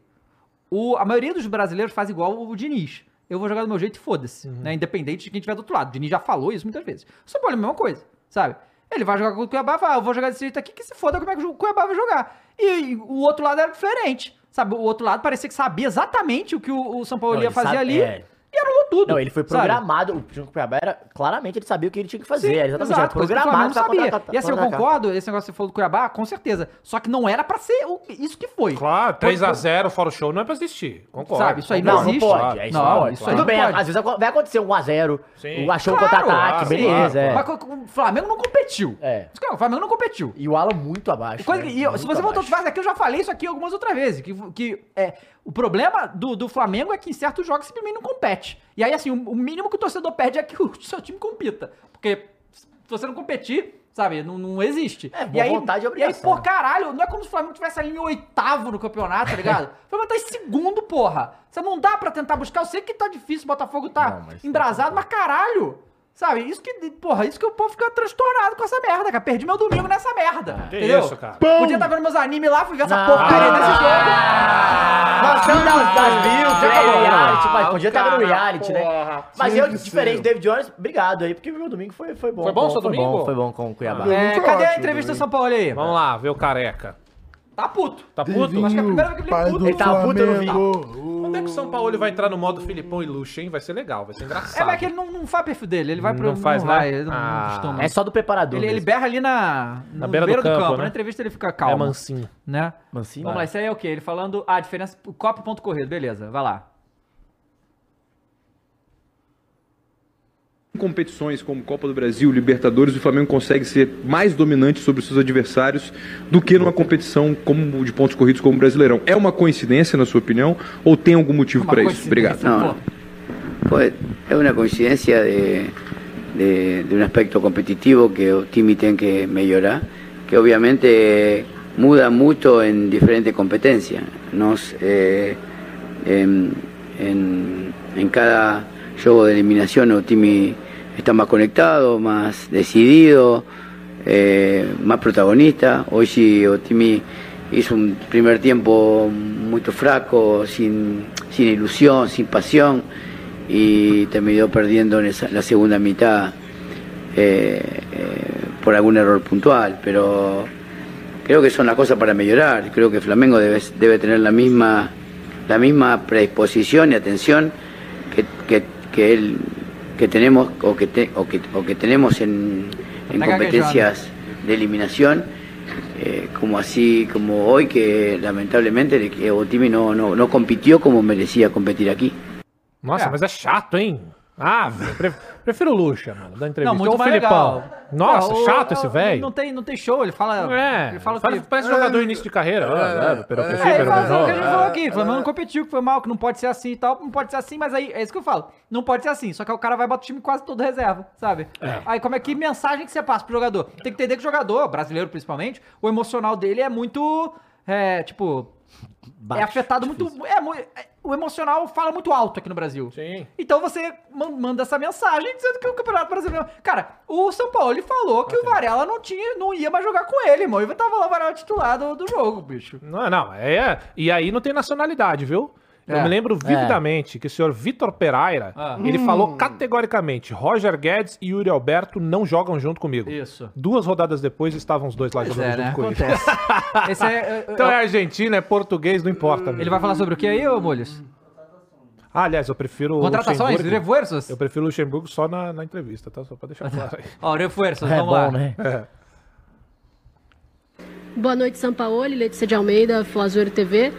O, a maioria dos brasileiros faz igual o Diniz. Eu vou jogar do meu jeito e foda-se, Uhum. né? Independente de quem tiver do outro lado. O Diniz já falou isso muitas vezes. Só Paulo é a mesma coisa, sabe? Ele vai jogar contra o Cuiabá, vai, eu vou jogar desse jeito aqui, que se foda como é que o Cuiabá vai jogar. E, e o outro lado era diferente, sabe? O outro lado parecia que sabia exatamente o que o, o São Paulo Não, ia ele fazer sabe- ali é. e anulou tudo. Não, ele foi sabe? programado. O Junco Cuiabá era. Claramente ele sabia o que ele tinha que fazer. Sim, era exatamente, era exato, coisa que o programado. tá, pra Flamengo sabia. contratar- e assim, eu contratar. concordo, esse negócio que você falou do Cuiabá, com certeza. Só que não era pra ser o- isso que foi. Claro, 3x0 fora o show não é pra assistir. Concordo. Sabe, isso aí Não, não concordo. não existe. pode. É isso Não, não, pode. isso aí Tudo não bem, pode. às vezes aco- vai acontecer um 1x0. Sim. Achou um Claro, contra-ataque, claro, beleza. claro. é. Mas co- o Flamengo não competiu. É. Isso que é, O Flamengo não competiu. E o Alan muito abaixo. Coisa né? é que- e eu- Muito se você voltar abaixo. atrás aqui, eu já falei isso aqui algumas outras vezes. Que, que é, o problema do, do Flamengo é que em certos jogos simplesmente não compete. E aí, assim, o, o mínimo que o torcedor pede é que o seu time compita. Porque se você não competir, sabe, não, não existe. É, boa e aí, vontade e E aí, obrigação. né? por caralho, não é como se o Flamengo tivesse ali em oitavo no campeonato, tá ligado? o Flamengo tá em segundo, porra. Você não dá pra tentar buscar. Eu sei que tá difícil, o Botafogo tá Não, mas- embrasado, mas caralho. Sabe, isso que, porra, isso que o povo fica transtornado com essa merda, cara. Perdi meu domingo nessa merda. É. Que entendeu? isso, cara. Podia estar vendo meus animes lá, fui ver essa Não. porcaria desse jogo. Ah! Nós um somos das, das mil, acabou. Ah, é reality, mas Ah, podia cara, tá estar vendo reality, né? porra. Mas Tinha eu, que ser. diferente do David Jones, obrigado aí, porque meu domingo foi, foi bom. Foi bom seu foi domingo? Bom, foi bom com o Cuiabá. Ah. É, Foi cadê a ótimo entrevista do também. São Paulo aí? Vamos lá, ver o careca. Tá puto. Tá puto? Acho que é a primeira vez que ele pai puto. do Ele tava puto, eu não vi. Flamengo. Quando é que o São Paulo vai entrar no modo Filipão e Luxo, hein? Vai ser legal, vai ser É, engraçado. mas que ele não, não faz perfil dele, ele vai Não pro. faz, vai, né? ele não, Ah. não costuma. É só do preparador. Ele, ele mesmo. berra ali na, no beira do campo, né? Na entrevista ele fica É calmo, mansinho. né? Mansinho, Vamos vai. lá, isso aí é o quê? Ele falando... Ah, a diferença... o Copo ponto corrido, beleza. Vai lá. Em competições como Copa do Brasil, Libertadores, o Flamengo consegue ser mais dominante sobre os seus adversários do que numa competição como de pontos corridos como o Brasileirão. É uma coincidência, na sua opinião, ou tem algum motivo para isso? Obrigado. coincidência, Obrigado. pô. Pues es una coincidencia de, de- de un aspecto competitivo que Optimi tiene que mejorar, que obviamente muda mucho en diferentes competencias. Nos, eh, en, en- en cada juego de eliminación Optimi está más conectado, más decidido, eh, más protagonista. Hoy sí Otimi hizo un primer tiempo muy fraco, sin, sin ilusión, sin pasión y terminó perdiendo en esa- la segunda mitad eh, eh, por algún error puntual, pero creo que son las cosas para mejorar. Creo que Flamengo debe, debe tener la misma, la misma predisposición y atención que, que- que él- que tenemos o que, te- o que, o que tenemos en, en Ataca que competencias de eliminación, eh, como así como hoy que lamentablemente el equi- Otimi no, no, no compitió como merecía competir aquí. Nossa, É. mas é chato, hein? Ah, velho, pre- prefiro o Luxa, mano, da entrevista. Não, muito Ou o mais Filipão. legal. Nossa, Não, o- chato esse o- velho. Não tem, não tem show, ele fala... É, ele fala fala- que... parece jogador início de carreira. Ah, né, pero- É, ele pero- fala o que a gente não. falou aqui, o Flamengo não competiu, que foi mal, que não pode ser assim e tal, não pode ser assim, mas aí, é isso que eu falo, não pode ser assim, só que aí o cara vai botar o time quase todo reserva, sabe? Aí como é que mensagem que você passa pro jogador? Tem que entender que o jogador, brasileiro principalmente, o emocional dele é muito, é, tipo, é Baixo, afetado muito, é, mu- é- o emocional fala muito alto aqui no Brasil. Sim. Então você man- manda essa mensagem dizendo que o Campeonato Brasileiro. Cara, o São Paulo ele falou que o Varela não tinha, não ia mais jogar com ele, irmão. Ele tava lá o Varela titular do, do jogo, bicho. Não, não, é. E aí não tem nacionalidade, viu? É. Eu me lembro vividamente que o senhor Vitor Pereira, Ah. ele falou categoricamente: Roger Guedes e Yuri Alberto não jogam junto comigo. Isso. Duas rodadas depois estavam os dois lá jogando É, junto né? comigo. Acontece. Esse é, é, é, Então é argentino, é português, não importa. Ele amigo. vai falar sobre o que aí, ô Molhos? Ah, aliás, eu prefiro. o Contratações, Luxemburgo. reforços? Eu prefiro o Luxemburgo só na, na entrevista, tá? Só pra deixar claro aí. Ó, reforços, É vamos bom, lá. né? Boa noite, Sampaoli, Letícia de Almeida, Flazueiro TV.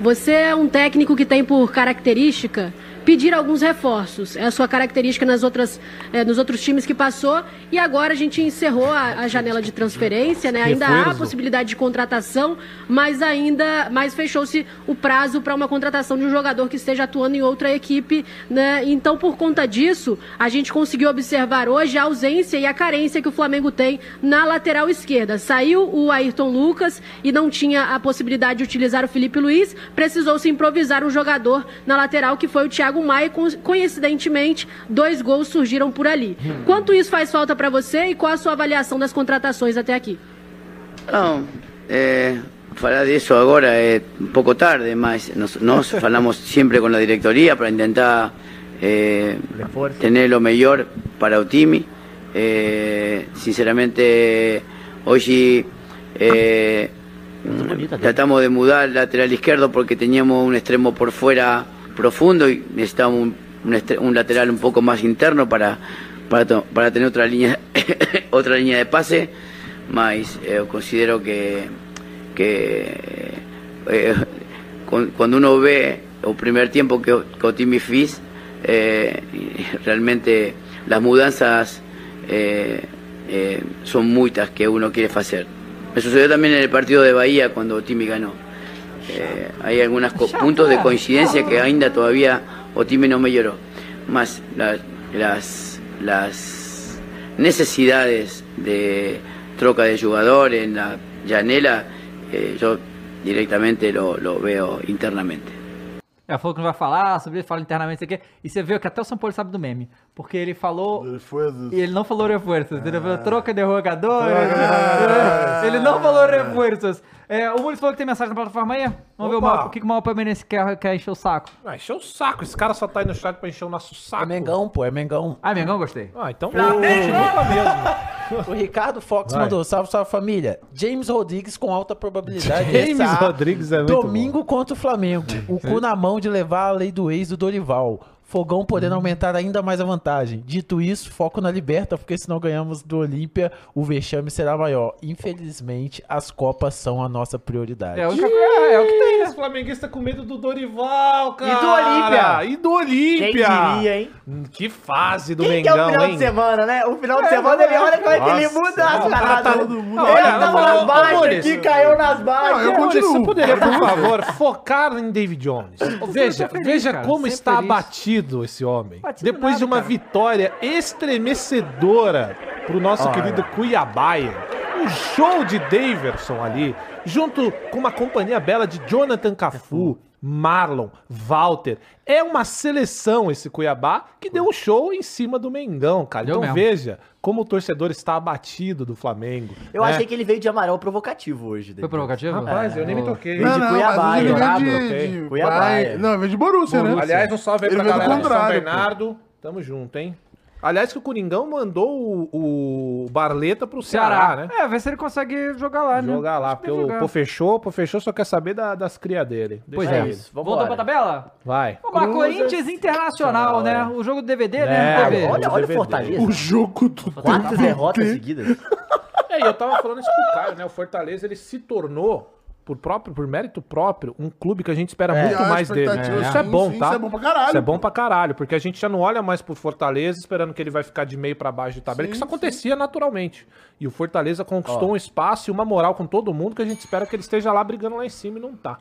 Você é um técnico que tem por característica pedir alguns reforços. É a sua característica nas outras, eh, nos outros times que passou. E agora a gente encerrou a, a janela de transferência, né? Ainda há a Reforço. possibilidade de contratação, mas ainda mas fechou-se o prazo para uma contratação de um jogador que esteja atuando em outra equipe, né? Então, por conta disso, a gente conseguiu observar hoje a ausência e a carência que o Flamengo tem na lateral esquerda. Saiu o Ayrton Lucas e não tinha a possibilidade de utilizar o Felipe Luiz, precisou se improvisar um jogador na lateral que foi o Thiago Maia, e co- coincidentemente, dois gols surgiram por ali. Quanto isso faz falta para você e qual a sua avaliação das contratações até aqui? Não, eh, falar de eso ahora es un poco tarde, más nos, nos falamos siempre con la directoría para intentar eh, tener lo mejor para Otimi. Eh, sinceramente, hoy eh, tratamos de mudar el lateral izquierdo porque teníamos un extremo por fuera profundo y necesitábamos un, un estre- un lateral un poco más interno para, para, to- para tener otra línea, otra línea de pase. Mas eh, considero que, que eh, con- cuando uno ve el primer tiempo que, que Otimi Fis, eh, realmente las mudanzas eh, eh, son muchas que uno quiere hacer. Me sucedió también en el partido de Bahía cuando Otimi ganó. Eh, hay algunos co- puntos de coincidencia que ainda todavía Otime no me lloró. Más la- las, las necesidades de troca de jugador en la llanela, eh, yo directamente lo- lo veo internamente. Ela falou que não vai falar sobre ele, fala internamente isso aqui. E você viu que até o São Paulo sabe do meme. Porque ele falou. E ele não falou reforços. Ele falou É. troca de jogador. ele não falou reforços. É, o Mules falou que tem mensagem na plataforma aí. Vamos ver o, Opa. mal, o que, que o mal palmeirense quer, quer encher o saco. Ah, encheu o saco. Esse cara só tá aí no chat pra encher o nosso saco. É Mengão, pô, é Mengão. Ah, Mengão, gostei. é Ah, então. Desculpa mesmo. O Ricardo Fox Vai. mandou, salve, salve família. James Rodrigues com alta probabilidade. James SA, Rodrigues é muito Domingo contra o Flamengo. O cu na mão de levar a lei do ex do Dorival. Fogão podendo aumentar ainda mais a vantagem. Dito isso, foco na Liberta, porque se não ganhamos do Olímpia, o vexame será maior. Infelizmente, as Copas são a nossa prioridade. É, a única coisa- é, é o que tem. Esse flamenguista com medo do Dorival, cara. Olímpia. E do Olímpia. Quem diria, hein? Hum, Que fase do Quem que é o Mengão, final hein? de semana, né? O final de semana ele olha como é que ele Nossa, Ah, muda as tá paradas. Ele Não, olha, tava ô, ô, nas né? ô, baixas Maurício. aqui, caiu nas baixas. eu Olha, continuo. Você poderia, por favor, focar em David Jones. Veja, feliz, veja cara, como sempre está feliz. abatido esse homem. Abatido Depois de nada, uma cara. vitória estremecedora pro nosso querido Cuiabaia. Um show de Daverson ali, junto com uma companhia bela de Jonathan Cafu, Marlon, Walter. É uma seleção esse Cuiabá que deu um show em cima do Mengão, cara. Deu mesmo. então veja como o torcedor está abatido do Flamengo. Eu né? achei que ele veio de amarelo provocativo hoje. Foi David. provocativo? Rapaz, eu nem me toquei. Veio de Cuiabá, mas ele Dourado, veio de, ok. de Cuiabá, Bahia. é. Não, ele veio de Borussia, né? Aliás, um salve aí Ele pra veio do galera de São contrário, pô. Bernardo. Tamo junto, hein? Aliás, que o Coringão mandou o, o Barleta pro Ceará, Ceará, né? É, ver se ele consegue jogar lá, né? Jogar lá, porque o Pô fechou, Pô fechou só quer saber da- das crias dele. Deixa Pois é. ele. Isso. Voltou pra tabela? Vai. Vamos lá, Corinthians é Internacional, né? O jogo do DVD, né? É, Vamos ver. Olha, olha o DVD. Fortaleza. O jogo do Quatro derrotas seguidas. É, e eu tava falando isso pro Caio, né? O Fortaleza, ele se tornou, por, próprio, por mérito próprio, um clube que a gente espera É, muito a mais dele. expectativa, Isso é sim, bom, sim, tá? isso é bom pra caralho, Isso é bom pô. pra caralho, porque a gente já não olha mais pro Fortaleza esperando que ele vai ficar de meio pra baixo de tabela, que isso acontecia naturalmente. E o Fortaleza conquistou um espaço e uma moral com todo mundo que a gente espera que ele esteja lá brigando lá em cima e não tá.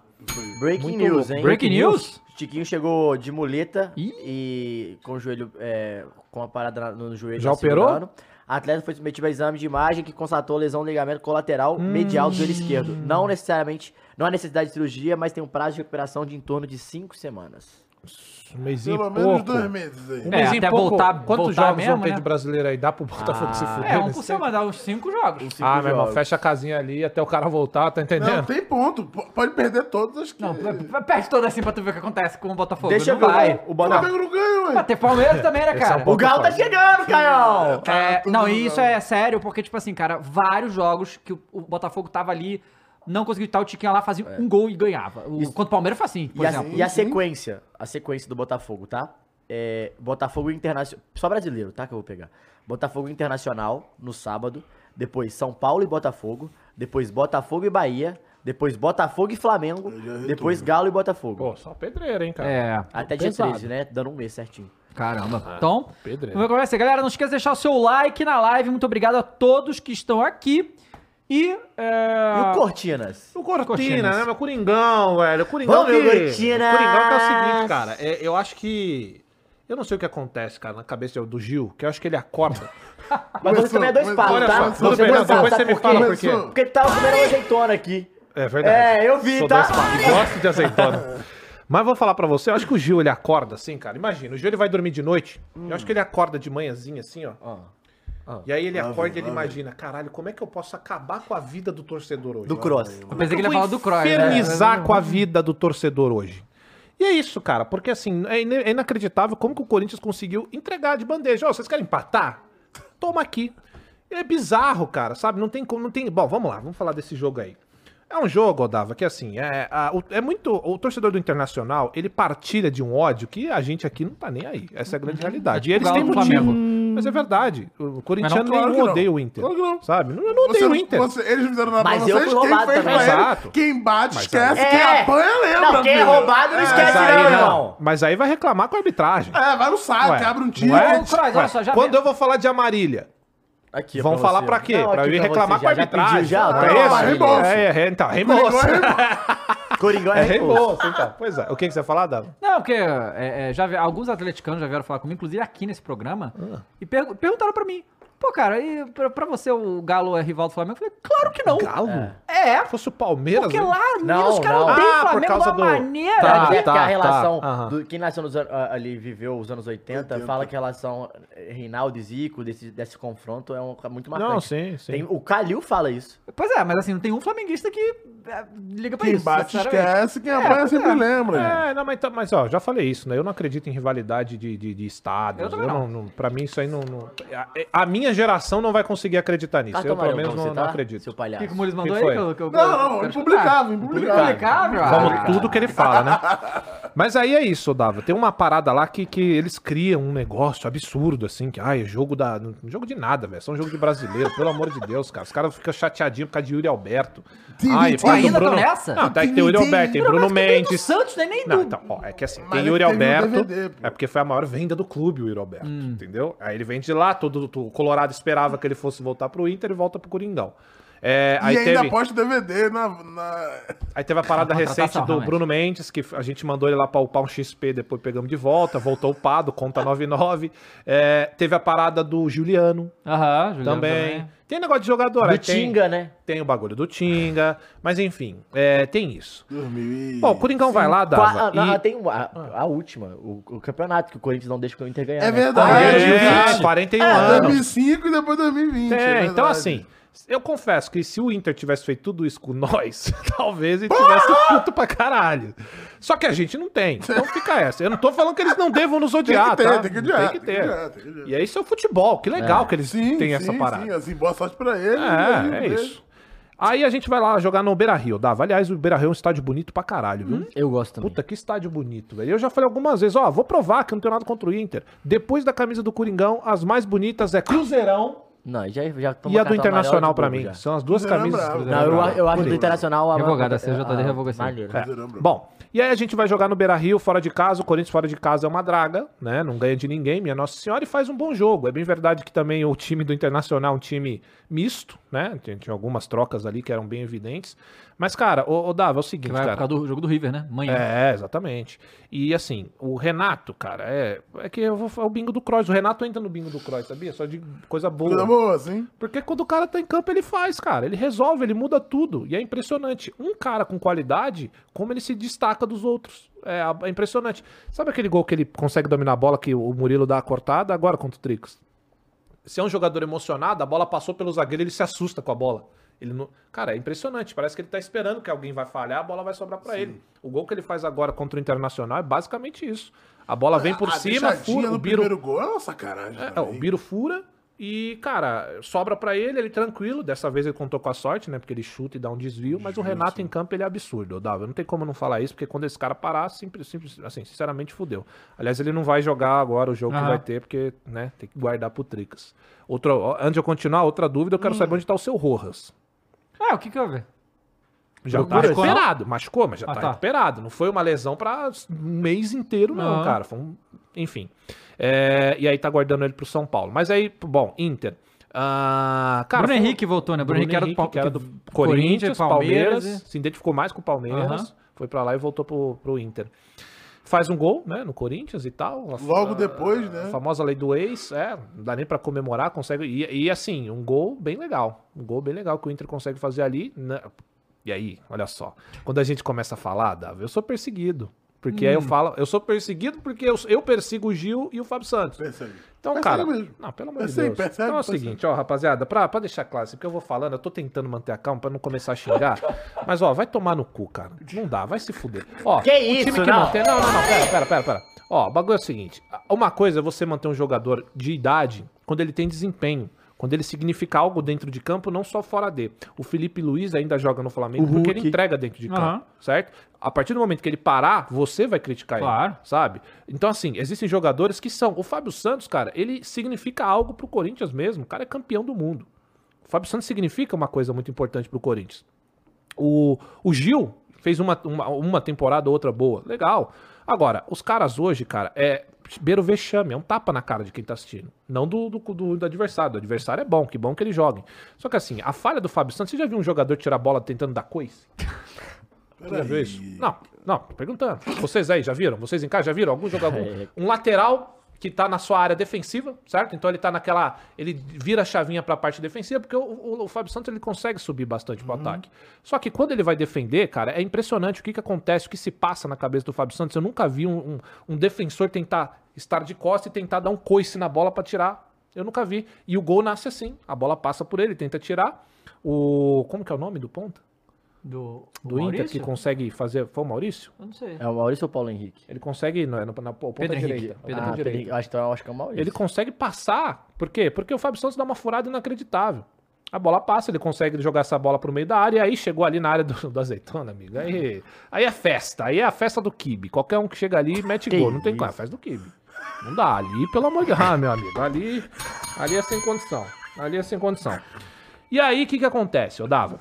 Breaking Muito news, louco. hein? Breaking news? Tiquinho chegou de muleta e com o joelho. é, com a parada na- no joelho. Já na operou? segurando. Atleta foi submetido a exame de imagem que constatou lesão no ligamento colateral Hum. medial do joelho esquerdo. Não necessariamente. Não há necessidade de cirurgia, mas tem um prazo de recuperação de em torno de 5 semanas. Um mesinho Pelo e menos pouco. dois meses aí. Um É, mês e até pouco. voltar- Quantos voltar jogos mesmo, vão ter né? de brasileiro aí? Dá pro Botafogo se fuder? É, um né? por semana, dá uns Um cinco jogos. Ah, meu Cinco irmão, jogos. fecha a casinha ali até o cara voltar, tá entendendo? Não, tem ponto. P- Pode perder todas as que... Não, perde toda assim pra tu ver o que acontece com o Botafogo. Deixa eu não ver vai. o- o O Botafogo. Flamengo não ganha, ué. Mas tem Palmeiras também, né, Esse é cara? um O Galo tá chegando, Caião! É, tudo não, no e isso Galo. é sério, porque, tipo assim, cara, vários jogos que o, o Botafogo tava ali, não conseguiu estar o Tiquinho lá, fazia um gol e ganhava. O, Contra o Palmeiras foi assim, por É. E a, exemplo. e a é sequência, a sequência do Botafogo, tá? É, Botafogo Internacional, só brasileiro, tá? Que eu vou pegar. Botafogo Internacional no sábado, depois São Paulo e Botafogo, depois Botafogo e Bahia, depois Botafogo e Flamengo, depois Galo e Botafogo. Pô, só pedreira, hein, cara? É, Até dia pesado. 13, né? Dando um mês certinho. caramba. É. Então, pedreiro. vamos começar. Galera, não esqueça de deixar o seu like na live. Muito obrigado a todos que estão aqui. E... é, Ah, E o Cortinas? O Cortina, Cortinas. né? Meu Coringão, velho. O Coringão, Vamos, meu Cortinas! O Coringão que é o seguinte, cara. é, eu acho que. Eu não sei o que acontece, cara, na cabeça do Gil, que eu acho que ele acorda. Mas você também é dois palos, olha tá? só, tudo Você é bem, dois palos, não, depois sabe você me por fala quê? por quê. Porque ele tava comendo uma azeitona aqui. É É, eu vi, Sou tá? dois pa- e Gosto de azeitona. Mas vou falar pra você, eu acho que o Gil ele acorda assim, cara. Imagina, o Gil ele vai dormir de noite. Eu acho que ele acorda de manhãzinha assim, ó. Hum. E aí Ah, ele acorda e ele imagina, caralho, como é que eu posso acabar com a vida do torcedor hoje? Do Cross. Eu pensei que ele ia falar do Croy, né? infernizar com a vida do torcedor hoje. E é isso, cara, porque assim, é, ine- é inacreditável como que o Corinthians conseguiu entregar de bandeja. Ó, vocês querem empatar? Toma aqui. É bizarro, cara, sabe? Não tem como, não tem... Bom, vamos lá, vamos falar desse jogo aí. É um jogo, Odava, que assim, é, a- o- é muito... O torcedor do Internacional, ele partilha de um ódio que a gente aqui não tá nem aí. Essa é a Uhum. grande realidade. E eles Galo têm do motivo. Flamengo. Mas é verdade. O corintiano claro que não não. odeia o Inter, Claro que não. sabe? Não- Eu não odeio o Inter. você- eles fizeram na Mas bola, eu vocês, fui quem roubado fez também. pra Exato. ele, quem bate Mas esquece, quem É. apanha lembra. Não, quem é filho. roubado não esquece, Mas não, aí, irmão. não. Mas aí vai reclamar com a arbitragem. É, vai no saque, Ué, é? abre um Ô, tiro. ué, Croy, olha só, já Quando vem- eu vou falar de Amarília, Aqui, vão falar pra quê? pra eu ir reclamar com a arbitragem. Já, Pra tá Não, isso? mas Amarília. reembolso. É, é, então, Coringão reembolso. é reembolso. Coringão É é reembolso. reembolso, então. Pois é. O que, que você ia falar, Dava? Não, porque é, é, já vi- alguns atleticanos já vieram falar comigo, inclusive aqui nesse programa, Ah. e pergu- perguntaram pra mim, pô, cara, e pra, pra você o Galo é rival do Flamengo? Eu falei, claro que não. Galo? É, Se fosse o Palmeiras. porque né? lá em Não, Minas os caras não. odeiam Ah, o por Flamengo de causa uma do- maneira. Tá, Sabe que é que tá, a relação. tá. Aham. do- quem nasceu nos an- ah, ali, viveu os anos 80, fala que a relação eh, Reinaldo e Zico desse, desse confronto é um- é muito marcante. Não, sim, sim. Tem- o Calil fala isso. Pois é, mas assim, não tem um flamenguista que é, liga pra Quem isso. bate sinceramente. É, esquece, quem apanha sempre lembra. gente. É, não, mas, então- mas, ó, já falei isso, né? Eu não acredito em rivalidade de, de, de estados. Eu também não, não, pra mim, isso aí não. não- a, a minha geração não vai conseguir acreditar nisso. eu, pelo menos, pra você, não, não tá? acredito. Seu O palhaço. que, que o Mules mandou Quem aí? foi? Que eu- que eu- Não, não, eu quero escutar? impublicável, Tá impublicável. Publicável? Ah, Como tudo que ele fala, né? Mas aí é isso, Dava. Tem uma parada lá que, que eles criam um negócio absurdo, assim, que, ai, é jogo da. não- Jogo de nada, velho. Só um jogo de brasileiro, pelo amor de Deus, cara. Os caras ficam chateadinhos por causa de Yuri Alberto. Ai, Sim, pai do ainda Bruno. tão nessa? Não, tá, tem o Yuri Alberto, tem Bruno Do Mendes. Santos, né? Nem Não, do... então, ó, é que assim, Mas tem Yuri ele teve no Alberto, DVD, pô. é porque foi a maior venda do clube, o Yuri Alberto, entendeu? Aí ele vende lá, todo, todo- o Colorado esperava que ele fosse voltar pro Inter e volta pro Coringão. É, aí E ainda teve... aposta DVD na... na- Aí teve a parada Contratação, recente do realmente. Bruno Mendes, que a gente mandou ele lá pra upar um XP, depois pegamos de volta, voltou upado, conta 99. É, teve a parada do Juliano Aham, Juliano também. Tem negócio de jogador, Do aí tem- Tinga, né? Tem o bagulho do Tinga, mas enfim, é, tem isso. 2000 e- Bom, o Coringão vai Qua- lá, Dava, ah, não, e- ah, tem uma- a, a última, o, o campeonato que o Corinthians não deixa o Inter ganhar. né? É verdade. Ah, É, É, 20. 41 É, anos. 2005 e depois 2020. É, então verdade. assim, eu confesso que se o Inter tivesse feito tudo isso com nós, talvez ele tivesse Ah! puto pra caralho. Só que a gente não tem. Então fica essa. Eu não tô falando que eles não devam nos Tem odiar, que ter, tá? tem que odiar. Tem que ter. tem que odiar. E aí isso é o futebol. Que legal que eles Sim, têm sim, essa parada. sim. Assim, boa sorte pra ele. né? É, é isso. Aí a gente vai lá jogar no Beira-Rio, Dava. Aliás, o Beira-Rio é um estádio bonito pra caralho, viu? Uhum. Eu gosto também. Puta, que estádio bonito, velho. Eu já falei algumas vezes, ó, vou provar que eu não tenho nada contra o Inter. Depois da camisa do Coringão, as mais bonitas é Cruzeirão Não, já, já toma e a do cartão amarelo Internacional de pra bobo mim. é já. São as duas Cruzeiro é camisas do bravo. Cruzeirão. Não, eu, bravo. eu acho do Bonito. Internacional é a Revogada, CJD revoga essa. Maneiro. É. Cruzeirão bravo. Bom, e aí a gente vai jogar no Beira-Rio, fora de casa. O Corinthians fora de casa é uma draga, né? Não ganha de ninguém, minha Nossa Senhora, e faz um bom jogo. É bem verdade que também o time do Internacional é um time misto, né? Tinha tinha algumas trocas ali que eram bem evidentes. Mas, cara, o, Dava, é o seguinte, Que vai por cara. causa do jogo do River, né? Manhã. É, exatamente. E assim, o Renato, cara, é, é que eu vou, é o bingo do Kroos. O Renato entra no bingo do Kroos, sabia? Só de Coisa coisa boa. boa, sim. Porque quando o cara tá em campo, ele faz, cara. Ele resolve, ele muda tudo. E é impressionante. Um cara com qualidade, como ele se destaca dos outros. É, a- é impressionante. Sabe aquele gol que ele consegue dominar a bola que o Murilo dá a cortada agora contra o Tricos? Se é um jogador emocionado, a bola passou pelo zagueiro, ele se assusta com a bola. Ele não... Cara, é impressionante. Parece que ele tá esperando que alguém vai falhar, a bola vai sobrar pra ele. O gol que ele faz agora contra o Internacional é basicamente isso. A bola vem por Ah, A cima, deixadinha fura, no o Biro primeiro gol é uma sacanagem. é, o também. Biro fura e, cara, sobra pra ele, ele tranquilo. Dessa vez ele contou com a sorte, né? Porque ele chuta e dá um desvio, mas o Renato em campo ele é absurdo, Odava. Não tem como não falar isso, porque quando esse cara parar, simples, simples, assim, sinceramente fudeu. Aliás, ele não vai jogar agora o jogo que Aham. vai ter, porque, né, tem que guardar pro Tricas. É, Outro, ó, antes de eu continuar, outra dúvida, eu quero saber onde tá o seu Rojas. Ah, o que que houve? Já tá Procura, recuperado. Machucou, mas já Ah, tá, tá. recuperado. Não foi uma lesão pra um mês inteiro, não, Aham. cara. Foi um- Enfim. É, E aí tá guardando ele pro São Paulo. Mas aí, bom, Inter. Ah, cara, Bruno foi- Henrique voltou, né? Bruno, Henrique era do, Pal- que era do que- Corinthians, Palmeiras, e- se identificou mais com o Palmeiras, Aham. foi pra lá e voltou pro, pro Inter. Faz um gol, né, no Corinthians e tal. a- Logo a- depois, A né? famosa lei do ex, é, não dá nem pra comemorar, consegue. E, e, assim, um gol bem legal. Um gol bem legal que o Inter consegue fazer ali. né? E aí, olha só. Quando a gente começa a falar, Davi, eu sou perseguido. Porque aí eu falo, eu sou perseguido porque eu, eu persigo o Gil e o Fábio Santos. Pensa aí. Então, Percebe cara. mesmo. Não, pelo amor de Percebe, Deus. percebe, então é o percebe. seguinte, ó, rapaziada, pra, pra deixar claro, assim, porque eu vou falando, eu tô tentando manter a calma pra não começar a xingar. mas, ó, vai tomar no cu, cara. Não dá, vai se fuder. Ó, Que o isso, time que não. mantém. Não, não, não, pera, pera, pera, pera. Ó, o bagulho é o seguinte: uma coisa é você manter um jogador de idade quando ele tem desempenho. Quando ele significa algo dentro de campo, não só fora de. O Felipe Luiz ainda joga no Flamengo porque ele entrega dentro de campo, Uhum, Aham. certo? A partir do momento que ele parar, você vai criticar Claro. ele sabe? Então, assim, existem jogadores que são. O Fábio Santos, cara, ele significa algo pro Corinthians mesmo. O cara é campeão do mundo. O Fábio Santos significa uma coisa muito importante pro Corinthians. O, o Gil fez uma, uma, uma temporada, outra boa. Legal. Agora, os caras hoje, cara, é beira o vexame, é um tapa na cara de quem tá assistindo. Não do, do, do- do adversário. O adversário é bom, que bom que ele joguem. Só que assim, a falha do Fábio Santos, você já viu um jogador tirar a bola tentando dar coice? Peraí. Não, não, tô perguntando. Vocês aí já viram? Vocês em casa já viram? Algum jogador. Um lateral que tá na sua área defensiva, certo? Então ele tá naquela. Ele vira a chavinha pra parte defensiva, porque o, o- o Fábio Santos ele consegue subir bastante pro ataque. Só que quando ele vai defender, cara, é impressionante o que, que acontece, o que se passa na cabeça do Fábio Santos. Eu nunca vi um, um- um defensor tentar estar de costa e tentar dar um coice na bola pra tirar. Eu nunca vi. E o gol nasce assim. A bola passa por ele, tenta tirar. O. Como que é o nome do ponta? Do, Do Inter, que consegue fazer. Foi o Maurício? Eu não sei. É o Maurício ou o Paulo Henrique? Ele consegue. Na, na, na ponta Pedro Henrique, direita. Pedro na ah, ponta Pedro direita. Henrique. Eu acho que então, eu acho que é o Maurício. Ele consegue passar. Por quê? Porque o Fábio Santos dá uma furada inacreditável. A bola passa, ele consegue jogar essa bola pro meio da área, e aí chegou ali na área do, do azeitona, amigo. Aí, aí é festa, aí é a festa do Kibe. Qualquer um que chega ali mete gol. Não tem como, é a festa do Kibe. Não dá, ali, pelo amor de Deus, ah, meu amigo. Ali, ali é sem condição. Ali é sem condição. E aí, o que, que acontece, Odava?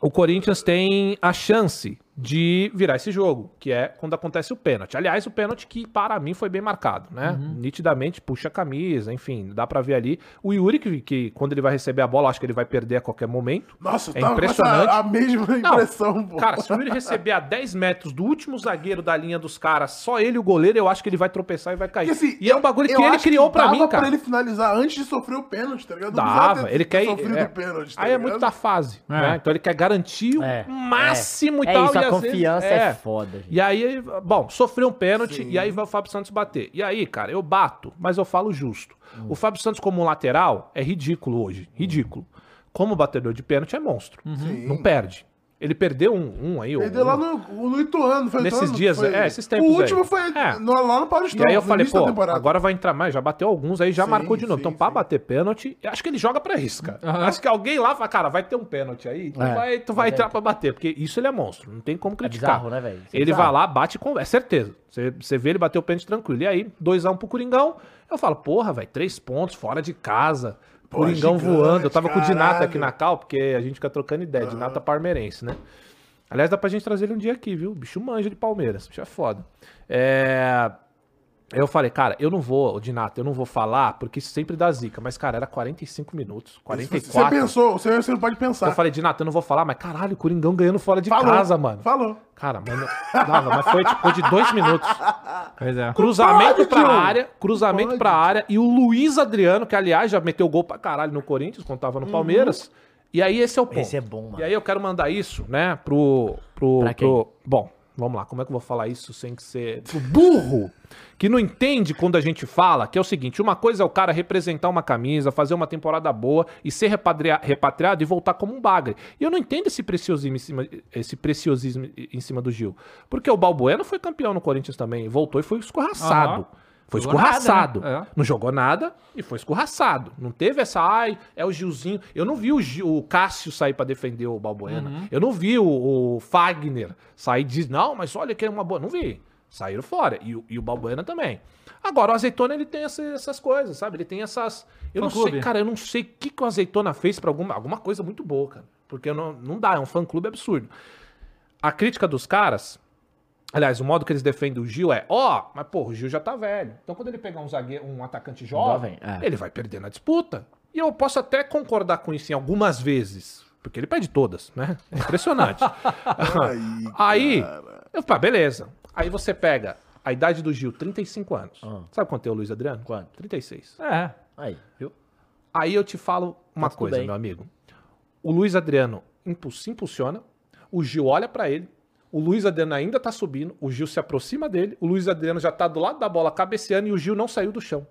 o Corinthians tem a chance de virar esse jogo, que é quando acontece o pênalti. Aliás, o pênalti que para mim foi bem marcado, né? Uhum. Nitidamente puxa a camisa, enfim, dá pra ver ali. O Yuri, que, que quando ele vai receber a bola, acho que ele vai perder a qualquer momento. Nossa, tá, eu É tava impressionante. com essa, a mesma Não, impressão, pô. Cara, se o Yuri receber a 10 metros do último zagueiro da linha dos caras, só ele e o goleiro, eu acho que ele vai tropeçar e vai cair. Porque, assim, e é um bagulho eu que ele acho criou pra dava mim, cara. pra ele finalizar antes de sofrer o pênalti, tá ligado? Não precisava Dava, ter ele quer sofrido é, o pênalti, tá Aí é muito da ligado? fase, né? Então ele quer garantir o É, máximo e É tal. isso, e a às vezes- confiança é, foda, gente. E aí, bom, sofreu um pênalti e aí vai o Fábio Santos bater. E aí, cara, eu bato, mas eu falo justo. Hum. O Fábio Santos como um lateral é ridículo hoje, ridículo. Como batedor de pênalti é monstro, Uhum. não perde. Ele perdeu um, um aí. Perdeu um, lá no, no Ituano, foi Nesses Ituano, dias, foi- é, esses tempos O último aí. foi É. no- lá no E Paulistão. aí eu no falei, início da pô, temporada. agora vai entrar mais, já bateu alguns, aí já Sim, marcou de novo. sim, então, pra sim. bater pênalti, eu acho que ele joga pra isso, cara. Acho que alguém lá fala, cara, vai ter um pênalti aí, tu É. vai, tu vai entrar pra bater, porque isso ele é monstro, não tem como criticar. bizarro, né, velho? Isso é Ele bizarro. vai lá, bate com. É certeza. Você, você vê ele bater o pênalti tranquilo. E aí, 2x1 pro Coringão, eu falo, porra, velho, três pontos, fora de casa. Pô, Coringão gigante, voando. Eu tava com o Dinata caralho. Ah. aqui na cal, porque a gente fica trocando ideia, Dinata parmeirense, né? Aliás, dá pra gente trazer ele um dia aqui, viu? O bicho manja de Palmeiras. Bicho é foda. É. Aí eu falei, cara, eu não vou, Dinato, eu não vou falar, porque isso sempre dá zica. Mas, cara, era 45 minutos, Você 44. pensou, você, você não pode eu pensar. falei, Dinato, eu não vou falar, mas caralho, o Coringão ganhando fora de Falou. casa, mano. Falou. Cara, mano, dava, mas foi tipo de dois minutos. Pois é. Cruzamento pode, pra tio. área, cruzamento Pode. pra área. E o Luiz Adriano, que aliás já meteu gol pra caralho no Corinthians, quando tava no Palmeiras. E aí esse é o ponto. Esse é bom, mano. E aí eu quero mandar isso, né, pro. pro, Pra quem? pro- bom, vamos lá, como é que eu vou falar isso sem que ser. Pro burro que não entende quando a gente fala, que é o seguinte: uma coisa é o cara representar uma camisa, fazer uma temporada boa e ser repatria- repatriado e voltar como um bagre. E eu não entendo esse preciosismo em cima, esse preciosismo em cima do Gil. Porque o Balbuena foi campeão no Corinthians também, voltou e foi escorraçado. Aham. Foi Jogou nada, escorraçado. né? É. Não jogou nada e foi escorraçado. Não teve essa, ai, é o Gilzinho. Eu não vi o, Gil- o Cássio sair pra defender o Balbuena. Uhum. Eu não vi o, o Fagner sair e dizer, não, mas olha que é uma boa. Não vi. Saíram fora. E, o- e o Balbuena também. Agora, o Azeitona, ele tem essa- essas coisas, sabe? Ele tem essas... Eu não sei, Fã-clube. cara, eu não sei o que, que o Azeitona fez pra alguma, alguma coisa muito boa, cara. Porque não, não dá, é um fã-clube absurdo. A crítica dos caras, aliás, o modo que eles defendem o Gil é, ó, mas pô, o Gil já tá velho. Então quando ele pegar um zagueiro, um atacante jovem, Jovem, é. ele vai perder na disputa. E eu posso até concordar com isso em algumas vezes. Porque ele perde todas, né? É impressionante. Aí, eu falei, beleza. Aí você pega a idade do Gil, 35 anos. Sabe quanto é o Luiz Adriano? Ah. Quanto? 36. É. Aí, viu? Aí eu te falo uma Tá tudo coisa, bem. meu amigo. O Luiz Adriano impu- se impulsiona, o Gil olha pra ele, o Luiz Adriano ainda tá subindo, o Gil se aproxima dele, o Luiz Adriano já tá do lado da bola cabeceando e o Gil não saiu do chão.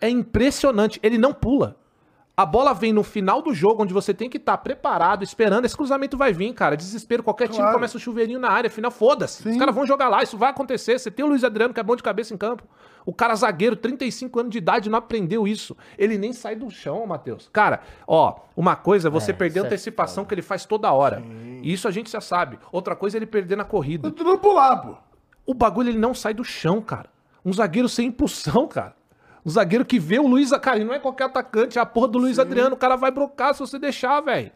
É impressionante, ele não pula. A bola vem no final do jogo, onde você tem que estar preparado, esperando. Esse cruzamento vai vir, cara. Desespero. Qualquer time Claro. começa o chuveirinho na área. Final, foda-se. Os caras vão jogar lá. Isso vai acontecer. Você tem o Luiz Adriano, que é bom de cabeça em campo. O cara zagueiro, 35 anos de idade, não aprendeu isso. Ele nem sai do chão, Matheus. Cara, ó, uma coisa é você É, perder a isso é antecipação que ele faz toda hora. Isso a gente já sabe. Outra coisa é ele perder na corrida. Eu tô não pular, pô. O bagulho ele não sai do chão, cara. Um zagueiro sem impulsão, cara. Um zagueiro que vê o Luiz. Cara, e não é qualquer atacante, é a porra do Luiz Adriano. O cara vai brocar se você deixar, velho.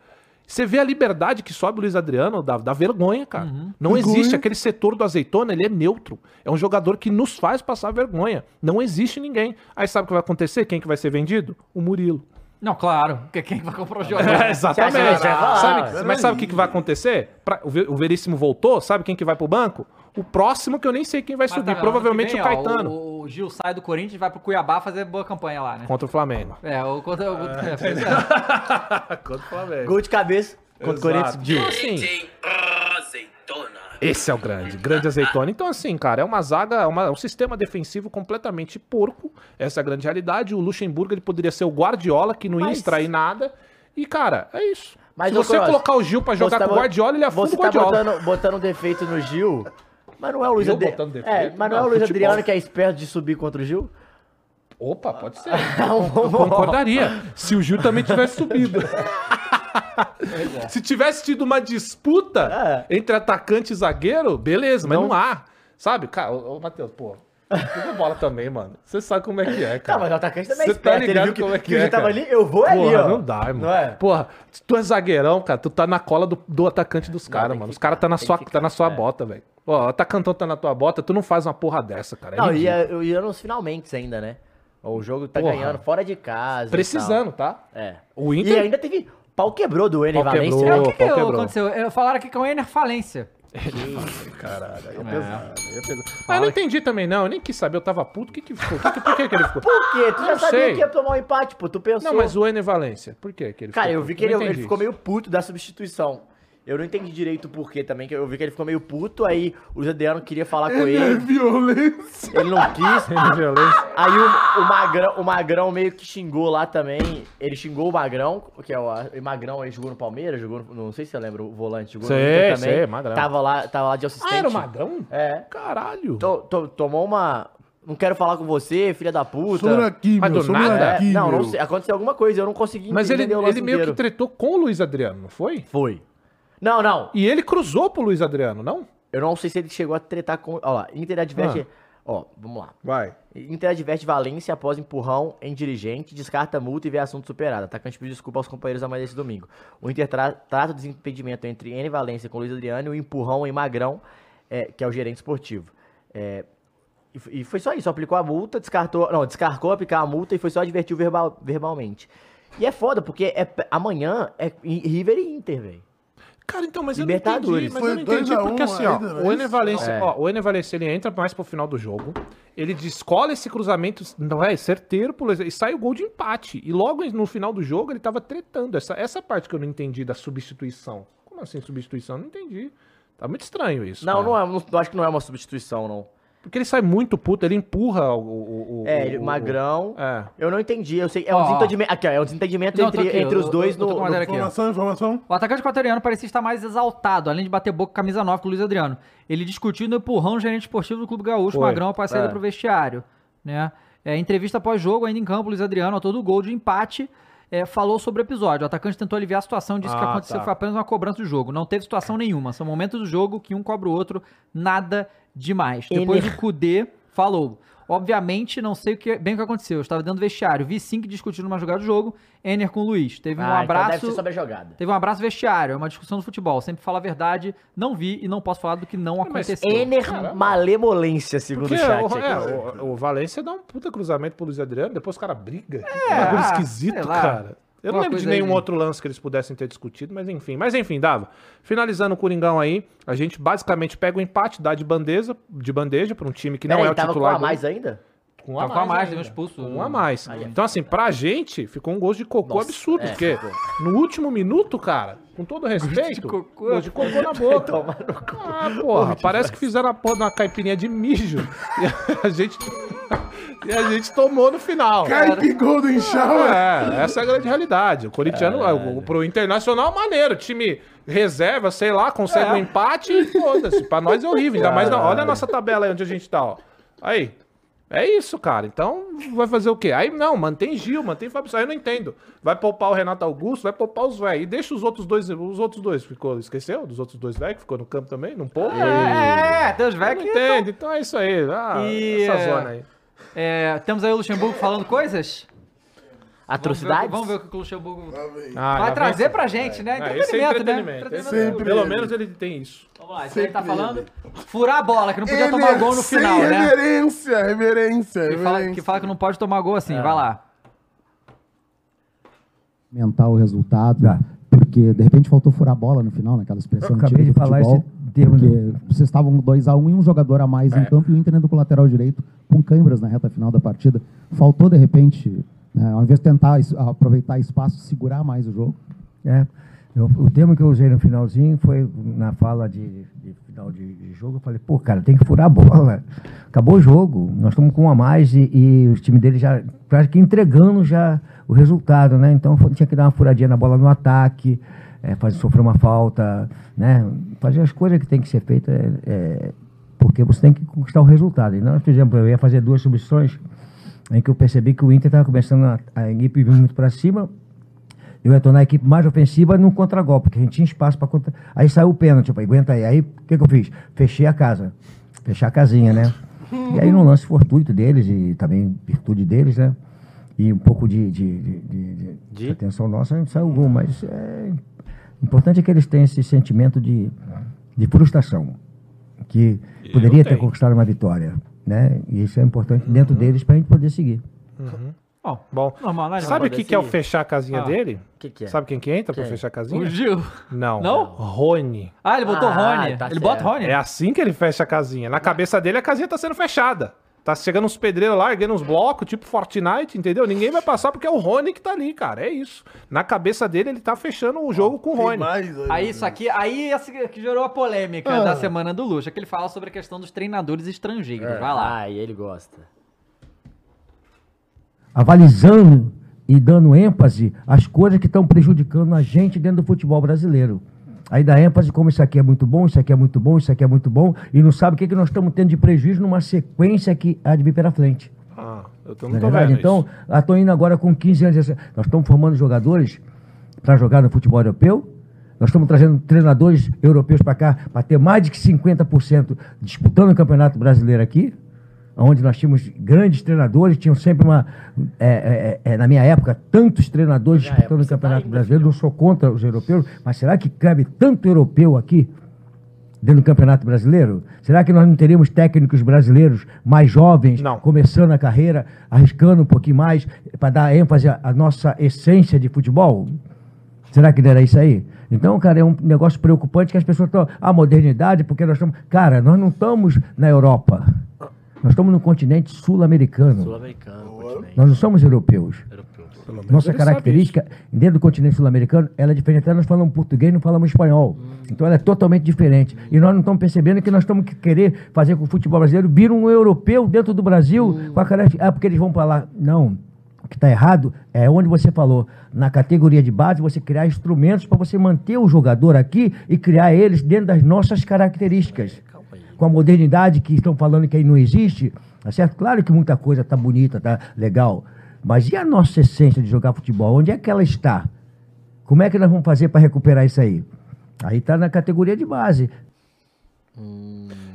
Você vê a liberdade que sobe o Luiz Adriano, dá, dá vergonha, cara. Não existe aquele setor do azeitona, ele é neutro. É um jogador que nos faz passar vergonha. Não existe ninguém. Aí sabe o que vai acontecer? Quem que vai ser vendido? O Murilo. Não, claro. Porque quem vai comprar o jogo? É, Você acha exatamente. que vai falar, Sabe- ué? mas sabe o que, que vai acontecer? Pra- o, Ve- o Veríssimo voltou, sabe quem que vai pro banco? O próximo que eu nem sei quem vai Mas tá, subir, ano provavelmente que vem, o ó, Caetano. o, o Gil sai do Corinthians e vai pro Cuiabá fazer boa campanha lá, né? Contra o Flamengo. É, o contra Ah, o- é, pois é. Contra o Flamengo. Gol de cabeça contra o Corinthians. Gil. Então, assim, esse é o grande, grande azeitona. Então, assim, cara, é uma zaga, é uma- um sistema defensivo completamente porco. Essa é a grande realidade. O Luxemburgo ele poderia ser o Guardiola, que não ia Mas- extrair nada. E, cara, é isso. Mas, Se ô, você Cross, colocar o Gil pra jogar Você tá com o bot- Guardiola, ele afunda Você o tá Guardiola. botando, botando um defeito no Gil. Mas não é o Luiz Eu Adriano. botando defeito? É, mas não é o Não, Luiz futebol. Adriano que é esperto de subir contra o Gil? Ah, Opa, pode ser. Não, Eu concordaria. Se o Gil também tivesse É subido. Se tivesse tido uma disputa É. entre atacante e zagueiro, beleza, mas não, há. Sabe, cara, ô, ô Matheus, pô, joga bola também, mano. Você sabe como é que é, Tá, cara. mas o atacante também é Você tá esperto. ele ligado viu que, como é que que o é, Gil tava cara. ali, eu vou ali, Porra, ó. não dá, irmão. Não é? Porra, se tu é zagueirão, cara, tu tá na cola do, do atacante dos caras, tem mano. que Os caras tá na ficar, sua, tem que tá na ficar, sua é. bota, velho. Ó, o atacantão tá na tua bota, tu não faz uma porra dessa, cara. É Não, ridículo. ia, eu ia nos finalmente ainda, né? O jogo tá Porra. ganhando fora de casa. e Precisando, tá? tal. É. O Inter. E ainda teve. Pau quebrou do Enem Pau Valência. quebrou. É, né? o que, que pau quebrou. aconteceu? Eu, falaram aqui que é o Ener falência. Caralho, aí é pesado, aí é pesado. Mas eu não entendi também, não. Eu nem quis saber, eu tava puto. O que que ficou? O que que- por que que ele ficou? Por quê? Tu já Não sabia sei. que ia tomar um empate, pô. Tu pensou. Não, mas o Ener Valência, por que que ele Cara, ficou eu vi puto? que ele, é um- não ele entendi ficou isso. meio puto da substituição. Eu não entendi direito o porquê também, que eu vi que ele ficou meio puto, aí o Zedeano queria falar com É ele, violência. ele não quis. é Violência. Aí o, o Magrão, o Magrão meio que xingou lá também. Ele xingou o Magrão, que é o, o Magrão, ele jogou no Palmeiras, jogou no, não sei se você lembra, o volante jogou no Sei, Inter sei, Magrão. Tava lá, tava lá de assistente. Ah, era o Magrão? É. Caralho. To- to- tomou uma não quero falar com você, filha da puta. Sou aqui, Mas meu. do Sou nada, É, aqui, não, não meu. sei, aconteceu alguma coisa, eu não consegui mas ele, entender o lance ele meio que inteiro. tretou com o Luiz Adriano, não foi? Foi. Não, não, E ele cruzou pro Luiz Adriano, não? Eu não sei se ele chegou a tretar com. Ó lá, Inter adverte. Ó, vamos lá. Ah. Vai. Inter adverte Valência após empurrão em dirigente, descarta multa e vê assunto superado. Atacante pediu desculpa aos companheiros da manhã desse domingo. O Inter tra- trata o desentendimento entre N Valência com Luiz Adriano e o empurrão em Magrão, é, que é o gerente esportivo. É, e f- e foi só isso, aplicou a multa, descartou. Não, descartou aplicar a multa e foi só advertiu verbal, verbalmente. E é foda, porque é, p- amanhã é I- River e Inter, velho. Cara, então, mas Libertadores. eu não entendi. Mas Foi eu não entendi 2x1 porque assim, ó, ainda, não é o Ener isso? Valencia, um É. ó, o Ener Valencia, ele entra mais pro final do jogo, ele descola esse cruzamento, não é certeiro, pro Luiz- e sai o gol de empate. E logo no final do jogo ele tava tretando. Essa, essa parte que eu não entendi da substituição. Como assim substituição? Não entendi. Tá muito estranho isso. Não, cara. não é, não, eu acho que não é uma substituição, não. Porque ele sai muito puto, ele empurra o. o, o- É, ele, o- Magrão. É. Eu não entendi. Eu sei, é Ó, um ó. desentendimento. Aqui, ó, é um desentendimento Não, tô entre, aqui, entre eu- os dois eu- eu tô no. com uma no- matéria aqui, ó. Informação, informação. O atacante equatoriano parecia estar mais exaltado, além de bater boca com camisa nova com o Luiz Adriano. Ele discutiu no empurrão o gerente esportivo do Clube Gaúcho, Foi, Magrão, após a saída é. pro vestiário. Né? É, entrevista após jogo, ainda em campo, Luiz Adriano, autor do gol de empate, é, falou sobre o episódio. O atacante tentou aliviar a situação, disse que Ah, aconteceu tá. foi apenas uma cobrança do jogo. Não teve situação nenhuma, são momentos do jogo que um cobra o outro, nada demais. Depois o Kudê falou... Obviamente, não sei o que, bem o que aconteceu. Eu estava dentro do vestiário. Vi Sink discutindo uma jogada do jogo. Enner com o Luiz. Teve um Ah, então abraço. deve ser sobre a jogada. Teve um abraço vestiário, é uma discussão do futebol. Sempre fala a verdade, não vi e não posso falar do que não Mas aconteceu. Ener Malemolência, segundo Porque o chat. o, aqui. é, o- o Valência dá um puta cruzamento pro Luiz Adriano, depois o cara briga. que É, bagulho ah, sei esquisito, lá. cara. Eu não Uma lembro de coisa aí, nenhum né? outro lance que eles pudessem ter discutido, mas enfim. Mas enfim, Dava. Finalizando o Coringão aí, a gente basicamente pega o empate, dá de bandeja, de bandeja pra um time que não Peraí, é o tava com titular. um a do- mais ainda? Com Tava com a mais, ainda. teve um expulso. Com um a mais. Então, assim, pra gente, ficou um gosto de cocô é Nossa, absurdo. é, porque no último minuto, cara, com todo respeito, gosto de cocô. cocô, na boca. ah, porra, parece que fizeram a porra na caipirinha de mijo. E a gente... E a gente tomou no final. Cai que Golden Shower. É, essa é a grande realidade. O corintiano, É, o- pro internacional, maneiro. Time reserva, sei lá, consegue um empate e foda-se. Pra nós é horrível. Ainda mais, na, olha a nossa tabela aí onde a gente tá, ó. Aí. É isso, cara. Então, vai fazer o quê? Aí, não, mantém Gil, mantém Fábio Sá, eu não entendo. Vai poupar o Renato Augusto, vai poupar os velhos. E deixa os outros dois, os outros dois. Ficou, esqueceu? Dos outros dois velhos que ficou no campo também? Não poupa? É, é, Deus Eu vai não que. entendo. Então é isso aí. Ah, E, essa é, zona aí. É, temos aí o Luxemburgo falando coisas? Vamos ver o que- Atrocidades? Vamos ver o que o Luxemburgo Ah, vai já trazer vem- pra gente, né? Ah, esse é entretenimento. Entretenimento. Esse é- Sempre Pelo ele. menos ele tem isso. Vamos lá, isso aí ele tá Sempre falando. ele. Furar a bola, que não podia tomar Ener, gol no é sem final, né? reverência, reverência, Que fala, que reverência. fala que não pode tomar gol assim, É. vai lá. aumentar o resultado, porque de repente faltou furar a bola no final, naquela expressão Tá. Eu acabei antiga de do falar futebol, esse né? É. termo, porque vocês estavam 2 a 1 um, e um jogador a mais em campo e o Inter indo com o lateral direito com câimbras na reta final da partida. Faltou de repente, né, ao invés de tentar es- aproveitar espaço, segurar mais o jogo. É. Eu- o termo que eu usei no finalzinho foi na fala de, de final de, de jogo. Eu falei, pô, cara, tem que furar a bola. Acabou o jogo. Nós estamos com um a mais e, e o time dele já, parece que entregando já o resultado, né? Então foi- tinha que dar uma furadinha na bola no ataque, é, fazer, sofrer uma falta, né? Fazer as coisas que tem que ser feita, é, é, porque você tem que conquistar o resultado. E nós fizemos, eu ia fazer duas substituições em que eu percebi que o Inter estava começando a, a equipe vir muito para cima eu ia tornar a equipe mais ofensiva num contragolpe, porque a gente tinha espaço para contra. Aí saiu o pênalti, eu falei, aguenta aí. Aí o que, que eu fiz? Fechei a casa. Fechar a casinha, né? E aí num lance fortuito deles, e também virtude deles, né? E um pouco de, de, de, de- de- de atenção nossa, saiu o gol. Mas é importante é que eles tenham esse sentimento de, de frustração, que poderia ter tenho. conquistado uma vitória. Né? E isso é importante dentro deles para a gente poder seguir. Bom, Uhum. Bom, normal, né? sabe o que, que é o Sim. fechar a casinha Ah. dele? Que que é? Sabe quem que entra pra Quem? fechar a João? casinha? o Gil? Não. Não? Rony. Ah, ele botou Ah, Rony. tá ele bota certo. Rony? É assim que ele fecha a casinha. Na cabeça dele, a casinha tá sendo fechada. Tá chegando uns pedreiros lá, erguendo uns blocos, tipo Fortnite, entendeu? Ninguém vai passar porque é o Rony que tá ali, cara. É isso. Na cabeça dele, ele tá fechando o jogo com o Tem Rony. mais aí. Aí né? isso aqui, aí é essa que que gerou a polêmica da Ah. semana do Luxo, é que ele fala sobre a questão dos treinadores estrangeiros. É. Vai lá. Ah, e ele gosta. avalizando e dando ênfase às coisas que estão prejudicando a gente dentro do futebol brasileiro. Aí dá ênfase como isso aqui é muito bom, isso aqui é muito bom, isso aqui é muito bom, e não sabe o que, que nós estamos tendo de prejuízo numa sequência que há de vir pela frente. Ah, eu tô, Não não é tô verdade? vendo Então, estou indo agora com 15 anos. 16. Nós estamos formando jogadores para jogar no futebol europeu. Nós estamos trazendo treinadores europeus para cá para ter mais de 50% disputando o Campeonato Brasileiro aqui, onde nós tínhamos grandes treinadores, tinham sempre uma. é, é, é, na minha época, tantos treinadores Na minha disputando época, o você tá Campeonato ainda, Brasileiro. Não sou contra os europeus, mas será que cabe tanto europeu aqui? dentro do Campeonato Brasileiro? Será que nós não teríamos técnicos brasileiros mais jovens, Não. começando a carreira, arriscando um pouquinho mais, para dar ênfase à à nossa essência de futebol? Será que não era isso aí? Então, cara, é um negócio preocupante que as pessoas estão. A modernidade, porque nós estamos. Cara, nós não estamos na Europa. Nós estamos no continente sul-americano. Sul-americano, continente. Nós não somos europeus. europeu. Nossa ele sabe característica dentro do continente sul-americano, ela é diferente. Nós falamos português, não falamos espanhol. Hum. Então ela é totalmente diferente. E nós não estamos percebendo que nós estamos que querer fazer com o futebol brasileiro vir um europeu dentro do Brasil Hum. com a característica. Ah, porque eles vão para lá. Não. O que está errado é onde você falou. Na categoria de base, você criar instrumentos para você manter o jogador aqui e criar eles dentro das nossas características com a modernidade que estão falando que aí não existe, tá certo? Claro que muita coisa tá bonita, tá legal, mas e a nossa essência de jogar futebol? Onde é que ela está? Como é que nós vamos fazer para recuperar isso aí? Aí tá na categoria de base.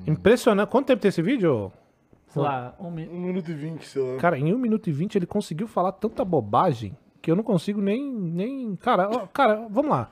Impressionante. Quanto tempo tem esse vídeo? sei lá, um minuto. Um minuto e vinte, sei lá. Cara, em 1 minuto e 20 ele conseguiu falar tanta bobagem que eu não consigo nem. nem... Cara, ó, cara, vamos lá.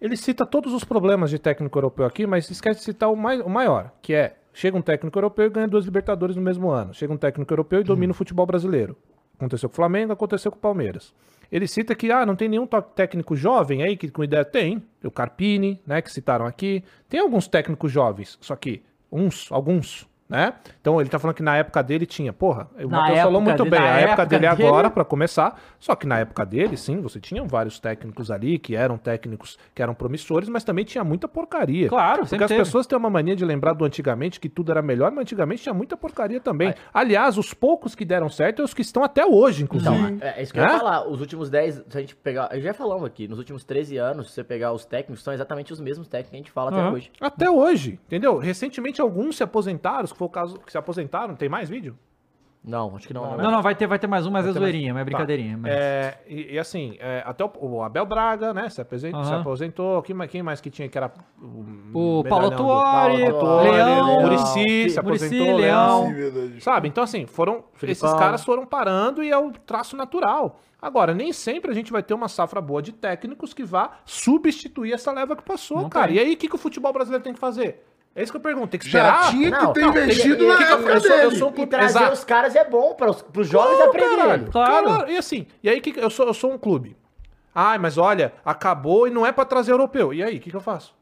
Ele cita todos os problemas de técnico europeu aqui, mas esquece de citar o, mai o maior, que é chega um técnico europeu e ganha duas Libertadores no mesmo ano. Chega um técnico europeu e Hum. domina o futebol brasileiro. Aconteceu com o Flamengo, aconteceu com o Palmeiras. Ele cita que, ah, não tem nenhum to- técnico jovem aí que com ideia tem. O Carpini, né, que citaram aqui. Tem alguns técnicos jovens, só que uns, alguns, né? Então ele tá falando que na época dele tinha, porra, o Na Matheus época falou muito de- bem, na a época, época dele é dele- agora, pra começar. Só que na época dele, sim, você tinha vários técnicos ali que eram técnicos que eram promissores, mas também tinha muita porcaria. Claro, Porque sempre as teve. pessoas têm uma mania de lembrar do antigamente que tudo era melhor, mas antigamente tinha muita porcaria também. Aliás, os poucos que deram certo é os que estão até hoje, inclusive. É, é isso que eu ia Hã? falar. Os últimos 10, se a gente pegar. Eu já falamos aqui, nos últimos 13 anos, se você pegar os técnicos, são exatamente os mesmos técnicos que a gente fala até Aham. hoje. Até hoje, entendeu? Recentemente alguns se aposentaram, que foi o caso que se aposentaram, tem mais vídeo? Não, acho que não. né? Não, não, vai ter, vai ter mais um, mas é ter mais- zoeirinha, mas é Tá. brincadeirinha. Mas... É, e, e assim, é, até o, o Abel Braga, né, se, apresen- Aham. se aposentou, quem, mais- quem mais que tinha que era... O Paulo medalhão do- Tuori, Paulo Tuori, Leão, Muricy, se Muricy, aposentou, Leão. Leão. Sim, verdade. Sabe? Então, assim, foram. Esses Filipão. caras foram parando e é o traço natural. Agora, nem sempre a gente vai ter uma safra boa de técnicos que vá substituir essa leva que passou, Não cara. tem. E aí, o que, que o futebol brasileiro tem que fazer? É isso que eu pergunto. Tem que esperar. Já tinha Não, que ter não, investido tem- na tem que- época eu sou- eu dele. sou- E trazer Exato. os caras é bom para os pros jovens aprenderem. Caralho, Claro. caralho. E assim, e aí, que, que- eu, sou, eu sou um clube. Ai, mas olha, acabou e não é pra trazer europeu. E aí, o que, que eu faço?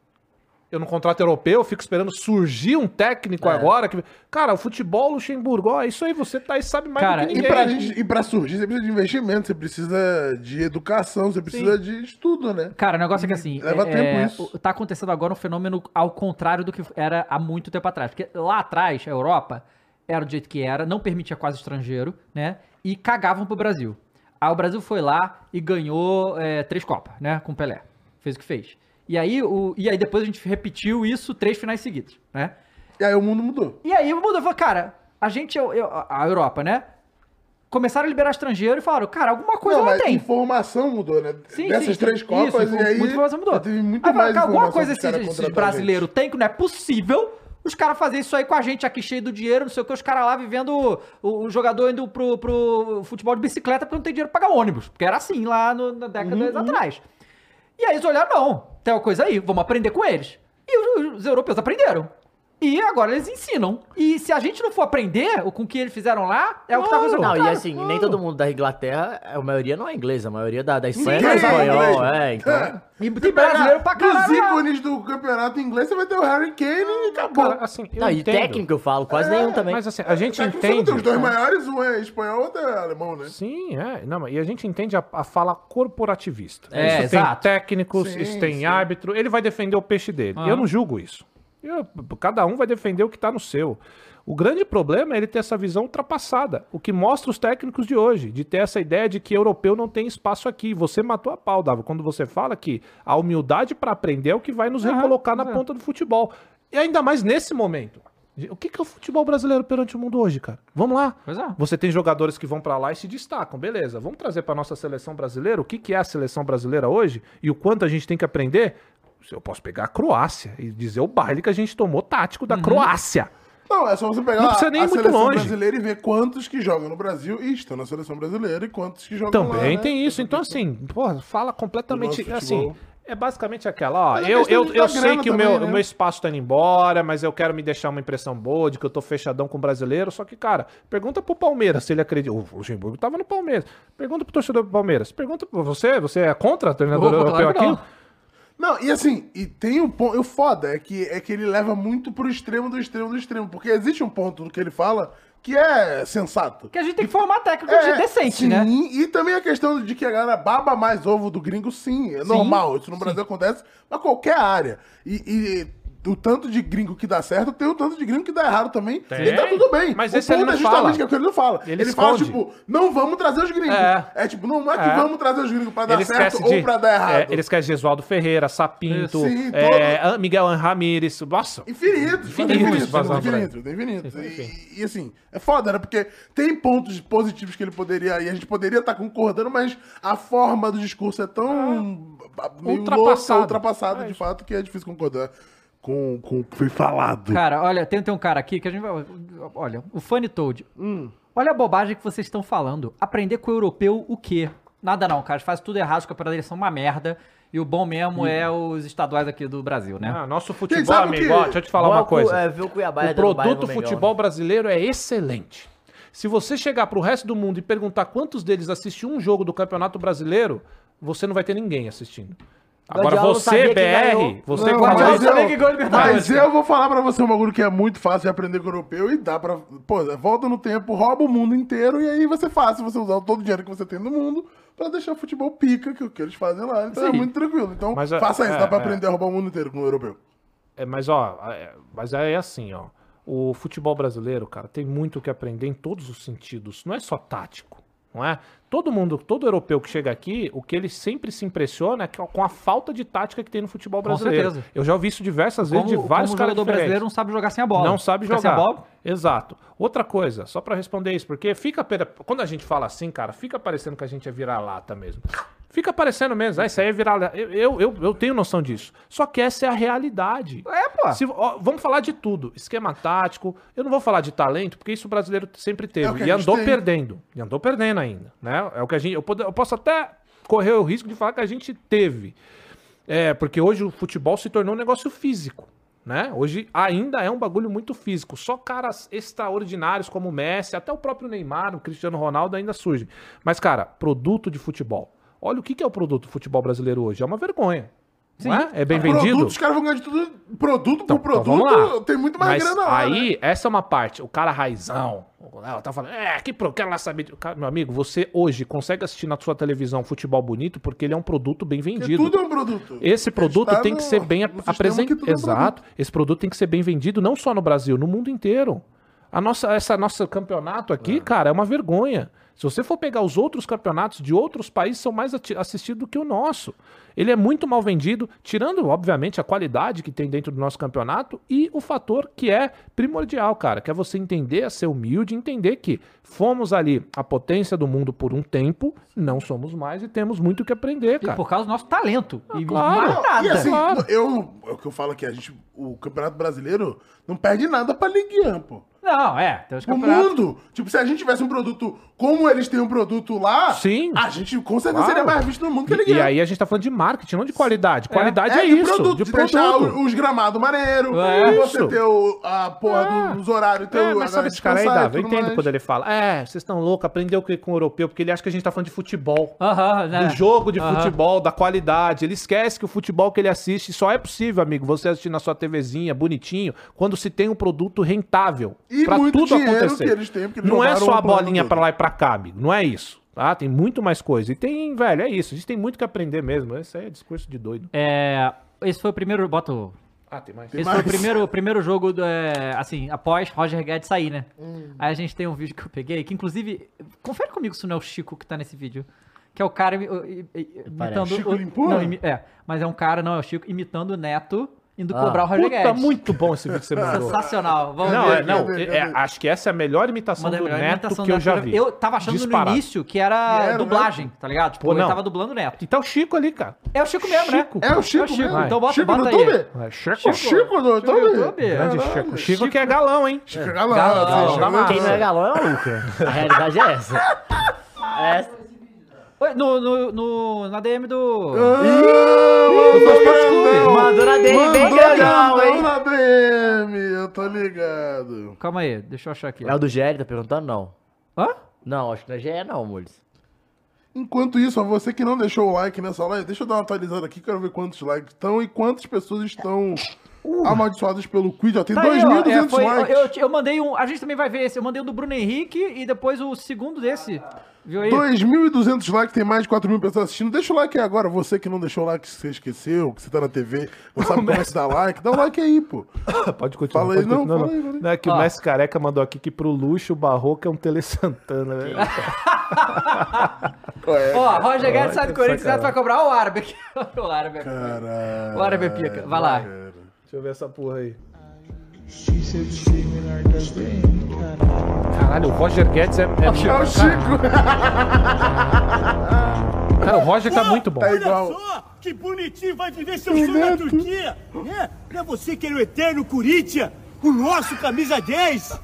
Eu não contrato europeu, eu fico esperando surgir um É. técnico agora. Que... Cara, o futebol Luxemburgo, ó, isso aí você tá e sabe mais Cara, do que E ninguém. pra, gente, e pra surgir, você precisa de investimento, você precisa de educação, você precisa de estudo, né? Cara, o negócio é que assim. Leva é- tempo é, isso. o- Tá acontecendo agora um fenômeno ao contrário do que era há muito tempo atrás. Porque lá atrás, a Europa era do jeito que era, não permitia quase estrangeiro, né? E cagavam pro Brasil. Aí o Brasil foi lá e ganhou é, três Copas, né? Com o Pelé. Fez o que fez. E aí, o, e aí depois a gente repetiu isso três finais seguidos, né? E aí o mundo mudou. E aí mudou, falou, cara, a gente, eu- eu- a Europa, né? Começaram a liberar estrangeiro e falaram, cara, alguma coisa não, ela mas tem. informação mudou, né? Sim, Dessas sim, três sim. copas, Isso, e aí. Muita informação mudou. Teve muito Aí fala, mais cara, alguma informação coisa dos caras esse, esse contratar a brasileiro tem que não é possível. Os caras fazerem isso aí com a gente aqui cheio do dinheiro, não sei o que, os caras lá vivendo o, o jogador indo pro, pro futebol de bicicleta porque não tem dinheiro pra pagar ônibus. Porque era assim lá no- na década Uhum. atrás. E aí eles olharam, não, tem uma coisa aí, vamos aprender com eles. E os, os europeus aprenderam. E agora eles ensinam. E se a gente não for aprender o- com o que eles fizeram lá, é o que tá acontecendo. Não, e Claro, assim, claro. nem todo mundo da Inglaterra, a maioria não é inglês, a maioria da, da Espanha Ninguém não é é espanhol, inglês. é, então. É. E tem brasileiro pra Dos caralho. lá. ícones do campeonato inglês, você vai ter o Harry Kane e acabou. Cara, assim, eu Tá, Não, e entendo. técnico eu falo, quase nenhum também. Mas assim, a gente Tá Só É que você não entende. tem Os dois maiores, um é espanhol, outro é alemão, né? Sim, é. Não, mas- e a gente entende a, a fala corporativista. É, isso exato. tem técnicos, Sim, isso tem sim. árbitro. Ele vai defender o peixe dele. Aham. Eu não julgo isso. Eu- cada um vai defender o que tá no seu. O grande problema é ele ter essa visão ultrapassada, o que mostra os técnicos de hoje, de ter essa ideia de que europeu não tem espaço aqui. Você matou a pau, Dava, quando você fala que a humildade para aprender é o que vai nos Aham, recolocar na é. ponta do futebol. E ainda mais nesse momento. O que que é o futebol brasileiro perante o mundo hoje, cara? Vamos lá. Pois é. Você tem jogadores que vão pra lá e se destacam, beleza. Vamos trazer pra nossa seleção brasileira o que, que é a seleção brasileira hoje e o quanto a gente tem que aprender. Eu posso pegar a Croácia e dizer o baile que a gente tomou tático Uhum. da Croácia. Não, é só você pegar Não precisa nem a ir muito seleção longe. brasileira e ver quantos que jogam no Brasil e estão na seleção brasileira e quantos que jogam lá, Também né? tem isso. Então, assim, porra, fala Do completamente nosso assim. futebol. É basicamente aquela, ó. Mas é Eu, questão eu, de eu dar sei grana que o também, meu, né? o meu espaço tá indo embora, mas eu quero me deixar uma impressão boa de que eu tô fechadão com o brasileiro. Só que, cara, pergunta pro Palmeiras se ele acredita. O Luxemburgo tava no Palmeiras. Pergunta pro torcedor do Palmeiras. Pergunta pra você, você é contra o treinador Opa, europeu claro que aqui? não. Não, e assim, e tem um ponto. O foda é que, é que ele leva muito pro extremo do extremo do extremo. Porque existe um ponto do que ele fala que é sensato. Que a gente tem que formar técnico de decente, É, sim, né? E também a questão de que a galera baba mais ovo do gringo, sim. É Sim, normal. Isso no Brasil acontece pra qualquer área. E. e o tanto de gringo que dá certo, tem o tanto de gringo que dá errado também. E tá tudo bem. Mas o esse ele não é justamente fala. que é o que ele não fala. Ele Ele, fala, esconde. tipo, não vamos trazer os gringos. É. É, tipo, não é que É. vamos trazer os gringos pra dar Ele certo esquece ou de. pra dar errado. é, ele esquece de Oswaldo Ferreira, Sapinto, Sim, é, An- Miguel Ramírez. Nossa. Infinitos, Infinitos, infinitos, vazar infinitos, infinitos, infinitos. E, e assim, é foda, né? Porque tem pontos positivos que ele poderia. E a gente poderia estar concordando, mas a forma do discurso é tão. ah, meio Ultrapassado. ultrapassada, de fato, que é difícil concordar. com, com o que foi falado. Cara, olha, tem, tem um cara aqui que a gente vai. Olha, o Funny Toad. Olha a bobagem que vocês estão falando. Aprender com o europeu o quê? Nada não, cara. Faz tudo errado, os campeonatos deles são uma merda. E o bom mesmo é os estaduais aqui do Brasil, né? Ah, nosso Quem futebol, sabe que- amigo, ó, deixa eu te falar Igual uma o coisa. Cu- é, ver o Cuiabá o é dando baile no produto Mengão, né? futebol brasileiro é excelente. Se você chegar pro resto do mundo e perguntar quantos deles assistiu um jogo do Campeonato Brasileiro, você não vai ter ninguém assistindo. Agora Guardiola não sabia você, quem BR, ganhou. você Não, que faz mas isso- sabia que ganhou a eu, Libertadores, mas eu vou falar pra você um bagulho que é muito fácil de aprender com o europeu e dá pra. Pô, volta no tempo, rouba o mundo inteiro e aí você faz, você usar todo o dinheiro que você tem no mundo pra deixar o futebol pica, que é o que eles fazem lá. Então é Sim. muito tranquilo. Então Mas, é, faça isso, é, dá pra é. aprender a roubar o mundo inteiro com o europeu. É, mas ó, é, mas é assim, ó. O futebol brasileiro, cara, tem muito o que aprender em todos os sentidos. Não é só tático, não é? Todo mundo, todo europeu que chega aqui, o que ele sempre se impressiona é que- com a falta de tática que tem no futebol Com brasileiro. certeza. Eu já ouvi isso diversas vezes Como, de vários como o caras jogador diferentes. brasileiro não sabe jogar sem a bola. Não sabe Fica jogar. Sem a bola, Exato. Outra coisa, só pra responder isso, porque fica. pera- Quando a gente fala assim, cara, fica parecendo que a gente é virar-lata mesmo. Fica parecendo mesmo, ah, isso aí é virar-lata. Eu, eu, eu, eu tenho noção disso. Só que essa é a realidade. É, pô. Se- ó, vamos falar de tudo. Esquema tático. Eu não vou falar de talento, porque isso o brasileiro sempre É o que teve. a e gente andou tem. perdendo. E andou perdendo ainda. Né? É o que a gente. Eu, pod- eu posso até correr o risco de falar que a gente teve. É, porque hoje o futebol se tornou um negócio físico. Né? Hoje ainda é um bagulho muito físico. Só caras extraordinários como o Messi, até o próprio Neymar, o Cristiano Ronaldo ainda surgem. Mas, cara, produto de futebol. Olha o que que é o produto do futebol brasileiro hoje. É uma vergonha. Não é? é bem vendido. Produto, os caras vão ganhar de tudo. Produto Então, por produto, então vamos lá. tem muito mais Mas grana lá. né? Aí, essa é uma parte. O cara raizão. Ela tá falando, é, que pro, quero lá saber. de-" Cara, meu amigo, você hoje consegue assistir na sua televisão futebol bonito porque ele é um produto bem Porque vendido. tudo é um produto. Esse produto Está tem tá no- que ser bem no sistema que apresentado. tudo é Exato. Esse produto tem que ser bem vendido, não só no Brasil, no mundo inteiro. A nossa, essa nossa campeonato aqui, cara, é uma vergonha. Se você for pegar os outros campeonatos de outros países, são mais ati- assistidos do que o nosso. Ele é muito mal vendido, tirando, obviamente, a qualidade que tem dentro do nosso campeonato e o fator que é primordial, cara, que é você entender, a ser humilde, entender que fomos ali a potência do mundo por um tempo, não somos mais e temos muito o que aprender, E cara. Ah, por causa do nosso talento. e claro. mais Não, nada. E assim, Claro. eu, é o que eu falo aqui, a gente, o Campeonato Brasileiro não perde nada pra Ligue 1, pô. Não, é. Tem os O campeonatos. mundo! Tipo, se a gente tivesse um produto como eles têm um produto lá, Sim. a gente com certeza Claro. seria mais visto no mundo que E- ele E ganha. aí a gente tá falando de marketing, não de qualidade. Qualidade é, de isso, produto, de de deixar produto. o- os gramados maneiro, É e você isso. ter o, a porra do- dos horários, ter É, o- a mas sabe galera esse cara descansar aí, e Dava? Eu tudo entendo mais. quando ele fala. É, vocês estão loucos, aprendeu que com o europeu, porque ele acha que a gente tá falando de futebol. Aham, né? Do jogo de Aham. futebol, da qualidade. Ele esquece que o futebol que ele assiste só é possível, amigo, você assistir na sua TVzinha, bonitinho, quando se tem um produto rentável. E pra muito tudo dinheiro acontecer. que eles têm, porque eles não é roubaram só o a plano bolinha todo. pra lá e pra cá, amigo. Não é isso. Tá? Tem muito mais coisa. E tem, velho, é isso. A gente tem muito que aprender mesmo. Isso aí é discurso de doido. É, esse foi o primeiro. Bota o. Ah, tem mais. Esse foi o primeiro, primeiro jogo, do, é, assim, após Roger Guedes sair, né? Hum. Aí a gente tem um vídeo que eu peguei, que inclusive, confere comigo se não é o Chico que tá nesse vídeo. Que é o cara imi- o- i- i- imitando... Chico o, Limpura? não, imi- É, mas é um cara, não, é o Chico, imitando o Neto, indo Ah. cobrar o Roger Puta, Guedes. muito bom esse vídeo que você mandou. Ah, Sensacional, vamos Não, ver. é, não cadê, é, cadê? acho que essa é a melhor imitação Uma das do melhores Neto imitações que eu da já Neto. vi. Eu tava achando Disparado. no início que era Era, né? dublagem, tá ligado? Tipo, Pô, ele não. tava dublando o Neto. E tá o Chico ali, cara. É o Chico mesmo, Chico. né? É o Chico, mesmo? Então bota, Chico bota no aí. YouTube? É, Chico. O Chico do Chico no YouTube? YouTube? Grande Chico. Chico que é galão, hein? Chico Galão, Galão, assim, da Chico- Quem não é galão é maluco. A realidade é essa. Essa- É. Oi, No, no, no- na DM do... Ah, Do Fast Food Club. Grandão. Mandou na DM bem Mandou grandão, grandão hein? na DM, eu tô ligado. Calma aí, deixa eu achar aqui. É o do GL, tá perguntando? Não. Hã? Não, acho que não é GE não, Mules. Enquanto isso, a você que não deixou o like nessa live, deixa eu dar uma atualizada aqui, quero ver quantos likes estão e quantas pessoas estão Uh. amaldiçoadas pelo Quid. Ó, tem Tá aí, ó, 2.200 é, foi- likes. Eu, eu mandei um. A gente também vai ver esse. Eu mandei um do Bruno Henrique e depois o segundo desse. Viu aí? 2.200 likes, tem mais de 4 mil pessoas assistindo. Deixa o like aí agora. Você que não deixou o like, que você esqueceu, que você tá na TV, não sabe como é que dá like, dá o like aí, pô. Pode continuar. Fala aí, pode não, continuar, fala aí, fala aí. Não, é que Ó. o Messi Careca mandou aqui que pro luxo o Barroca é um Tele Santana. né? Ó, Roger Guedes sai do que Corinthians e sacanagem. vai cobrar o árabe aqui. o árabe. Caralho. O árabe é pica. Vai lá. Deixa eu ver essa porra aí. Caralho. Caralho, o Roger Guedes é. é- É o Chico, Cara, o Roger tá muito bom. tá igual. Que bonitinho, vai viver seu sonho na Turquia. Né? Não é você que era o eterno Corinthians, o nosso camisa 10.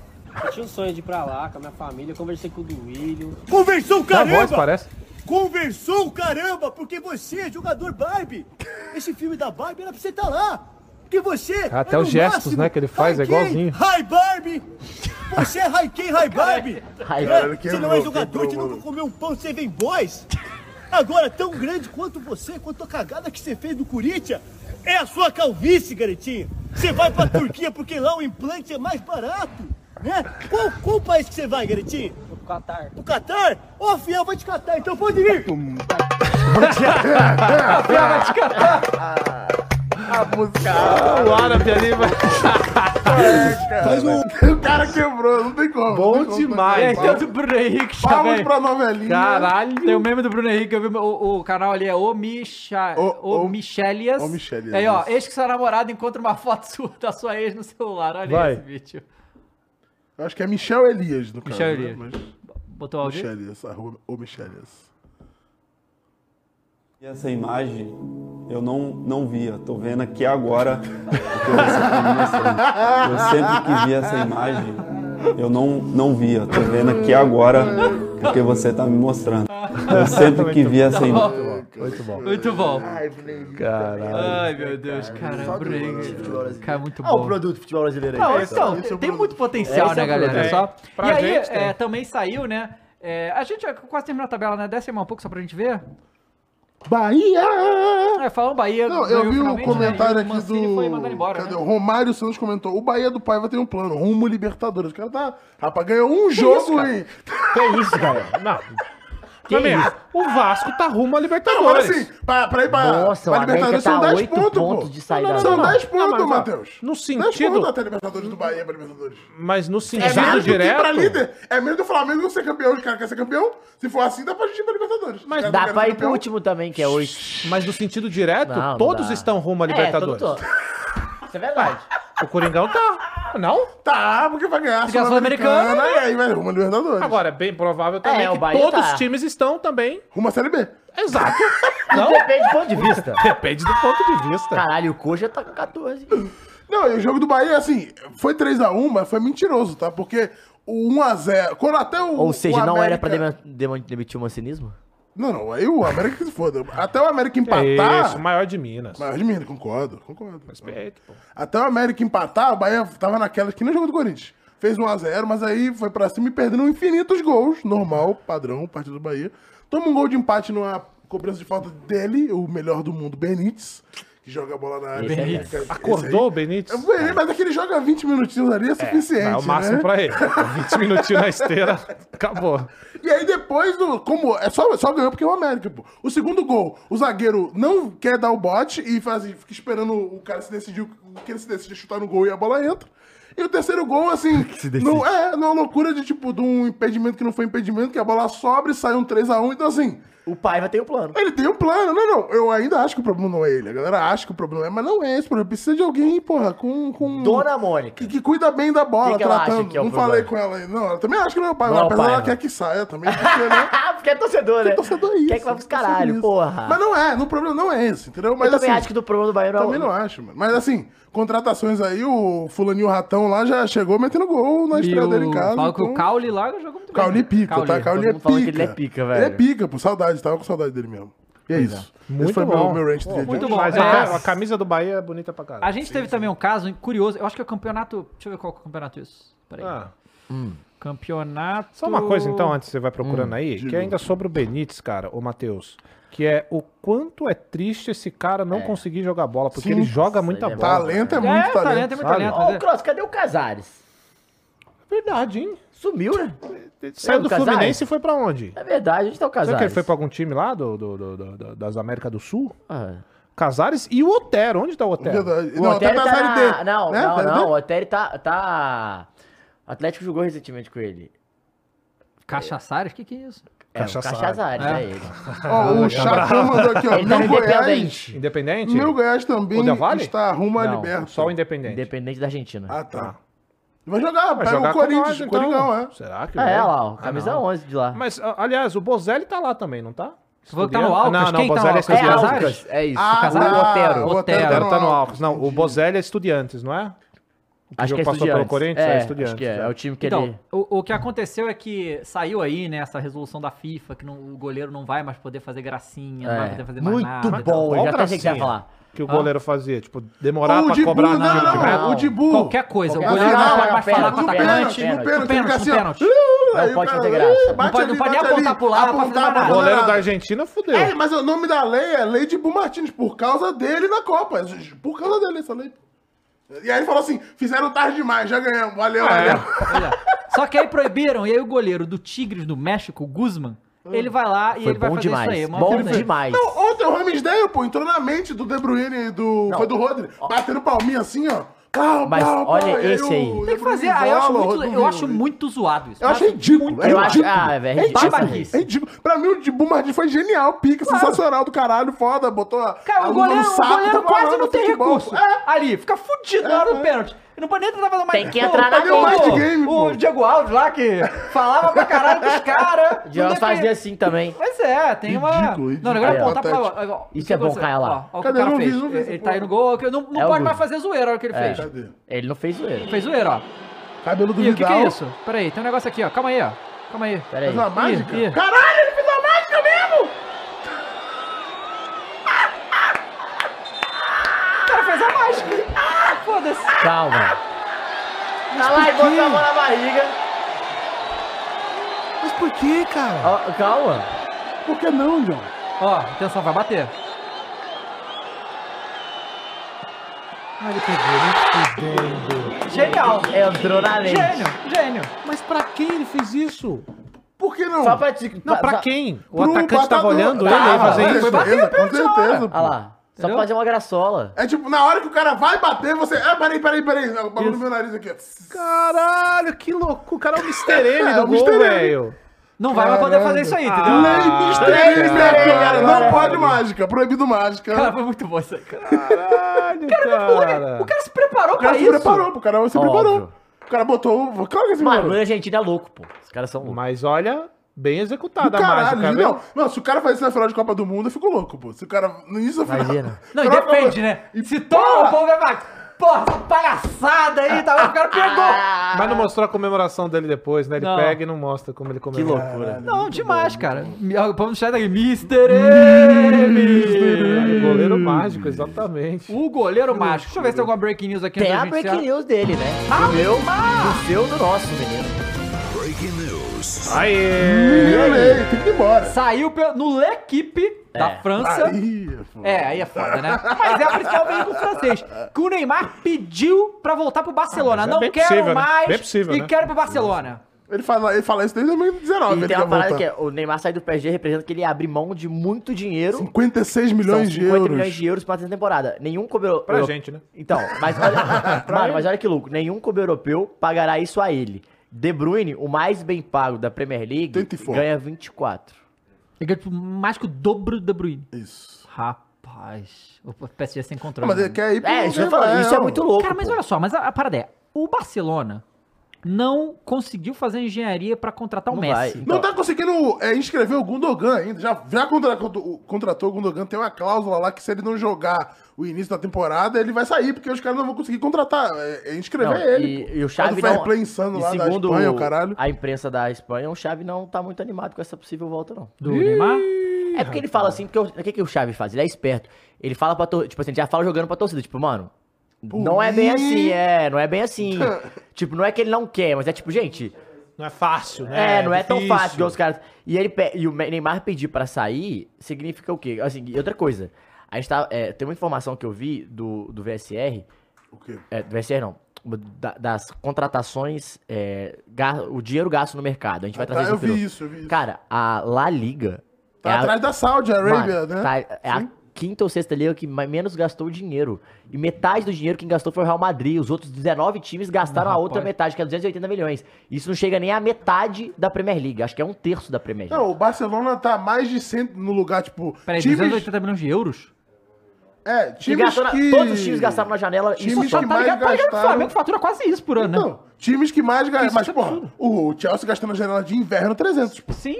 Eu tinha um sonho de ir pra lá com a minha família, eu conversei com o Duílio. Conversou o caramba! voz, parece. Conversou o caramba, porque você é jogador Barbie. Esse filme da Barbie era pra você estar lá. Porque você. Até é os no gestos, máximo né, que ele faz, é Haiken, igualzinho. Hi Barbie! Você é Haiken Hi Barbie! Né? Hi Barbie, Você não é jogador, você nunca comeu um pão Seven Boys! Agora, tão grande quanto você, quanto a cagada que você fez no Corinthians, é a sua calvície, garotinho! Você vai pra Turquia porque lá o implante é mais barato! Né? Qual, qual país que você vai, garotinho? O Catar. O Catar? Ô, fiel, vai te catar, então pode vir! Fiel, vai te catar! Ah, A música. O árabe ali, vai. Faz um... O cara quebrou, não tem como. Bom demais. É, Tem um o do Bruno Henrique Vamos também. pra novelinha. Caralho. Tem o meme do Bruno Henrique, eu vi, o, o canal ali é O, Micha, o, o- Michelias. O Michelias, Aí, ó, isso. ex que seu namorado encontra uma foto sua da sua ex no celular. Olha Vai. esse vídeo. Eu acho que é Michel Elias do cara. Michel Elias. Botou o áudio aí? Michel Elias, arroba o Michel Elias. E essa imagem eu não, não via, tô vendo aqui agora. porque essa foi minha sonho. Eu sempre que vi essa imagem, eu não, não via, tô vendo aqui agora porque você tá me mostrando. Eu sempre que vi essa imagem. Muito bom. Muito bom. tá Caralho. Ai, meu Deus, cara. Bruno Henrique. Cara, muito Olha o bom. produto futebol brasileiro aí. Não, é pessoal. então, tem- tem muito potencial, Esse é né, o galera? problema. Só. Pra e aí, gente tem. é, também saiu, né? é, a gente já quase terminou a tabela, né? Desce aí mais um pouco só pra gente ver. Bahia! É, falou Bahia. Não, ganhou eu vi o finalmente, né, comentário e o aqui Mancini do. foi mandado embora, Cadê? né? O Romário Santos comentou: o Bahia do Paiva tem um plano, rumo Libertadores. O cara tá. Rapaz, ganhou um isso, jogo cara? hein? Que isso, cara? Não. Que Também, isso? o Vasco tá rumo à Não, mas Libertadores. assim, pra, pra ir pra, Nossa, pra o Libertadores América são tá 10 oito pontos, pontos pô. de saída Não, não, da São zona. 10 Não, mas, pontos, ó, Matheus. no 10 sentido- pontos até Libertadores do Bahia pra Libertadores. Mas no É menos sentido do que pra direto. líder. É menos do Flamengo não ser campeão. O cara quer ser campeão. Se for assim, dá pra gente ir pra Libertadores. Mas Dá pra ir pro último também, que é oito. Mas no sentido direto, Não, não todos dá. estão rumo à É, Libertadores. todo- Isso é verdade. O Coringão tá. Não? Tá, porque vai ganhar a Porque a Sul-Americana, né? Sul-Americana. E aí vai rumo a Libertadores. Agora, é bem provável também É, o que Bahia todos tá. os times estão também. Rumo à Série B. Exato. Depende do ponto de vista. Depende do ponto de vista. Caralho, o Coxa tá com 14. Não, e o jogo do Bahia, assim, foi 3x1, mas foi mentiroso, tá? Porque o 1x0. Quando até o. Ou seja, o não era América- pra demo- demo- demitir o mancinismo? Não, não, aí o América que se foda. Até o América É empatar. isso, maior de Minas. Maior de Minas, concordo, concordo. Respeito, pô. Até o América empatar, o Bahia tava naquela que nem o jogo do Corinthians. Fez 1x0, mas aí foi pra cima e perdendo infinitos gols. Normal, padrão, partida do Bahia. Toma um gol de empate numa cobrança de falta dele, o melhor do mundo, Benítez. Que joga a bola na área. Esse é Benítez. Esse aí. Acordou o É, Benítez? o Benítez, Mas é que ele joga 20 minutinhos ali é suficiente. É o máximo né? pra ele. 20 minutinhos na esteira, acabou. E aí depois, do, como é só, só ganhou porque é o América, pô. O segundo gol, o zagueiro não quer dar o bote e faz, fica esperando o cara se decidir, o que ele se decide chutar no gol e a bola entra. E o terceiro gol, assim, não é não é uma loucura de tipo, de um impedimento que não foi impedimento, que a bola sobra e sai um 3x1, então assim... O pai vai ter o plano. Ele tem um plano, não, não. Eu ainda acho que o problema não é ele. A galera acha que o problema é, mas não é esse o problema. Precisa de alguém, porra, com. com... Dona Mônica. Que, que cuida bem da bola, Que que ela acha tratando. que é o não falei problema? com ela ainda. Não, ela também acha que não é o pai. Não é o apesar pai, ela não. quer que saia também. Porque, né? Ah, porque é torcedor, né? torcedor é isso. Quer que vai pros caralho, porra. Mas não é, no problema não é esse, entendeu? Mas eu também assim, acho que do problema do Bahia não é o- Também não acho, mano. Mas assim, contratações aí, o fulaninho ratão lá já chegou metendo gol na E estreia dele em o- casa. Fala que o então- Caule lá jogou muito bem. Caule pica, Caule, tá? Caule todo é mundo falando pica. que ele é pica, velho. Ele é pica, por saudade, tava com saudade dele mesmo. E é Pois isso. Muito Esse foi bom. meu, meu range do dia de Muito hoje. bom. Mas É. a, a camisa do Bahia é bonita pra caralho. A gente teve também um caso curioso. Eu acho que é o campeonato. Deixa eu ver qual que é o campeonato isso. Peraí. Ah. Campeonato. Só uma Hum. coisa, então, antes que você vai procurando aí, que é ainda sobre o Benítez, cara, o Matheus, que é o quanto é triste esse cara não conseguir jogar bola, porque Sim. ele joga muita ele é bom, bola. Talento é muito É, talento, talento é muito sabe? talento, Ô, Cross, cadê o Casares? Verdade, hein? Sumiu, né? Lembra Saiu do Casares? Fluminense e foi pra onde? É verdade, a gente tá o Casares. Será que ele foi pra algum time lá do, do- do- do- do- das Américas do Sul? Casares e o Otero. Onde tá o Otero? Verdade. Ah. O Otério tá Série na... D, Não, né? não, Série não. D? O Otério tá, tá... O Atlético jogou recentemente com ele. Cachaçares? O que, que é isso? É, o Cachazares, é, ele. Ó, o Chatão mandou aqui, ó. Ele tá Meu Goiás, independente. Independente? meu Goiás também O Del Valle? está rumo a Não, liberta. Só o Independente. Independente da Argentina. Ah, tá. Vai jogar, Vai pega jogar o com Corinthians, nós, então. Coringão, é. Será que Ah, vai? é, lá, ó, Ah, camisa não. 11 de lá. Mas, a- aliás, o Bozelli tá lá também, não tá? Você falou que tá no Alcas? Não, não, Quem tá o no Bozelli é Alcas? É estudiantes. Alcas? É isso. Ah, Casal tá. Otero. O Otero. Otero tá no Alcas. Não, o Bozelli é estudiantes, não é? O Acho que é jogo passou pelo Estudiantes. Corinthians, É, é, acho estudiantes. que é. É o time que Então, ele- O, o que aconteceu é que saiu aí, né, essa resolução da FIFA, que não- o goleiro não vai mais poder fazer gracinha, não vai É. poder fazer mais Muito nada. então. e bom, tal. eu já até sei o que você vai falar. Que o goleiro fazia, tipo, demorar pra cobrar não, tiro de não, meta. o Dibu. Qualquer coisa, o goleiro não pode mais falar com o atacante. No No pênalti, assim, no pênalti. Não pode fazer graça. Não pode- não pode nem apontar pro lado, não pode fazer mais O nada. goleiro da Argentina fudeu. É, mas o nome da lei é Lei de Bu Martins, por causa dele na Copa. Por causa dele, essa lei. E aí ele falou assim: fizeram tarde demais, já ganhamos. Valeu, É. valeu. Só que aí proibiram, e aí o goleiro do Tigres do México, o Guzman, ele vai lá e Foi ele vai bom fazer demais, isso aí. é uma bom filha- demais. Não, ontem o Rames Dale, pô, entrou na mente do De Bruyne e do. Foi do Rodri. Batendo palminha assim, ó. Pau, Mas pau, pau, olha e aí esse o aí. De Tem que Bruyne fazer, aí eu acho bola, o muito, eu Rodrigo. acho muito zoado isso. Eu achei ridículo, é Eu acho- ridículo. ah, é é ridículo. ridículo. É ridículo. Pra mim, o de Bumardi foi genial, pica, sensacional do caralho, foda, botou a. Cara, a o lula no goleiro, o saco, goleiro tá quase falando não tem futebol, É. recurso. pô. Ali, fica fudido na hora do pênalti. Ele não pode nem tentar fazer mais Tem que entrar na cadê gol. o- Mind game, O Diego Alves lá que falava pra caralho dos caras. O Diego Alves Não defende- fazia assim também. Pois é, tem uma. Ridículo, Não, o negócio é ridículo. apontar pra. ó, ó, Isso o que é bom, aconteceu. Caia, lá. Ó, ó o que o Cadê? cara Eu não vi, fez. eu não vi Ele essa tá aí no gol, que não, não É o pode mais Guzman. fazer zoeira, olha o que ele É. fez. Ele não fez zoeira. Fez zoeira, ó. Cabelo Ih, o que, que é isso? Pera aí, tem um negócio aqui, ó. Calma aí, ó. Calma aí. Pera Fez uma mágica? Ih, ih. Caralho, ele fez uma mágica mesmo! O cara fez a mágica. Ah, foda-se. Calma. Tá lá e botou a mão na barriga. Mas por que, cara? calma. Por que não, John? Ah, Ó, atenção, vai bater. Ah, ele né? pegou, Genial. Entrou na lente. Gênio, gênio. Mas pra quem ele fez isso? Por que não? Só pra te... Não, pra só- quem? O Pro atacante tava batador. olhando ele Tava, aí fazer com isso. certeza, com certeza, pô. Olha lá. Só pra fazer uma graçola. É tipo, na hora que o cara vai bater, você. Ah, peraí, peraí, peraí. O bagulho no meu nariz aqui. ó. Caralho, que louco. O cara é o Mr. M É, do o gol, Mr. M. Ah, velho. Não vai mais poder fazer isso aí, entendeu? Ah. Lei é Mister Lei Mister, Mister cara, Mister, Não cara. pode mágica, proibido mágica. Cara, foi muito bom isso aí, cara. Caralho, cara. é O cara se preparou o cara pra se isso. preparou, pô, o cara se Óbvio. preparou. O cara botou. o- Claro que se Mano, preparou. o Argentina é louco, pô. Os caras são loucos. Mas olha, bem executada a Caralho, mágica, não. viu? Não, se o cara faz isso na final de Copa do Mundo, eu fico louco, pô. Se o cara. No início da final. Imagina. Não, e Troca- depende, né? E Se porra! toma o povo é mais. Porra, essa palhaçada aí, tá? o cara pegou. Mas não mostrou a comemoração dele depois, né? Ele Não. pega e não mostra como ele comemora. Que loucura. Não, demais, cara. O povo no chat tá aqui, Mr. M. Goleiro mágico, exatamente. O goleiro mágico. Deixa eu ver se tem alguma breaking news aqui Tem a antes da gente break encerrar. news dele, né? Do meu, do seu, do nosso, menino. Aê! Ei, tem que ir embora. Saiu pe- no L'Equipe da França. Aí, pô. É, aí é foda, né? Mas é o principal veículo francês. Que o Neymar pediu pra voltar pro Barcelona. Ah, mas é não bem quero possível, né? mais Bem possível, e né? quero pro Barcelona. Ele fala, ele fala isso desde 2019. E ele tem quer uma parada voltar. que é, o Neymar sair do PSG representa que ele abre mão de muito dinheiro. 56 São milhões de 50 euros. milhões de euros pra essa temporada. Nenhum clube europeu. Pra gente, né? Então, mas olha, mano, mas olha que louco. Nenhum clube europeu pagará isso a ele. De Bruyne, o mais bem pago da Premier League, 24. ganha 24. É Ele ganhou tipo, mais que o dobro da Bruyne. Isso. Rapaz, o PSG sem Não, controle. mas ele né? quer ir pro É, isso, que eu tô Real. falando, isso é muito louco. Cara, mas pô. olha só, mas a, a parada é, o Barcelona não conseguiu fazer engenharia pra contratar o Não vai. então. Messi. Não tá conseguindo é, inscrever o Gundogan ainda. Já, já contra- contra- contratou o Gundogan. Tem uma cláusula lá que se ele não jogar o início da temporada, ele vai sair, porque os caras não vão conseguir contratar. É, é inscrever Não, ele. pô. e, e o Faz Xavi o fair não... play insano e lá da segundo Espanha, o caralho. a imprensa da Espanha, o Xavi não tá muito animado com essa possível volta, não. Do Neymar? É porque ele fala assim, porque o o que, que o Xavi faz? Ele é esperto. Ele fala pra torcida, tipo assim, ele já fala jogando pra torcida, tipo, mano, não é bem assim, é, não é bem assim. tipo, não é que ele não quer, mas é tipo, gente, Não é fácil, né? é, não é tão difícil. fácil igual os caras. E, ele, pe- e o Me- Neymar pedir pra sair significa o quê? Assim, e outra coisa, a gente tá, é, tem uma informação que eu vi do, do VSR, O quê? é, do VSR não, da- das contratações, é, ga- o dinheiro gasto no mercado, a gente vai Tá, trazer eu no final. vi isso, eu vi isso. Cara, a La Liga... Tá é a- atrás da Saudi Arabia, Mano, né? tá- é a quinta ou sexta liga que mais- menos gastou dinheiro. E metade do dinheiro que gastou foi o Real Madrid. Os outros 19 times gastaram a Rapaz. outra metade, que é 280 milhões. Isso não chega nem à metade da Premier League. Acho que é um terço da Premier League. Não, o Barcelona tá mais de 100 no lugar, tipo. Peraí, times, 280 milhões de euros? É, Que times gastou na- que. Todos os times gastaram na janela. Isso Times só que Tá mais ligado, tá ligado que o gastaram- Flamengo fatura quase isso por ano, né? Não, times que mais ganham. Isso Mas, é porra, absurdo. o Chelsea gastando na janela de inverno 300, pô. Sim.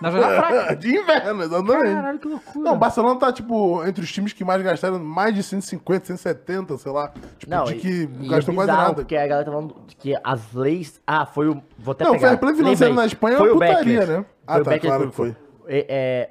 Na jornada fraca. De inverno, exatamente. Caralho, que loucura. Não, o Barcelona tá, tipo, entre os times que mais gastaram mais de 150, 170, sei lá. Tipo, Não, de e- que e gastou é quase bizarro, nada. Porque a galera tá falando que as leis. Ah, foi o. Vou até Não, pegar. fair play financeiro Lembrei. na Espanha é Foi uma o putaria, Beckler. né? Ah, o tá, Beckler claro que publicou. É,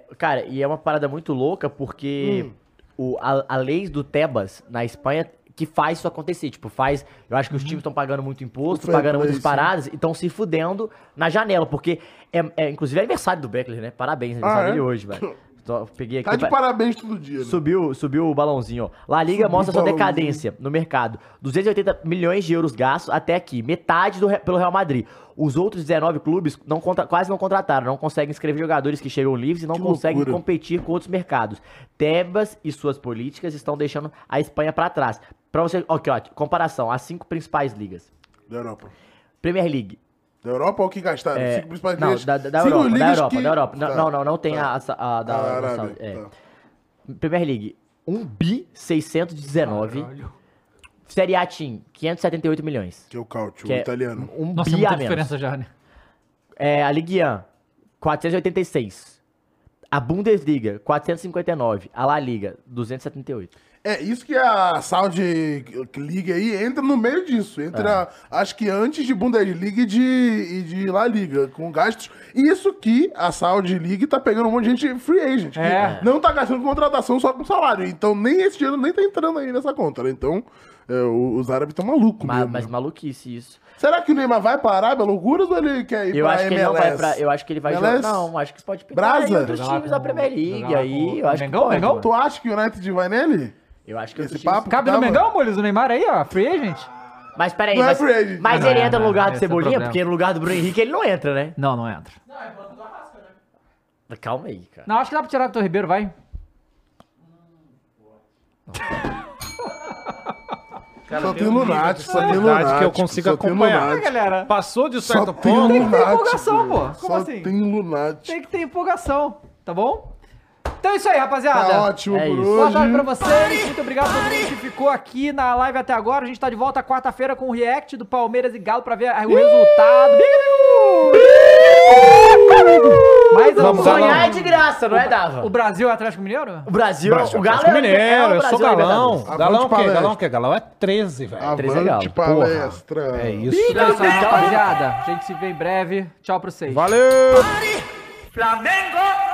é, cara, e é uma parada muito louca porque Hum. o, a, a lei do Tebas na Espanha que faz isso acontecer. Tipo, faz. Eu acho que Uhum. os times estão pagando muito imposto, fair pagando play, muitas sim. paradas e estão se fudendo na janela. Porque, é, é, inclusive, é aniversário do Beckler, né? Parabéns, aniversário Ah, é? dele hoje, velho. Só Peguei aqui. Tá de pra- parabéns todo dia. Né? Subiu, subiu o balãozinho, ó. La Liga Subiu mostra o sua balãozinho. decadência no mercado. 280 milhões de euros gastos até aqui, metade do, Re- pelo Real Madrid. Os outros 19 clubes não contra, quase não contrataram, não conseguem inscrever jogadores que chegam livres e não Que conseguem loucura. competir com outros mercados. Tebas e suas políticas estão deixando a Espanha pra trás. Pra você, ok, ó, comparação, as cinco principais ligas. Da Europa. Premier League. Da Europa ou que gastaram? é, Tá, Cinco principais não, ligas. da, da, da Cinco Europa, da ligas Europa, que- da Europa. Não, Tá. não, não, não tem a, a- a da Da da Arábia. Saudi- é. tá. Premier League, 1 bi 619. Série A Team, 578 milhões. Que é o Cautio, Que o é italiano. Um Nossa, é bi a muita menos. diferença já, né? É, a Ligue 1, 486. A Bundesliga, 459. A La Liga, 278. É, isso que a Saudi League aí entra no meio disso. Entra, É. acho que antes de Bundesliga e de, e de La Liga, com gastos. E Isso que a Saudi League tá pegando um monte de gente free agent. que É. não tá gastando com contratação, só com salário. Então nem esse dinheiro nem tá entrando aí nessa conta, né? Então, é, o- os árabes estão malucos Ma- mesmo. mas maluquice isso. Será que o Neymar vai parar pela loucura ou ele quer ir Eu pra acho que ele MLS? não vai pra. Eu acho que ele vai jogar. MLS? Não, acho que isso pode pintar Brasa? em outros Jogar lá times da com- Premier League. jogar lá Aí, com- eu acho Mengão, que. Pode, Mengão? mano. Tu acha que o United vai nele? Eu acho que Esse outros times- papo Cabe no tava- Mengão, Molis, o Neymar aí, ó. Free agent? Mas peraí, Não é mas, free agent. mas Ah, Não, ele não, entra no não, lugar do esse é o Cebolinha? problema. porque no lugar do Bruno Henrique ele não entra, né? Não, não entra. Calma aí, cara. Não, acho que dá pra tirar o Vitor Ribeiro, vai. Só tem lunático, só tem Verdade lunático. que eu consigo só tem acompanhar. lunático. galera. Passou de Só certo tem ponto. Tem que ter lunático. empolgação, pô. Como Só assim? tem lunático. Tem que ter empolgação, tá bom? Então é isso aí, rapaziada. Tá ótimo É por isso. Boa hoje. tarde pra vocês, muito obrigado a todo mundo que ficou aqui na live até agora. A gente tá de volta quarta-feira com o react do Palmeiras e Galo pra ver o resultado. Mas Vamos lá, sonhar Sonhar é de- de graça, não é, Dava? O Brasil é Atlético Mineiro? O Brasil, Brasil, o Galo Atlético é Mineiro, eu Brasil sou é galão. Libertadores. Galão o quê? palestra. Galão o quê? Galão é 13, velho. três é Avante galo. palestra. É isso. tá Então é isso aí, rapaziada. A gente se vê em breve. Tchau pra vocês. Valeu! Flamengo!